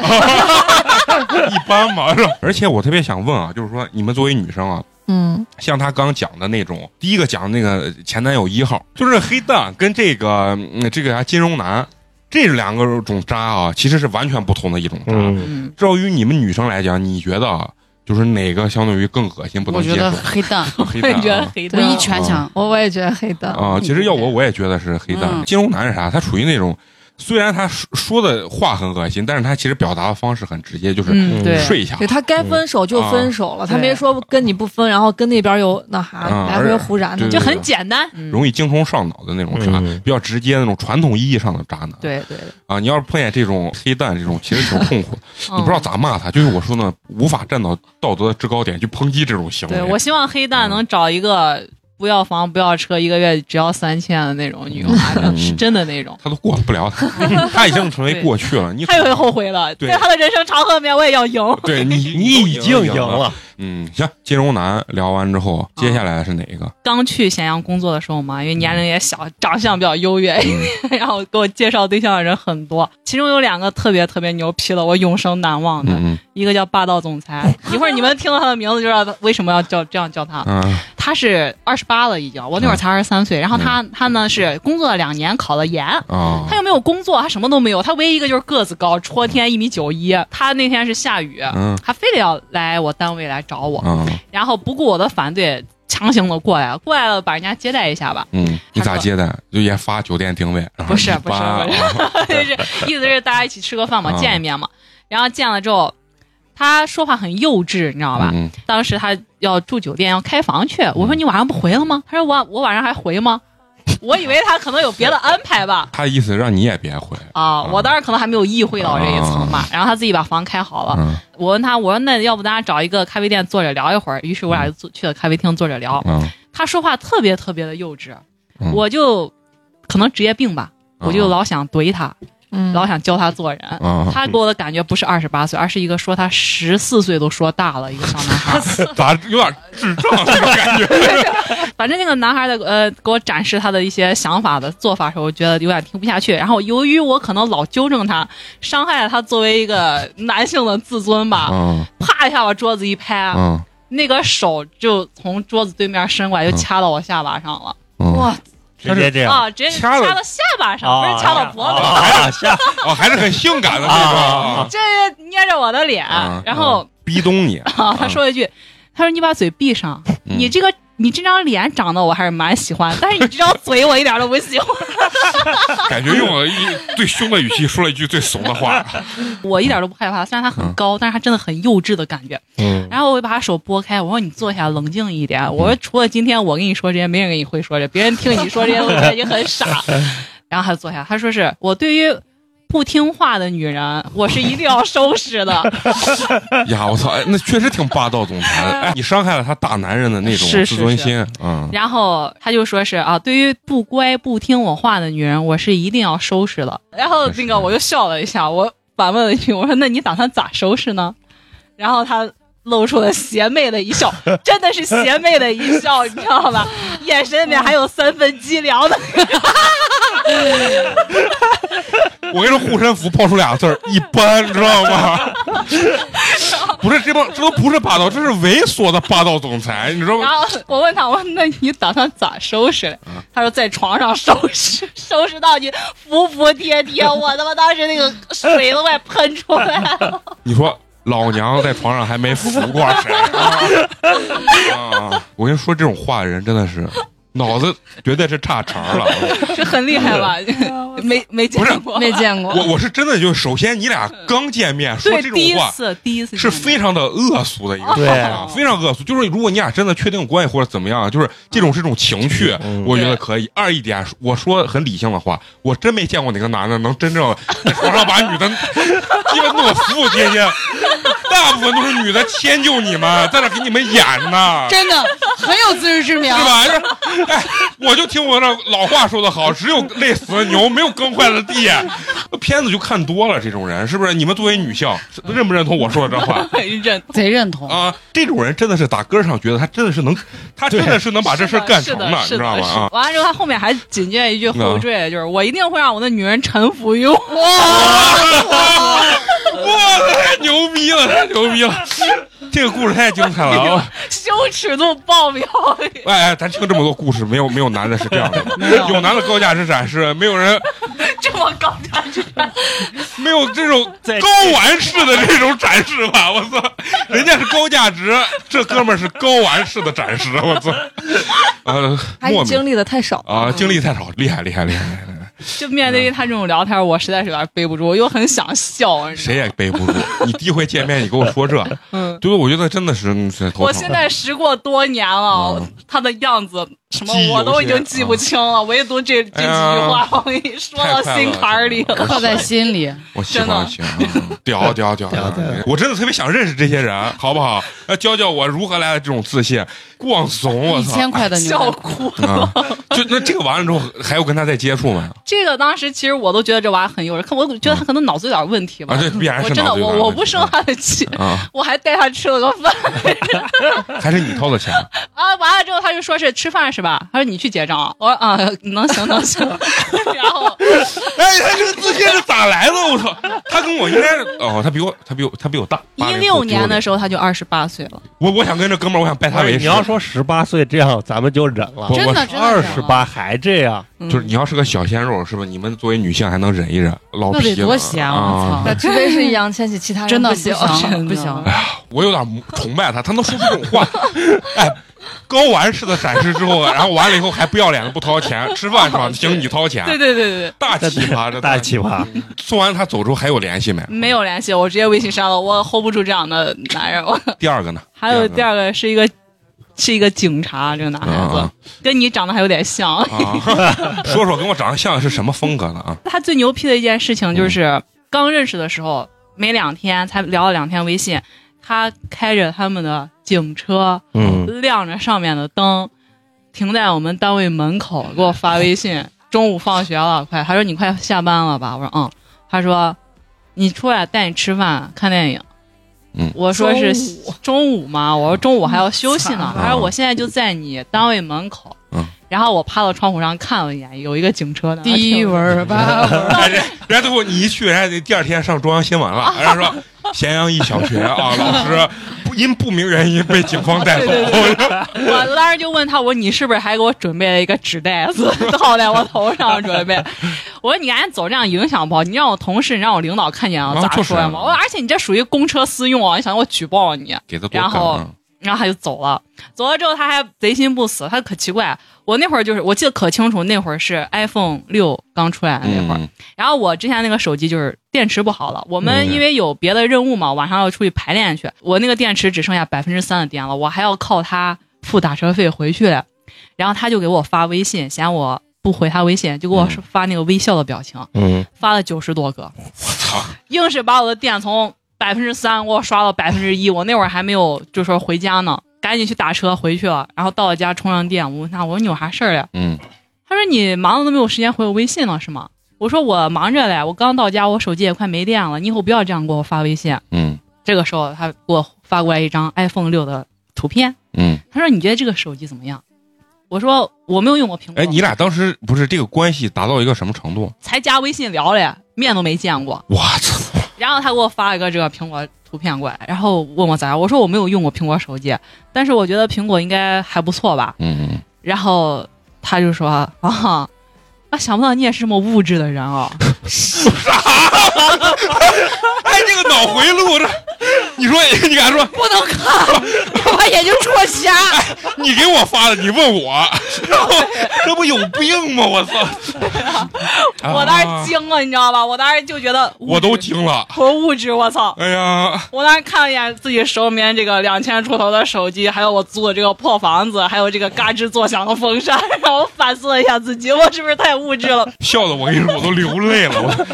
[SPEAKER 1] [laughs] 一般嘛。是吧而且我特别想问啊，就是说你们作为女生啊，
[SPEAKER 5] 嗯，
[SPEAKER 1] 像她刚讲的那种，第一个讲那个前男友一号，就是黑蛋跟这个、嗯、这个啥金融男，这两个种渣啊，其实是完全不同的一种渣。
[SPEAKER 4] 嗯，
[SPEAKER 6] 嗯，
[SPEAKER 1] 至于你们女生来讲，你觉得啊，就是哪个相对于更恶心，不
[SPEAKER 3] 我
[SPEAKER 1] 能
[SPEAKER 3] 觉
[SPEAKER 1] 接
[SPEAKER 3] 得
[SPEAKER 1] 受？
[SPEAKER 3] 黑蛋，
[SPEAKER 1] 黑 [laughs]
[SPEAKER 6] 我
[SPEAKER 1] 蛋
[SPEAKER 6] 觉得
[SPEAKER 1] 啊。
[SPEAKER 6] 黑
[SPEAKER 3] [laughs] 我
[SPEAKER 6] 的。
[SPEAKER 3] 一拳墙。
[SPEAKER 5] 我我也觉得黑的，
[SPEAKER 1] 啊，其实要我我也觉得是黑蛋。
[SPEAKER 3] 嗯
[SPEAKER 1] 金融男是啥？他属于那种，虽然他说说的话很恶心，但是他其实表达的方式很直接，就是
[SPEAKER 6] 嗯，对，
[SPEAKER 1] 睡一下
[SPEAKER 5] 对他该分手就
[SPEAKER 1] 啊
[SPEAKER 5] 分手了，他没说跟你不分，然后跟那边有那啥
[SPEAKER 1] 嗯
[SPEAKER 5] 来回胡然的，
[SPEAKER 1] 对
[SPEAKER 6] 就很简单。
[SPEAKER 1] 容易精虫上脑的那种渣，
[SPEAKER 4] 嗯
[SPEAKER 1] 比较直接的那种传统意义上的渣男。
[SPEAKER 6] 对对，
[SPEAKER 1] 啊，你要是碰见这种黑蛋这种，其实挺痛苦的，
[SPEAKER 6] 嗯
[SPEAKER 1] [laughs] 你不知道。咋骂他。就是我说呢，无法站到道德的制高点去抨击这种行为。
[SPEAKER 6] 嗯对我希望黑
[SPEAKER 1] 嗯
[SPEAKER 6] 蛋能找一个不要房不要车，一个月只要三千的那种女
[SPEAKER 1] [laughs]
[SPEAKER 6] 娃
[SPEAKER 1] 嗯，
[SPEAKER 6] 是真的那种。
[SPEAKER 1] 他都过不了，
[SPEAKER 6] [laughs]
[SPEAKER 1] 他已经成为
[SPEAKER 6] 对
[SPEAKER 1] 过去了。你
[SPEAKER 6] 他也会后悔了，
[SPEAKER 1] 对
[SPEAKER 6] 在他的人生长河里面，我也
[SPEAKER 1] [laughs]
[SPEAKER 6] 要赢。 [laughs]
[SPEAKER 1] 对你，
[SPEAKER 4] 你已经赢
[SPEAKER 1] 了。
[SPEAKER 4] 了，
[SPEAKER 1] 嗯，行，金融男聊完之后，接下来是哪一个？
[SPEAKER 6] 刚去咸阳工作的时候嘛，因为
[SPEAKER 1] 嗯
[SPEAKER 6] 年龄也小，长相比较优越， [laughs] 然后给我介绍对象的人很多，其中有两个特别特别牛批的，我永生难忘的，
[SPEAKER 1] 嗯
[SPEAKER 6] 一个叫霸道总
[SPEAKER 1] [laughs]
[SPEAKER 6] 裁，一会儿你们听到他的名字就知道他为什么要叫这样叫他。
[SPEAKER 1] 嗯
[SPEAKER 6] 他是二十八了已经，我那会儿才二十三岁。然后他他呢是工作了两年，考了研，
[SPEAKER 1] 啊啊
[SPEAKER 6] 他又没有工作，他什么都没有，他唯一一个就是个子高，戳天一米九一。他那天是下雨，
[SPEAKER 1] 嗯
[SPEAKER 6] 他非得要来我单位来找我，
[SPEAKER 1] 啊
[SPEAKER 6] 然后不顾我的反对，强行的过来了，过来了把人家接待一下吧。
[SPEAKER 1] 嗯，你咋
[SPEAKER 6] 他说
[SPEAKER 1] 接待？就也发酒店定位？然后
[SPEAKER 6] 不是
[SPEAKER 1] 一
[SPEAKER 6] 不是
[SPEAKER 1] 般
[SPEAKER 6] 不是
[SPEAKER 1] 啊
[SPEAKER 6] 就是意思是大家一起吃个饭嘛，
[SPEAKER 1] 啊
[SPEAKER 6] 见一面嘛。然后见了之后，他说话很幼稚，你知道吧？
[SPEAKER 1] 嗯
[SPEAKER 6] 当时他要住酒店，要开房去。我说你晚上不回了吗？他说我我晚上还回吗？ [laughs] 我以为他可能有别的安排吧。
[SPEAKER 1] [laughs] 他的意思让你也别回。
[SPEAKER 6] 啊，我当时可能还没有意会到这一层嘛。然后他自己把房开好了。
[SPEAKER 1] 啊嗯
[SPEAKER 6] 我问他，我说那要不咱俩找一个咖啡店坐着聊一会儿？于是我俩就坐去了咖啡厅坐着聊。
[SPEAKER 1] 嗯，
[SPEAKER 6] 他说话特别特别的幼稚，
[SPEAKER 1] 嗯
[SPEAKER 6] 我就可能职业病吧，我就老想怼他，
[SPEAKER 5] 嗯，
[SPEAKER 6] 老想教他做人。
[SPEAKER 1] 啊，
[SPEAKER 6] 他给我的感觉不是二十八岁，而是一个说他十四岁都说大了一个小男孩。
[SPEAKER 1] 咋有点智障这种感觉？
[SPEAKER 6] 反正那个男孩的呃，给我展示他的一些想法的做法的时候，我觉得有点听不下去。然后由于我可能老纠正他，伤害了他作为一个男性的自尊吧，
[SPEAKER 1] 嗯
[SPEAKER 6] 啪一下把桌子一拍，啊
[SPEAKER 1] 嗯
[SPEAKER 6] 那个手就从桌子对面伸过来，就掐到我下巴上了。
[SPEAKER 1] 嗯，
[SPEAKER 6] 哇
[SPEAKER 4] 直接这样
[SPEAKER 6] 啊！直接
[SPEAKER 1] 掐到
[SPEAKER 6] 到下巴上，不
[SPEAKER 4] 啊
[SPEAKER 6] 哦是掐到脖子上。
[SPEAKER 4] 啊下
[SPEAKER 1] 哦，还是很性感的那种
[SPEAKER 4] 啊
[SPEAKER 1] 啊，，
[SPEAKER 6] 这捏着我的脸，
[SPEAKER 1] 啊
[SPEAKER 6] 然后、
[SPEAKER 1] 逼咚你，
[SPEAKER 6] 啊，他说一句：“他说你把嘴闭上，
[SPEAKER 1] 嗯
[SPEAKER 6] 你这个你这张脸长得我还是蛮喜欢，但是你这张嘴我一点都不喜欢。
[SPEAKER 1] 感觉用了一最凶的语气说了一句最怂的话，
[SPEAKER 6] 我一点都不害怕，虽然他很高，但是他真的很幼稚的感觉。
[SPEAKER 4] 嗯
[SPEAKER 6] 然后我就把他手拨开，我说你坐下，冷静一点。我说除了今天我跟你说这些，没人跟你会说这，别人听你说这些东西已经很傻。然后他就坐下，他说是我对于。”不听话的女人，我是一定要收拾的。
[SPEAKER 1] 呀，我操，哎，那确实挺霸道总裁的，哎，你伤害了他大男人的那种
[SPEAKER 6] 是
[SPEAKER 1] 自尊心，嗯，
[SPEAKER 6] 然后他就说是啊，对于不乖不听我话的女人，我是一定要收拾的。然后那个我就笑了一下，我反问了一句，我说那你打算咋收拾呢？然后他露出了邪魅的一笑，真的是邪魅的一笑，你知道吧？眼神里面还有三分机灵的，
[SPEAKER 1] 我跟你说，护身符抛出俩字儿，一般，知道
[SPEAKER 6] [laughs]
[SPEAKER 1] 吗？不是这帮，这都不是霸道，这是猥琐的霸道总裁，你知道
[SPEAKER 6] 然
[SPEAKER 1] 吗？
[SPEAKER 6] 后我问他，我说那你打算咋收拾嘞？他说在床上收拾， [laughs] 收拾到你服服帖帖，我他妈当时那个水都快喷出来了。
[SPEAKER 1] 你说老娘在床上还没服过谁啊？
[SPEAKER 6] [laughs]
[SPEAKER 1] 啊我跟你说，这种话的人真的是脑子绝对是差茬儿了。
[SPEAKER 6] 这很厉害吧？没没见过，
[SPEAKER 5] [laughs] 没见过。
[SPEAKER 1] 我我是真的就首先你俩刚见面说
[SPEAKER 6] 对
[SPEAKER 1] 这
[SPEAKER 6] 第
[SPEAKER 1] 种
[SPEAKER 6] 一
[SPEAKER 1] 话。
[SPEAKER 6] 次第一次
[SPEAKER 1] 是
[SPEAKER 6] 见面
[SPEAKER 1] 非常的恶俗的一个
[SPEAKER 4] 对
[SPEAKER 1] 啊，非常恶俗。就是如果你俩真的确定关系或者怎么样，啊就是这种是一种情趣，
[SPEAKER 4] 嗯
[SPEAKER 1] 我觉得可以。二一点，我说很理性的话，我真没见过哪个男的能真正在床上把女的鸡巴弄得服服帖帖，大部分都是女的迁就你们，在那给你们演呢。
[SPEAKER 3] 真的很有自知之明
[SPEAKER 1] 是。吧？就是哎，我就听我那老话说的好，只有累死的牛，没有耕坏的地。 [laughs] 片子就看多了，这种人是不是？你们作为女性，认不认同我说的这话？
[SPEAKER 6] 很 [laughs] 认
[SPEAKER 3] 贼认同，
[SPEAKER 1] 啊，这种人真的是打根儿上觉得他真的是能，他真的是能把这事儿干成
[SPEAKER 6] 的，
[SPEAKER 1] 你知
[SPEAKER 6] 是
[SPEAKER 1] 道
[SPEAKER 6] 的，
[SPEAKER 1] 吗？
[SPEAKER 6] 是的
[SPEAKER 1] 啊，嗯
[SPEAKER 6] 完了之后，他后面还紧接一句后缀，就是我一定会让我的女人臣服于我。
[SPEAKER 1] 啊哇，太牛逼了，太牛逼了！这个故事太精彩了啊！
[SPEAKER 6] [laughs] 羞耻度爆表。
[SPEAKER 1] 哎哎，咱听这么多故事，没有没有男的是这样的，有男的高价值展示，没有人
[SPEAKER 6] 这么高价
[SPEAKER 1] [laughs]
[SPEAKER 6] 值，
[SPEAKER 1] 没有这种
[SPEAKER 4] 在
[SPEAKER 1] 睾丸式的这种展示吧？我操，人家是高价值，这哥们儿是睾丸式的展示，我操！呃，
[SPEAKER 5] 还
[SPEAKER 1] 莫名
[SPEAKER 5] 是经历的太少，
[SPEAKER 1] 啊，经历太少，厉害厉害厉害！厉害
[SPEAKER 6] 就面对于他这种聊天，我实在是有点背不住，我又很想笑。你知道
[SPEAKER 1] 谁也背不住。你第一回见面，你跟我说这，
[SPEAKER 6] [laughs] 嗯
[SPEAKER 1] 对，我觉得真的是嗯是头
[SPEAKER 6] 我
[SPEAKER 1] 疼
[SPEAKER 6] 现在时过多年了，
[SPEAKER 1] 嗯
[SPEAKER 6] 他的样子什么
[SPEAKER 1] 记忆犹
[SPEAKER 6] 我都已经
[SPEAKER 1] 新啊嗯
[SPEAKER 6] 记不清了，唯独这这几句话我跟你说
[SPEAKER 1] 太
[SPEAKER 6] 到
[SPEAKER 1] 快
[SPEAKER 6] 心
[SPEAKER 1] 了
[SPEAKER 6] 坎儿里
[SPEAKER 1] 真的
[SPEAKER 6] 了。
[SPEAKER 3] 刻在心里。
[SPEAKER 1] 我喜
[SPEAKER 6] 真的
[SPEAKER 1] 欢喜欢，嗯屌屌屌屌！我真的特别想认识这些人，好不好？要教教我如何来的这种自信，逛怂，我
[SPEAKER 3] 一
[SPEAKER 1] 操！
[SPEAKER 3] 千块的牛
[SPEAKER 6] 笑
[SPEAKER 3] 奶，
[SPEAKER 6] 哭
[SPEAKER 1] 啊，就那这个完了之后，还要跟他再接触吗？
[SPEAKER 6] 这个当时其实我都觉得这娃很幼稚，可我觉得他可能脑子有点问题吧。
[SPEAKER 1] 嗯啊，这必然
[SPEAKER 6] 我
[SPEAKER 1] 是
[SPEAKER 6] 真的，
[SPEAKER 1] 脑子有
[SPEAKER 6] 我
[SPEAKER 1] 点
[SPEAKER 6] 我
[SPEAKER 1] 问题嗯
[SPEAKER 6] 不生他的气，
[SPEAKER 1] 啊，
[SPEAKER 6] [laughs] 我还带他吃了个饭
[SPEAKER 1] 还是你掏的
[SPEAKER 6] [laughs]
[SPEAKER 1] 钱？
[SPEAKER 6] 啊。完了之后，他就说是吃饭是吧？他说你去结账。我说啊，能行能行。 [laughs]
[SPEAKER 1] [laughs]
[SPEAKER 6] 然后
[SPEAKER 1] 哎，他这个自信是咋来的？我操！他跟我应该是哦，他比我，他比我，他比我大。
[SPEAKER 6] 一六年的
[SPEAKER 1] 时
[SPEAKER 6] 时候他就二十八岁了，
[SPEAKER 1] 候，我我想跟这哥们儿，我想拜他
[SPEAKER 4] 不
[SPEAKER 1] 为师。
[SPEAKER 4] 是哎你要说十八岁这样，咱们就忍了
[SPEAKER 1] 不。
[SPEAKER 3] 真
[SPEAKER 1] 我
[SPEAKER 3] 的啊真
[SPEAKER 4] 二
[SPEAKER 3] 的
[SPEAKER 4] 十八还这样，
[SPEAKER 6] 嗯
[SPEAKER 1] 就是你要是个小鲜肉，是吧？你们作为女性还能忍一忍，老
[SPEAKER 3] 那
[SPEAKER 1] 皮
[SPEAKER 3] 得
[SPEAKER 1] 了
[SPEAKER 3] 多闲
[SPEAKER 1] 啊
[SPEAKER 3] 我！操！
[SPEAKER 5] [laughs] 除非是易烊千玺，其他人
[SPEAKER 3] 真的
[SPEAKER 5] 不
[SPEAKER 3] 不
[SPEAKER 5] 行
[SPEAKER 3] 行，不行。
[SPEAKER 1] [laughs] 我有点崇拜他，他能说出这种话， [laughs] 哎，睾丸式的展示之
[SPEAKER 6] [laughs]
[SPEAKER 1] 后，然后完了以后还不要脸的不掏钱，吃饭是吧？行，你掏钱，
[SPEAKER 6] 对对对对，
[SPEAKER 1] 大奇葩，这
[SPEAKER 4] 大奇葩。
[SPEAKER 1] 送完他走之后还有联系没？
[SPEAKER 6] 没有联系，我直接微信删了，我 hold 不住这样的男人。我
[SPEAKER 1] 第二个呢？
[SPEAKER 6] 还有第
[SPEAKER 1] 个
[SPEAKER 6] 二个是一个是一个警察，这个男孩子
[SPEAKER 1] 啊
[SPEAKER 6] 跟你长得还有点像。
[SPEAKER 1] 啊， [laughs] 说说跟我长得像是什么风格的
[SPEAKER 6] [laughs]
[SPEAKER 1] 啊？
[SPEAKER 6] 他最牛批的一件事情就是刚认识的时候，没两天才聊了两天微信，他开着他们的警车，
[SPEAKER 4] 嗯，
[SPEAKER 6] 亮着上面的灯，停在我们单位门口，给我发微信。 [laughs] 中午放学了，快，他说你快下班了吧？我说嗯。他说你出来带你吃饭看电影，
[SPEAKER 1] 嗯
[SPEAKER 6] 我说是
[SPEAKER 5] 中午
[SPEAKER 6] 中午嘛，我说中午还要休息呢
[SPEAKER 5] 嗯。
[SPEAKER 6] 他说我现在就在你单位门口
[SPEAKER 1] 嗯，
[SPEAKER 6] 然后我趴到窗户上看了一眼，有一个警车呢。
[SPEAKER 3] 第一文吧，
[SPEAKER 1] 哎 [laughs] 人人家最后你一去，人家得第二天上中央新闻
[SPEAKER 6] [laughs]
[SPEAKER 1] 了，人家说咸阳一小学啊，老师不因不明原因被警方带走，
[SPEAKER 6] 我当时就问他，我说你是不是还给我准备了一个纸袋子
[SPEAKER 1] [laughs]
[SPEAKER 6] 套在我头上准备？我说你赶紧走，这样影响不好。你让我同事，你让我领导看见了
[SPEAKER 1] 啊
[SPEAKER 6] 咋说呀
[SPEAKER 1] 就是
[SPEAKER 6] 嘛？我说而且你这属于公车私用啊，你想我举报你？
[SPEAKER 1] 给他
[SPEAKER 6] 然后然后他就走了，走了之后他还贼心不死，他可奇怪。我那会儿就是，我记得可清楚，那会儿是 iPhone 六刚出来的那会儿，
[SPEAKER 1] 嗯，
[SPEAKER 6] 然后我之前那个手机就是电池不好了，我
[SPEAKER 1] 嗯
[SPEAKER 6] 们因为有别的任务嘛，晚上要出去排练去，我那个电池只剩下百分之三的电了，我还要靠他付打车费回去，然后他就给我发微信，嫌我不回他微信，就给我
[SPEAKER 1] 嗯
[SPEAKER 6] 发那个微笑的表情，
[SPEAKER 4] 嗯，
[SPEAKER 6] 发了九十多个，
[SPEAKER 1] 我操，
[SPEAKER 6] 硬是把我的电从百分之三给我刷到百分之一，我那会儿还没有就说回家呢，赶紧去打车回去了，然后到了家充上电，我问他我说你有啥事儿呀？
[SPEAKER 1] 嗯，
[SPEAKER 6] 他说你忙了都没有时间回我微信了是吗？我说我忙着嘞，我刚到家，我手机也快没电了，你以后不要这样给我发微信。
[SPEAKER 1] 嗯
[SPEAKER 6] 这个时候他给我发过来一张 iPhone 六的图片，
[SPEAKER 1] 嗯，
[SPEAKER 6] 他说你觉得这个手机怎么样？我说我没有用过苹果，
[SPEAKER 1] 哎，你俩当时不是这个关系达到一个什么程度？
[SPEAKER 6] 才加微信聊嘞，面都没见过。
[SPEAKER 1] 我操，
[SPEAKER 6] 然后他给我发了一个这个苹果图片过来，然后问我咋样，我说我没有用过苹果手机，但是我觉得苹果应该还不错吧。
[SPEAKER 1] 嗯，
[SPEAKER 6] 然后他就说啊。啊，想不到你也是这么物质的人哦！
[SPEAKER 1] [laughs] 哎，这个脑回路这，你说 [laughs] 你敢说
[SPEAKER 3] 不能看，把眼睛戳瞎。
[SPEAKER 1] 你给我发的，你问我，这不有病吗？我操，
[SPEAKER 6] [laughs] 我当时惊了，你知道吧？我当时就觉得
[SPEAKER 1] 啊我都，惊了，
[SPEAKER 6] 我物质，我操！
[SPEAKER 1] 哎呀，
[SPEAKER 6] 我当时看了一眼自己手里面这个两千出头的手机，还有我租的这个破房子，还有这个嘎吱作响的风扇， [laughs] 然后反思了一下自己，我是不是太物质了？
[SPEAKER 1] 笑的我跟你说我都流泪了，
[SPEAKER 6] [laughs]
[SPEAKER 1] 我。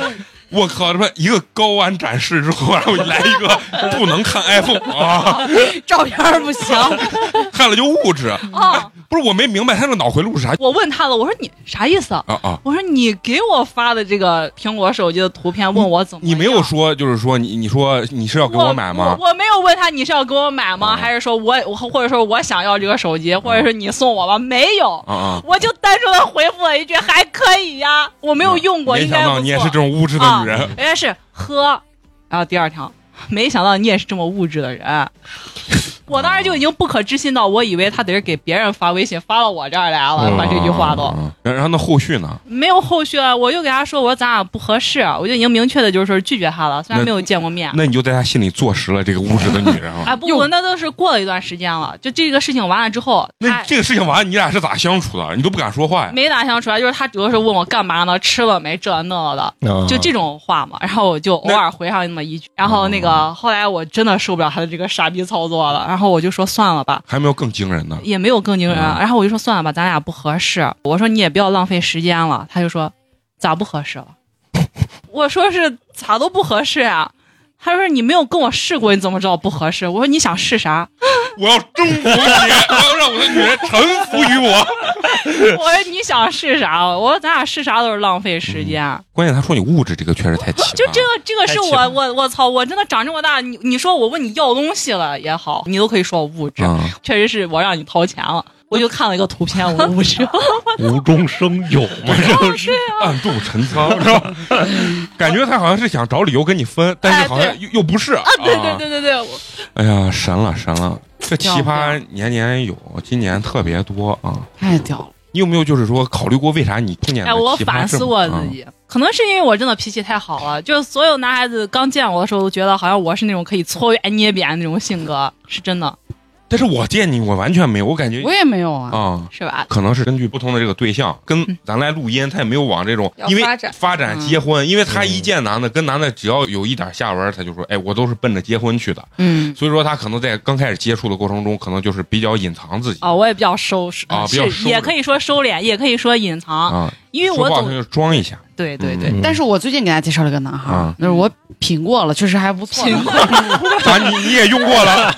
[SPEAKER 1] 我靠！他妈一个高玩展示之后，然后来一个
[SPEAKER 6] [laughs]
[SPEAKER 1] 不能看 iPhone 啊，
[SPEAKER 3] 照片儿不行，
[SPEAKER 1] [laughs] 看了就物质。哎
[SPEAKER 6] 哦，
[SPEAKER 1] 不是我没明白他这脑回路是啥
[SPEAKER 6] 我问他了，我说你啥意思啊？
[SPEAKER 1] 啊啊！
[SPEAKER 6] 我说你给我发的这个苹果手机的图片，问我怎么
[SPEAKER 1] 你没有说，就是说你你说你是要
[SPEAKER 6] 我
[SPEAKER 1] 给我买吗？
[SPEAKER 6] 我？我没有问他你是要给我买吗？
[SPEAKER 1] 啊
[SPEAKER 6] 还是说我我或者说我想要这个手机，
[SPEAKER 1] 哦
[SPEAKER 6] 或者是你送我吧？没有，
[SPEAKER 1] 啊啊！
[SPEAKER 6] 我就单纯的回复了一句还可以呀，我没有用过，
[SPEAKER 1] 没
[SPEAKER 6] 应
[SPEAKER 1] 想
[SPEAKER 6] 该
[SPEAKER 1] 到
[SPEAKER 6] 不
[SPEAKER 1] 你也是
[SPEAKER 6] 错啊
[SPEAKER 1] 这。种物质的女人。
[SPEAKER 6] 人家是喝，然后第二条，没想到你也是这么物质
[SPEAKER 1] [laughs]
[SPEAKER 6] 的人。我当时就已经不可置信到，我以为他得是给别人发微信发到我这儿来了，把这句话都啊
[SPEAKER 1] 嗯。然然后那后续呢？
[SPEAKER 6] 没有后续了。我就给他说，我说咱俩不合适，啊我就已经明确的就是说拒绝他了，虽然没有见过面。
[SPEAKER 1] 那你就在他心里坐实了这个物质的女人啊了。
[SPEAKER 6] 哎，不不，那都是过了一段时间了。就这个事情完了之后，
[SPEAKER 1] 那
[SPEAKER 6] 他
[SPEAKER 1] 这个事情完了，你俩是咋相处的？你都不敢说话呀？
[SPEAKER 6] 没打相出来，就是他有的时候问我干嘛呢，吃了没，这那的。
[SPEAKER 4] 啊
[SPEAKER 6] 就这种话嘛，然后我就偶尔回上那么一句，然后那个后来我真的受不了他的这个傻逼操作了，然后我就说算了吧，
[SPEAKER 1] 还没有更惊人的。
[SPEAKER 6] 也没有更惊人，啊
[SPEAKER 1] 嗯
[SPEAKER 6] 然后我就说算了吧，咱俩不合适，我说你也不要浪费时间了，他就说咋不合适了？我说是咋都不合适呀、他说你没有跟我试过，你怎么知道不合适？我说你想试啥？
[SPEAKER 1] 我要征服你，我要让我的女人臣服于我。
[SPEAKER 6] 我说你想试啥？我说咱俩试啥都是浪费时
[SPEAKER 1] [laughs]
[SPEAKER 6] 间。啊
[SPEAKER 1] 关键他说你物质这个确实太奇葩。
[SPEAKER 6] [laughs] 就这个，这个是
[SPEAKER 4] 太
[SPEAKER 6] 我，我，我操！我真的长这么大，你你说我问你要东西了也好，你都可以说我物质，
[SPEAKER 1] 啊，
[SPEAKER 6] 确实是我让你掏钱了。我就看了一个图片，我
[SPEAKER 1] [laughs]
[SPEAKER 6] 物质，
[SPEAKER 1] 啊
[SPEAKER 4] 无中生有
[SPEAKER 6] [laughs]
[SPEAKER 4] 嘛，这
[SPEAKER 6] 哦
[SPEAKER 4] 是
[SPEAKER 1] 暗度陈仓是吧？ [laughs] 感觉他好像是想找理由跟你分，但是好像又又不是啊。
[SPEAKER 6] 对对 [laughs] 对对对，我
[SPEAKER 1] 哎呀，神了神了！这奇
[SPEAKER 6] 这样
[SPEAKER 1] 葩年年有，今年特别多啊！
[SPEAKER 3] 太屌了。
[SPEAKER 1] 你有没有就是说考虑过为啥你碰见的
[SPEAKER 6] 哎，我
[SPEAKER 1] 奇葩嗯啊
[SPEAKER 6] 反
[SPEAKER 1] 这
[SPEAKER 6] 思
[SPEAKER 1] 么
[SPEAKER 6] 我自？己，可能是因为我真的脾气太好了，就是所有男孩子刚见我的时候，都觉得好像我是那种可以搓圆捏扁的那种性格，是真的，
[SPEAKER 1] 啊但是我见你，我完全没有，我感觉
[SPEAKER 3] 我也没有啊，
[SPEAKER 1] 啊。
[SPEAKER 6] 是吧？
[SPEAKER 1] 可能是根据不同的这个对象，跟
[SPEAKER 6] 嗯
[SPEAKER 1] 咱来录音，他也没有往这种
[SPEAKER 5] 要
[SPEAKER 1] 因为
[SPEAKER 5] 发展
[SPEAKER 1] 发展
[SPEAKER 6] 嗯
[SPEAKER 1] 结婚，因为他一见男的，跟男的只要有一点下文，他就说，哎，我都是奔着结婚去的。
[SPEAKER 6] 嗯，
[SPEAKER 1] 所以说他可能在刚开始接触的过程中，可能就是比较隐藏自己
[SPEAKER 6] 哦，我也比较收拾，呃
[SPEAKER 1] 啊比较收
[SPEAKER 6] 是也
[SPEAKER 1] 敛
[SPEAKER 6] 可以说收敛，也可以说隐藏，
[SPEAKER 1] 啊，
[SPEAKER 6] 因为
[SPEAKER 1] 说
[SPEAKER 6] 我
[SPEAKER 1] 不好
[SPEAKER 6] 总
[SPEAKER 1] 听就装一下。
[SPEAKER 3] 对对对
[SPEAKER 1] 嗯，
[SPEAKER 3] 但是我最近给大家介绍了一个男孩
[SPEAKER 1] 啊
[SPEAKER 3] 儿，那是我品过了，确实还不错的。
[SPEAKER 1] 咋你你也用过了，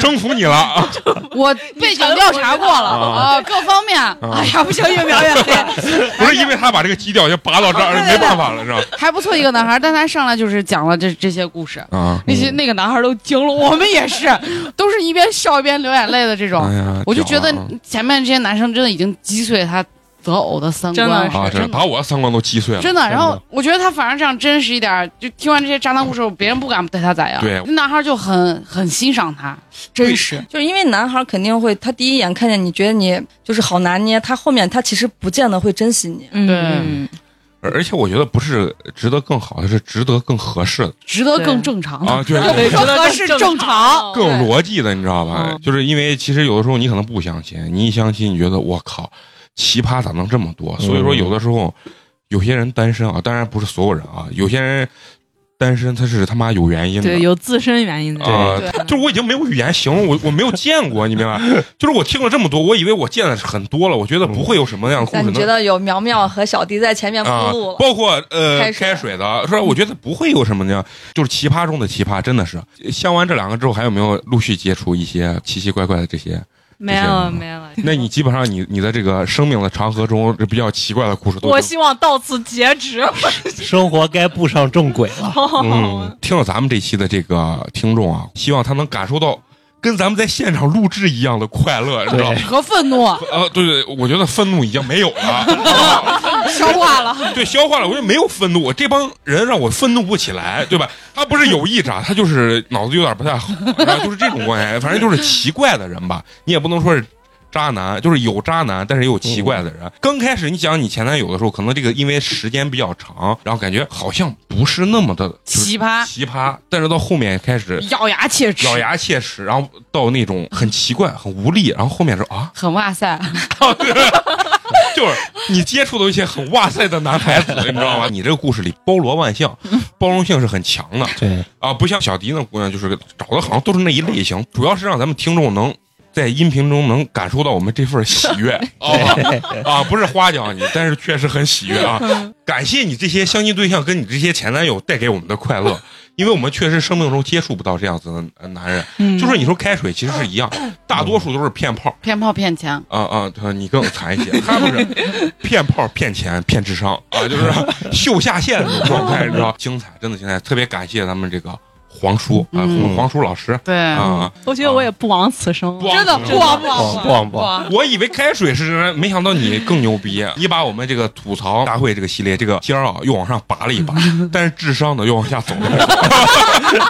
[SPEAKER 1] 征服你了啊！
[SPEAKER 3] 我背景调查过了
[SPEAKER 1] 啊
[SPEAKER 3] 啊，各方面，哎呀，不行，越描越黑。
[SPEAKER 1] 不是因为他把这个基调先拔到这儿，
[SPEAKER 3] 对对
[SPEAKER 1] 没
[SPEAKER 3] 对
[SPEAKER 1] 办法了是吧？
[SPEAKER 3] 还不错一个男孩儿，但他上来就是讲了这这些故事，
[SPEAKER 1] 啊，
[SPEAKER 3] [laughs] 那些那个男孩儿都惊了，我们也是，都是一边笑一边流眼泪的这种。
[SPEAKER 1] 哎呀，
[SPEAKER 3] 我就觉得
[SPEAKER 1] 屌了啊
[SPEAKER 3] 前面这些男生真的已经击碎他择偶的三观了，
[SPEAKER 6] 真的
[SPEAKER 1] 啊，
[SPEAKER 6] 是
[SPEAKER 1] 这把我的三观都击碎了。
[SPEAKER 3] 真的。然后我觉得他反而这样真实一点儿，就听完这些渣男故事，别人不敢对他咋样。
[SPEAKER 1] 对
[SPEAKER 3] 那男孩就很很欣赏他，真实。
[SPEAKER 5] 就是因为男孩肯定会，他第一眼看见你觉得你就是好拿捏，他后面他其实不见得会珍惜你。
[SPEAKER 6] 嗯
[SPEAKER 3] 对
[SPEAKER 6] 嗯
[SPEAKER 1] 而而且我觉得不是值得更好的，是值得更合适的
[SPEAKER 3] 值得
[SPEAKER 6] 对
[SPEAKER 3] 更正常的。
[SPEAKER 6] [laughs]
[SPEAKER 1] 啊，对，
[SPEAKER 6] 对
[SPEAKER 3] 更合适正常，
[SPEAKER 1] 更有逻辑的，你知道吧
[SPEAKER 6] 哎嗯？
[SPEAKER 1] 就是因为其实有的时候你可能不相信，你一相信，你觉得我靠，奇葩咋能这么多？
[SPEAKER 4] 嗯
[SPEAKER 1] 所以说有的时候有些人单身啊，当然不是所有人啊，有些人单身他是他妈有原因的。
[SPEAKER 6] 对，有自身原因的。
[SPEAKER 1] 啊、
[SPEAKER 6] 对
[SPEAKER 1] 他就是我已经没有语言形容我，我没有见过，你明白吧？ [laughs] 就是我听了这么多，我以为我见的是很多了，我觉得不会有什么样的故
[SPEAKER 5] 但
[SPEAKER 1] 事
[SPEAKER 5] 你觉
[SPEAKER 1] 能
[SPEAKER 5] 得有苗苗和小迪在前面
[SPEAKER 1] 啊
[SPEAKER 5] 铺路，了，
[SPEAKER 1] 包括呃
[SPEAKER 5] 开水
[SPEAKER 1] 开水的，是吧？我觉得不会有什么那样，就是奇葩中的奇葩，真的是。相完这两个之后，还有没有陆续接触一些奇奇怪怪的这些 [laughs]
[SPEAKER 6] 没了没了。
[SPEAKER 1] 那你基本上你你的这个生命的长河中，这比较奇怪的故事都
[SPEAKER 6] 我希望到此截止。
[SPEAKER 4] 生活该步上正轨了。
[SPEAKER 6] 哦
[SPEAKER 1] 嗯，听了咱们这期的这个听众啊，希望他能感受到跟咱们在现场录制一样的快乐，你知道吗？
[SPEAKER 4] 对
[SPEAKER 3] 和愤怒
[SPEAKER 1] 呃，对对，我觉得愤怒已经没有了，
[SPEAKER 3] [laughs] 消化了，
[SPEAKER 1] [laughs] 对，消化了，我就没有愤怒。我这帮人让我愤怒不起来，对吧？他不是有意渣，他就是脑子有点不太好，然后就是这种关系，反正就是奇怪的人吧。你也不能说是渣男，就是有渣男，但是也有奇怪的人。刚开始你讲你前男友的时候，可能这个因为时间比较长，然后感觉好像不是那么的就是
[SPEAKER 3] 奇葩，
[SPEAKER 1] 奇葩，但是到后面开始
[SPEAKER 3] 咬牙切齿，
[SPEAKER 1] 咬牙切齿，然后到那种很奇怪、很无力，然后后面是啊，
[SPEAKER 3] 很哇塞，
[SPEAKER 1] [laughs] 就是你接触到一些很哇塞的男孩子，你知道吗？你这个故事里包罗万象，包容性是很强的
[SPEAKER 4] 对，
[SPEAKER 1] 啊，不像小迪那姑娘，就是找的好像都是那一类型，主要是让咱们听众能。在音频中能感受到我们这份喜悦啊啊，不是夸奖你，但是确实很喜悦啊！感谢你这些相亲对象跟你这些前男友带给我们的快乐，因为我们确实生命中接触不到这样子的呃男人。
[SPEAKER 6] 嗯
[SPEAKER 1] 就是你说开水其实是一样，大多数都是骗炮，
[SPEAKER 3] 骗炮骗钱，
[SPEAKER 1] 啊啊，对你更惨一些，他不是骗炮、骗钱、骗智商啊，就是秀下限的状态，你知道？精彩，真的精彩！特别感谢咱们这个黄叔啊，
[SPEAKER 3] 嗯
[SPEAKER 1] 黄叔老师
[SPEAKER 3] 对，
[SPEAKER 1] 啊，
[SPEAKER 6] 我觉得我也不枉此生
[SPEAKER 1] 不
[SPEAKER 6] 了。
[SPEAKER 1] 枉
[SPEAKER 3] 真的
[SPEAKER 1] 此
[SPEAKER 3] 不
[SPEAKER 1] 生
[SPEAKER 3] 枉不
[SPEAKER 6] 哦
[SPEAKER 4] 不
[SPEAKER 3] 枉
[SPEAKER 4] 不不不，
[SPEAKER 3] 枉，
[SPEAKER 1] [laughs] 我以为开水是真，没想到你更牛逼，你把我们这个吐槽大会这个系列这个尖儿啊又往上拔了一
[SPEAKER 6] [laughs]
[SPEAKER 1] 把，但是智商呢又往下走了。 [laughs]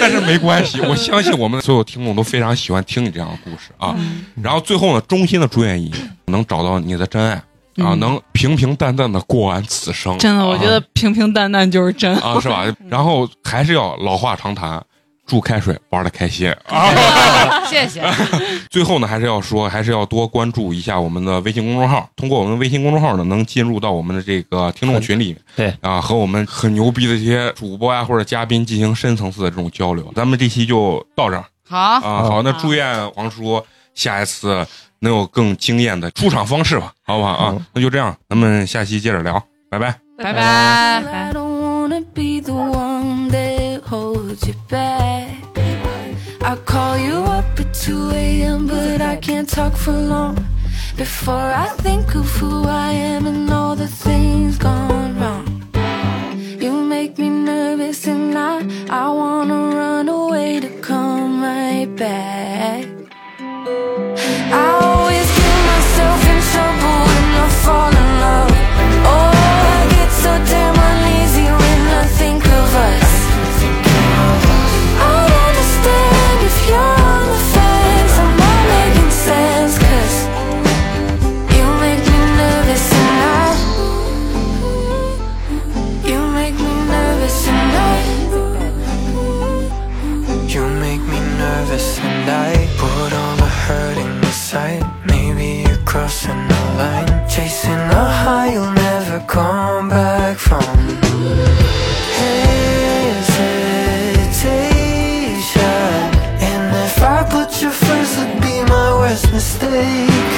[SPEAKER 1] 但是没关系，我相信我们所有听众都非常喜欢听你这样的故事啊。
[SPEAKER 6] 嗯
[SPEAKER 1] 然后最后呢，衷心的祝愿你能找到你的真爱啊，
[SPEAKER 6] 嗯
[SPEAKER 1] 能平平淡淡的过完此生。
[SPEAKER 6] 真的，我
[SPEAKER 1] 啊
[SPEAKER 6] 觉得平平淡淡就是真。
[SPEAKER 1] 啊，是吧？然后还是要老话常谈，祝开水玩的开心啊。
[SPEAKER 3] 谢谢，
[SPEAKER 1] 最后呢，还是要说，还是要多关注一下我们的微信公众号。通过我们的微信公众号呢，能进入到我们的这个听众群里面，
[SPEAKER 4] 对
[SPEAKER 1] 啊，和我们很牛逼的这些主播啊或者嘉宾进行深层次的这种交流。咱们这期就到这儿
[SPEAKER 3] 好，
[SPEAKER 1] 啊，好，那祝愿黄叔下一次能有更惊艳的出场方式吧，好不好啊？那就这样，咱们下期接着聊，拜拜。
[SPEAKER 3] 拜拜。
[SPEAKER 2] I don't wanna be the one that holds you back. I call you up at 2 a.m., but I can't talk for long before I think of who I am and all the things gone wrong. You make me nervous and I, I wanna run away to come right back. I always get myself in trouble when I fall in love. Oh, I get so damn uneasy when I think of us. I don't understand if you're on the fence. I'm not making sense 'cause you make me nervous and I. You make me nervous and I.
[SPEAKER 7] You make me nervous and I put all the hurting aside. Maybe you're crossing the line, chasing a high you'll never come back from. Hesitation, and if I put you first, it'd be my worst mistake.
[SPEAKER 2] Oh,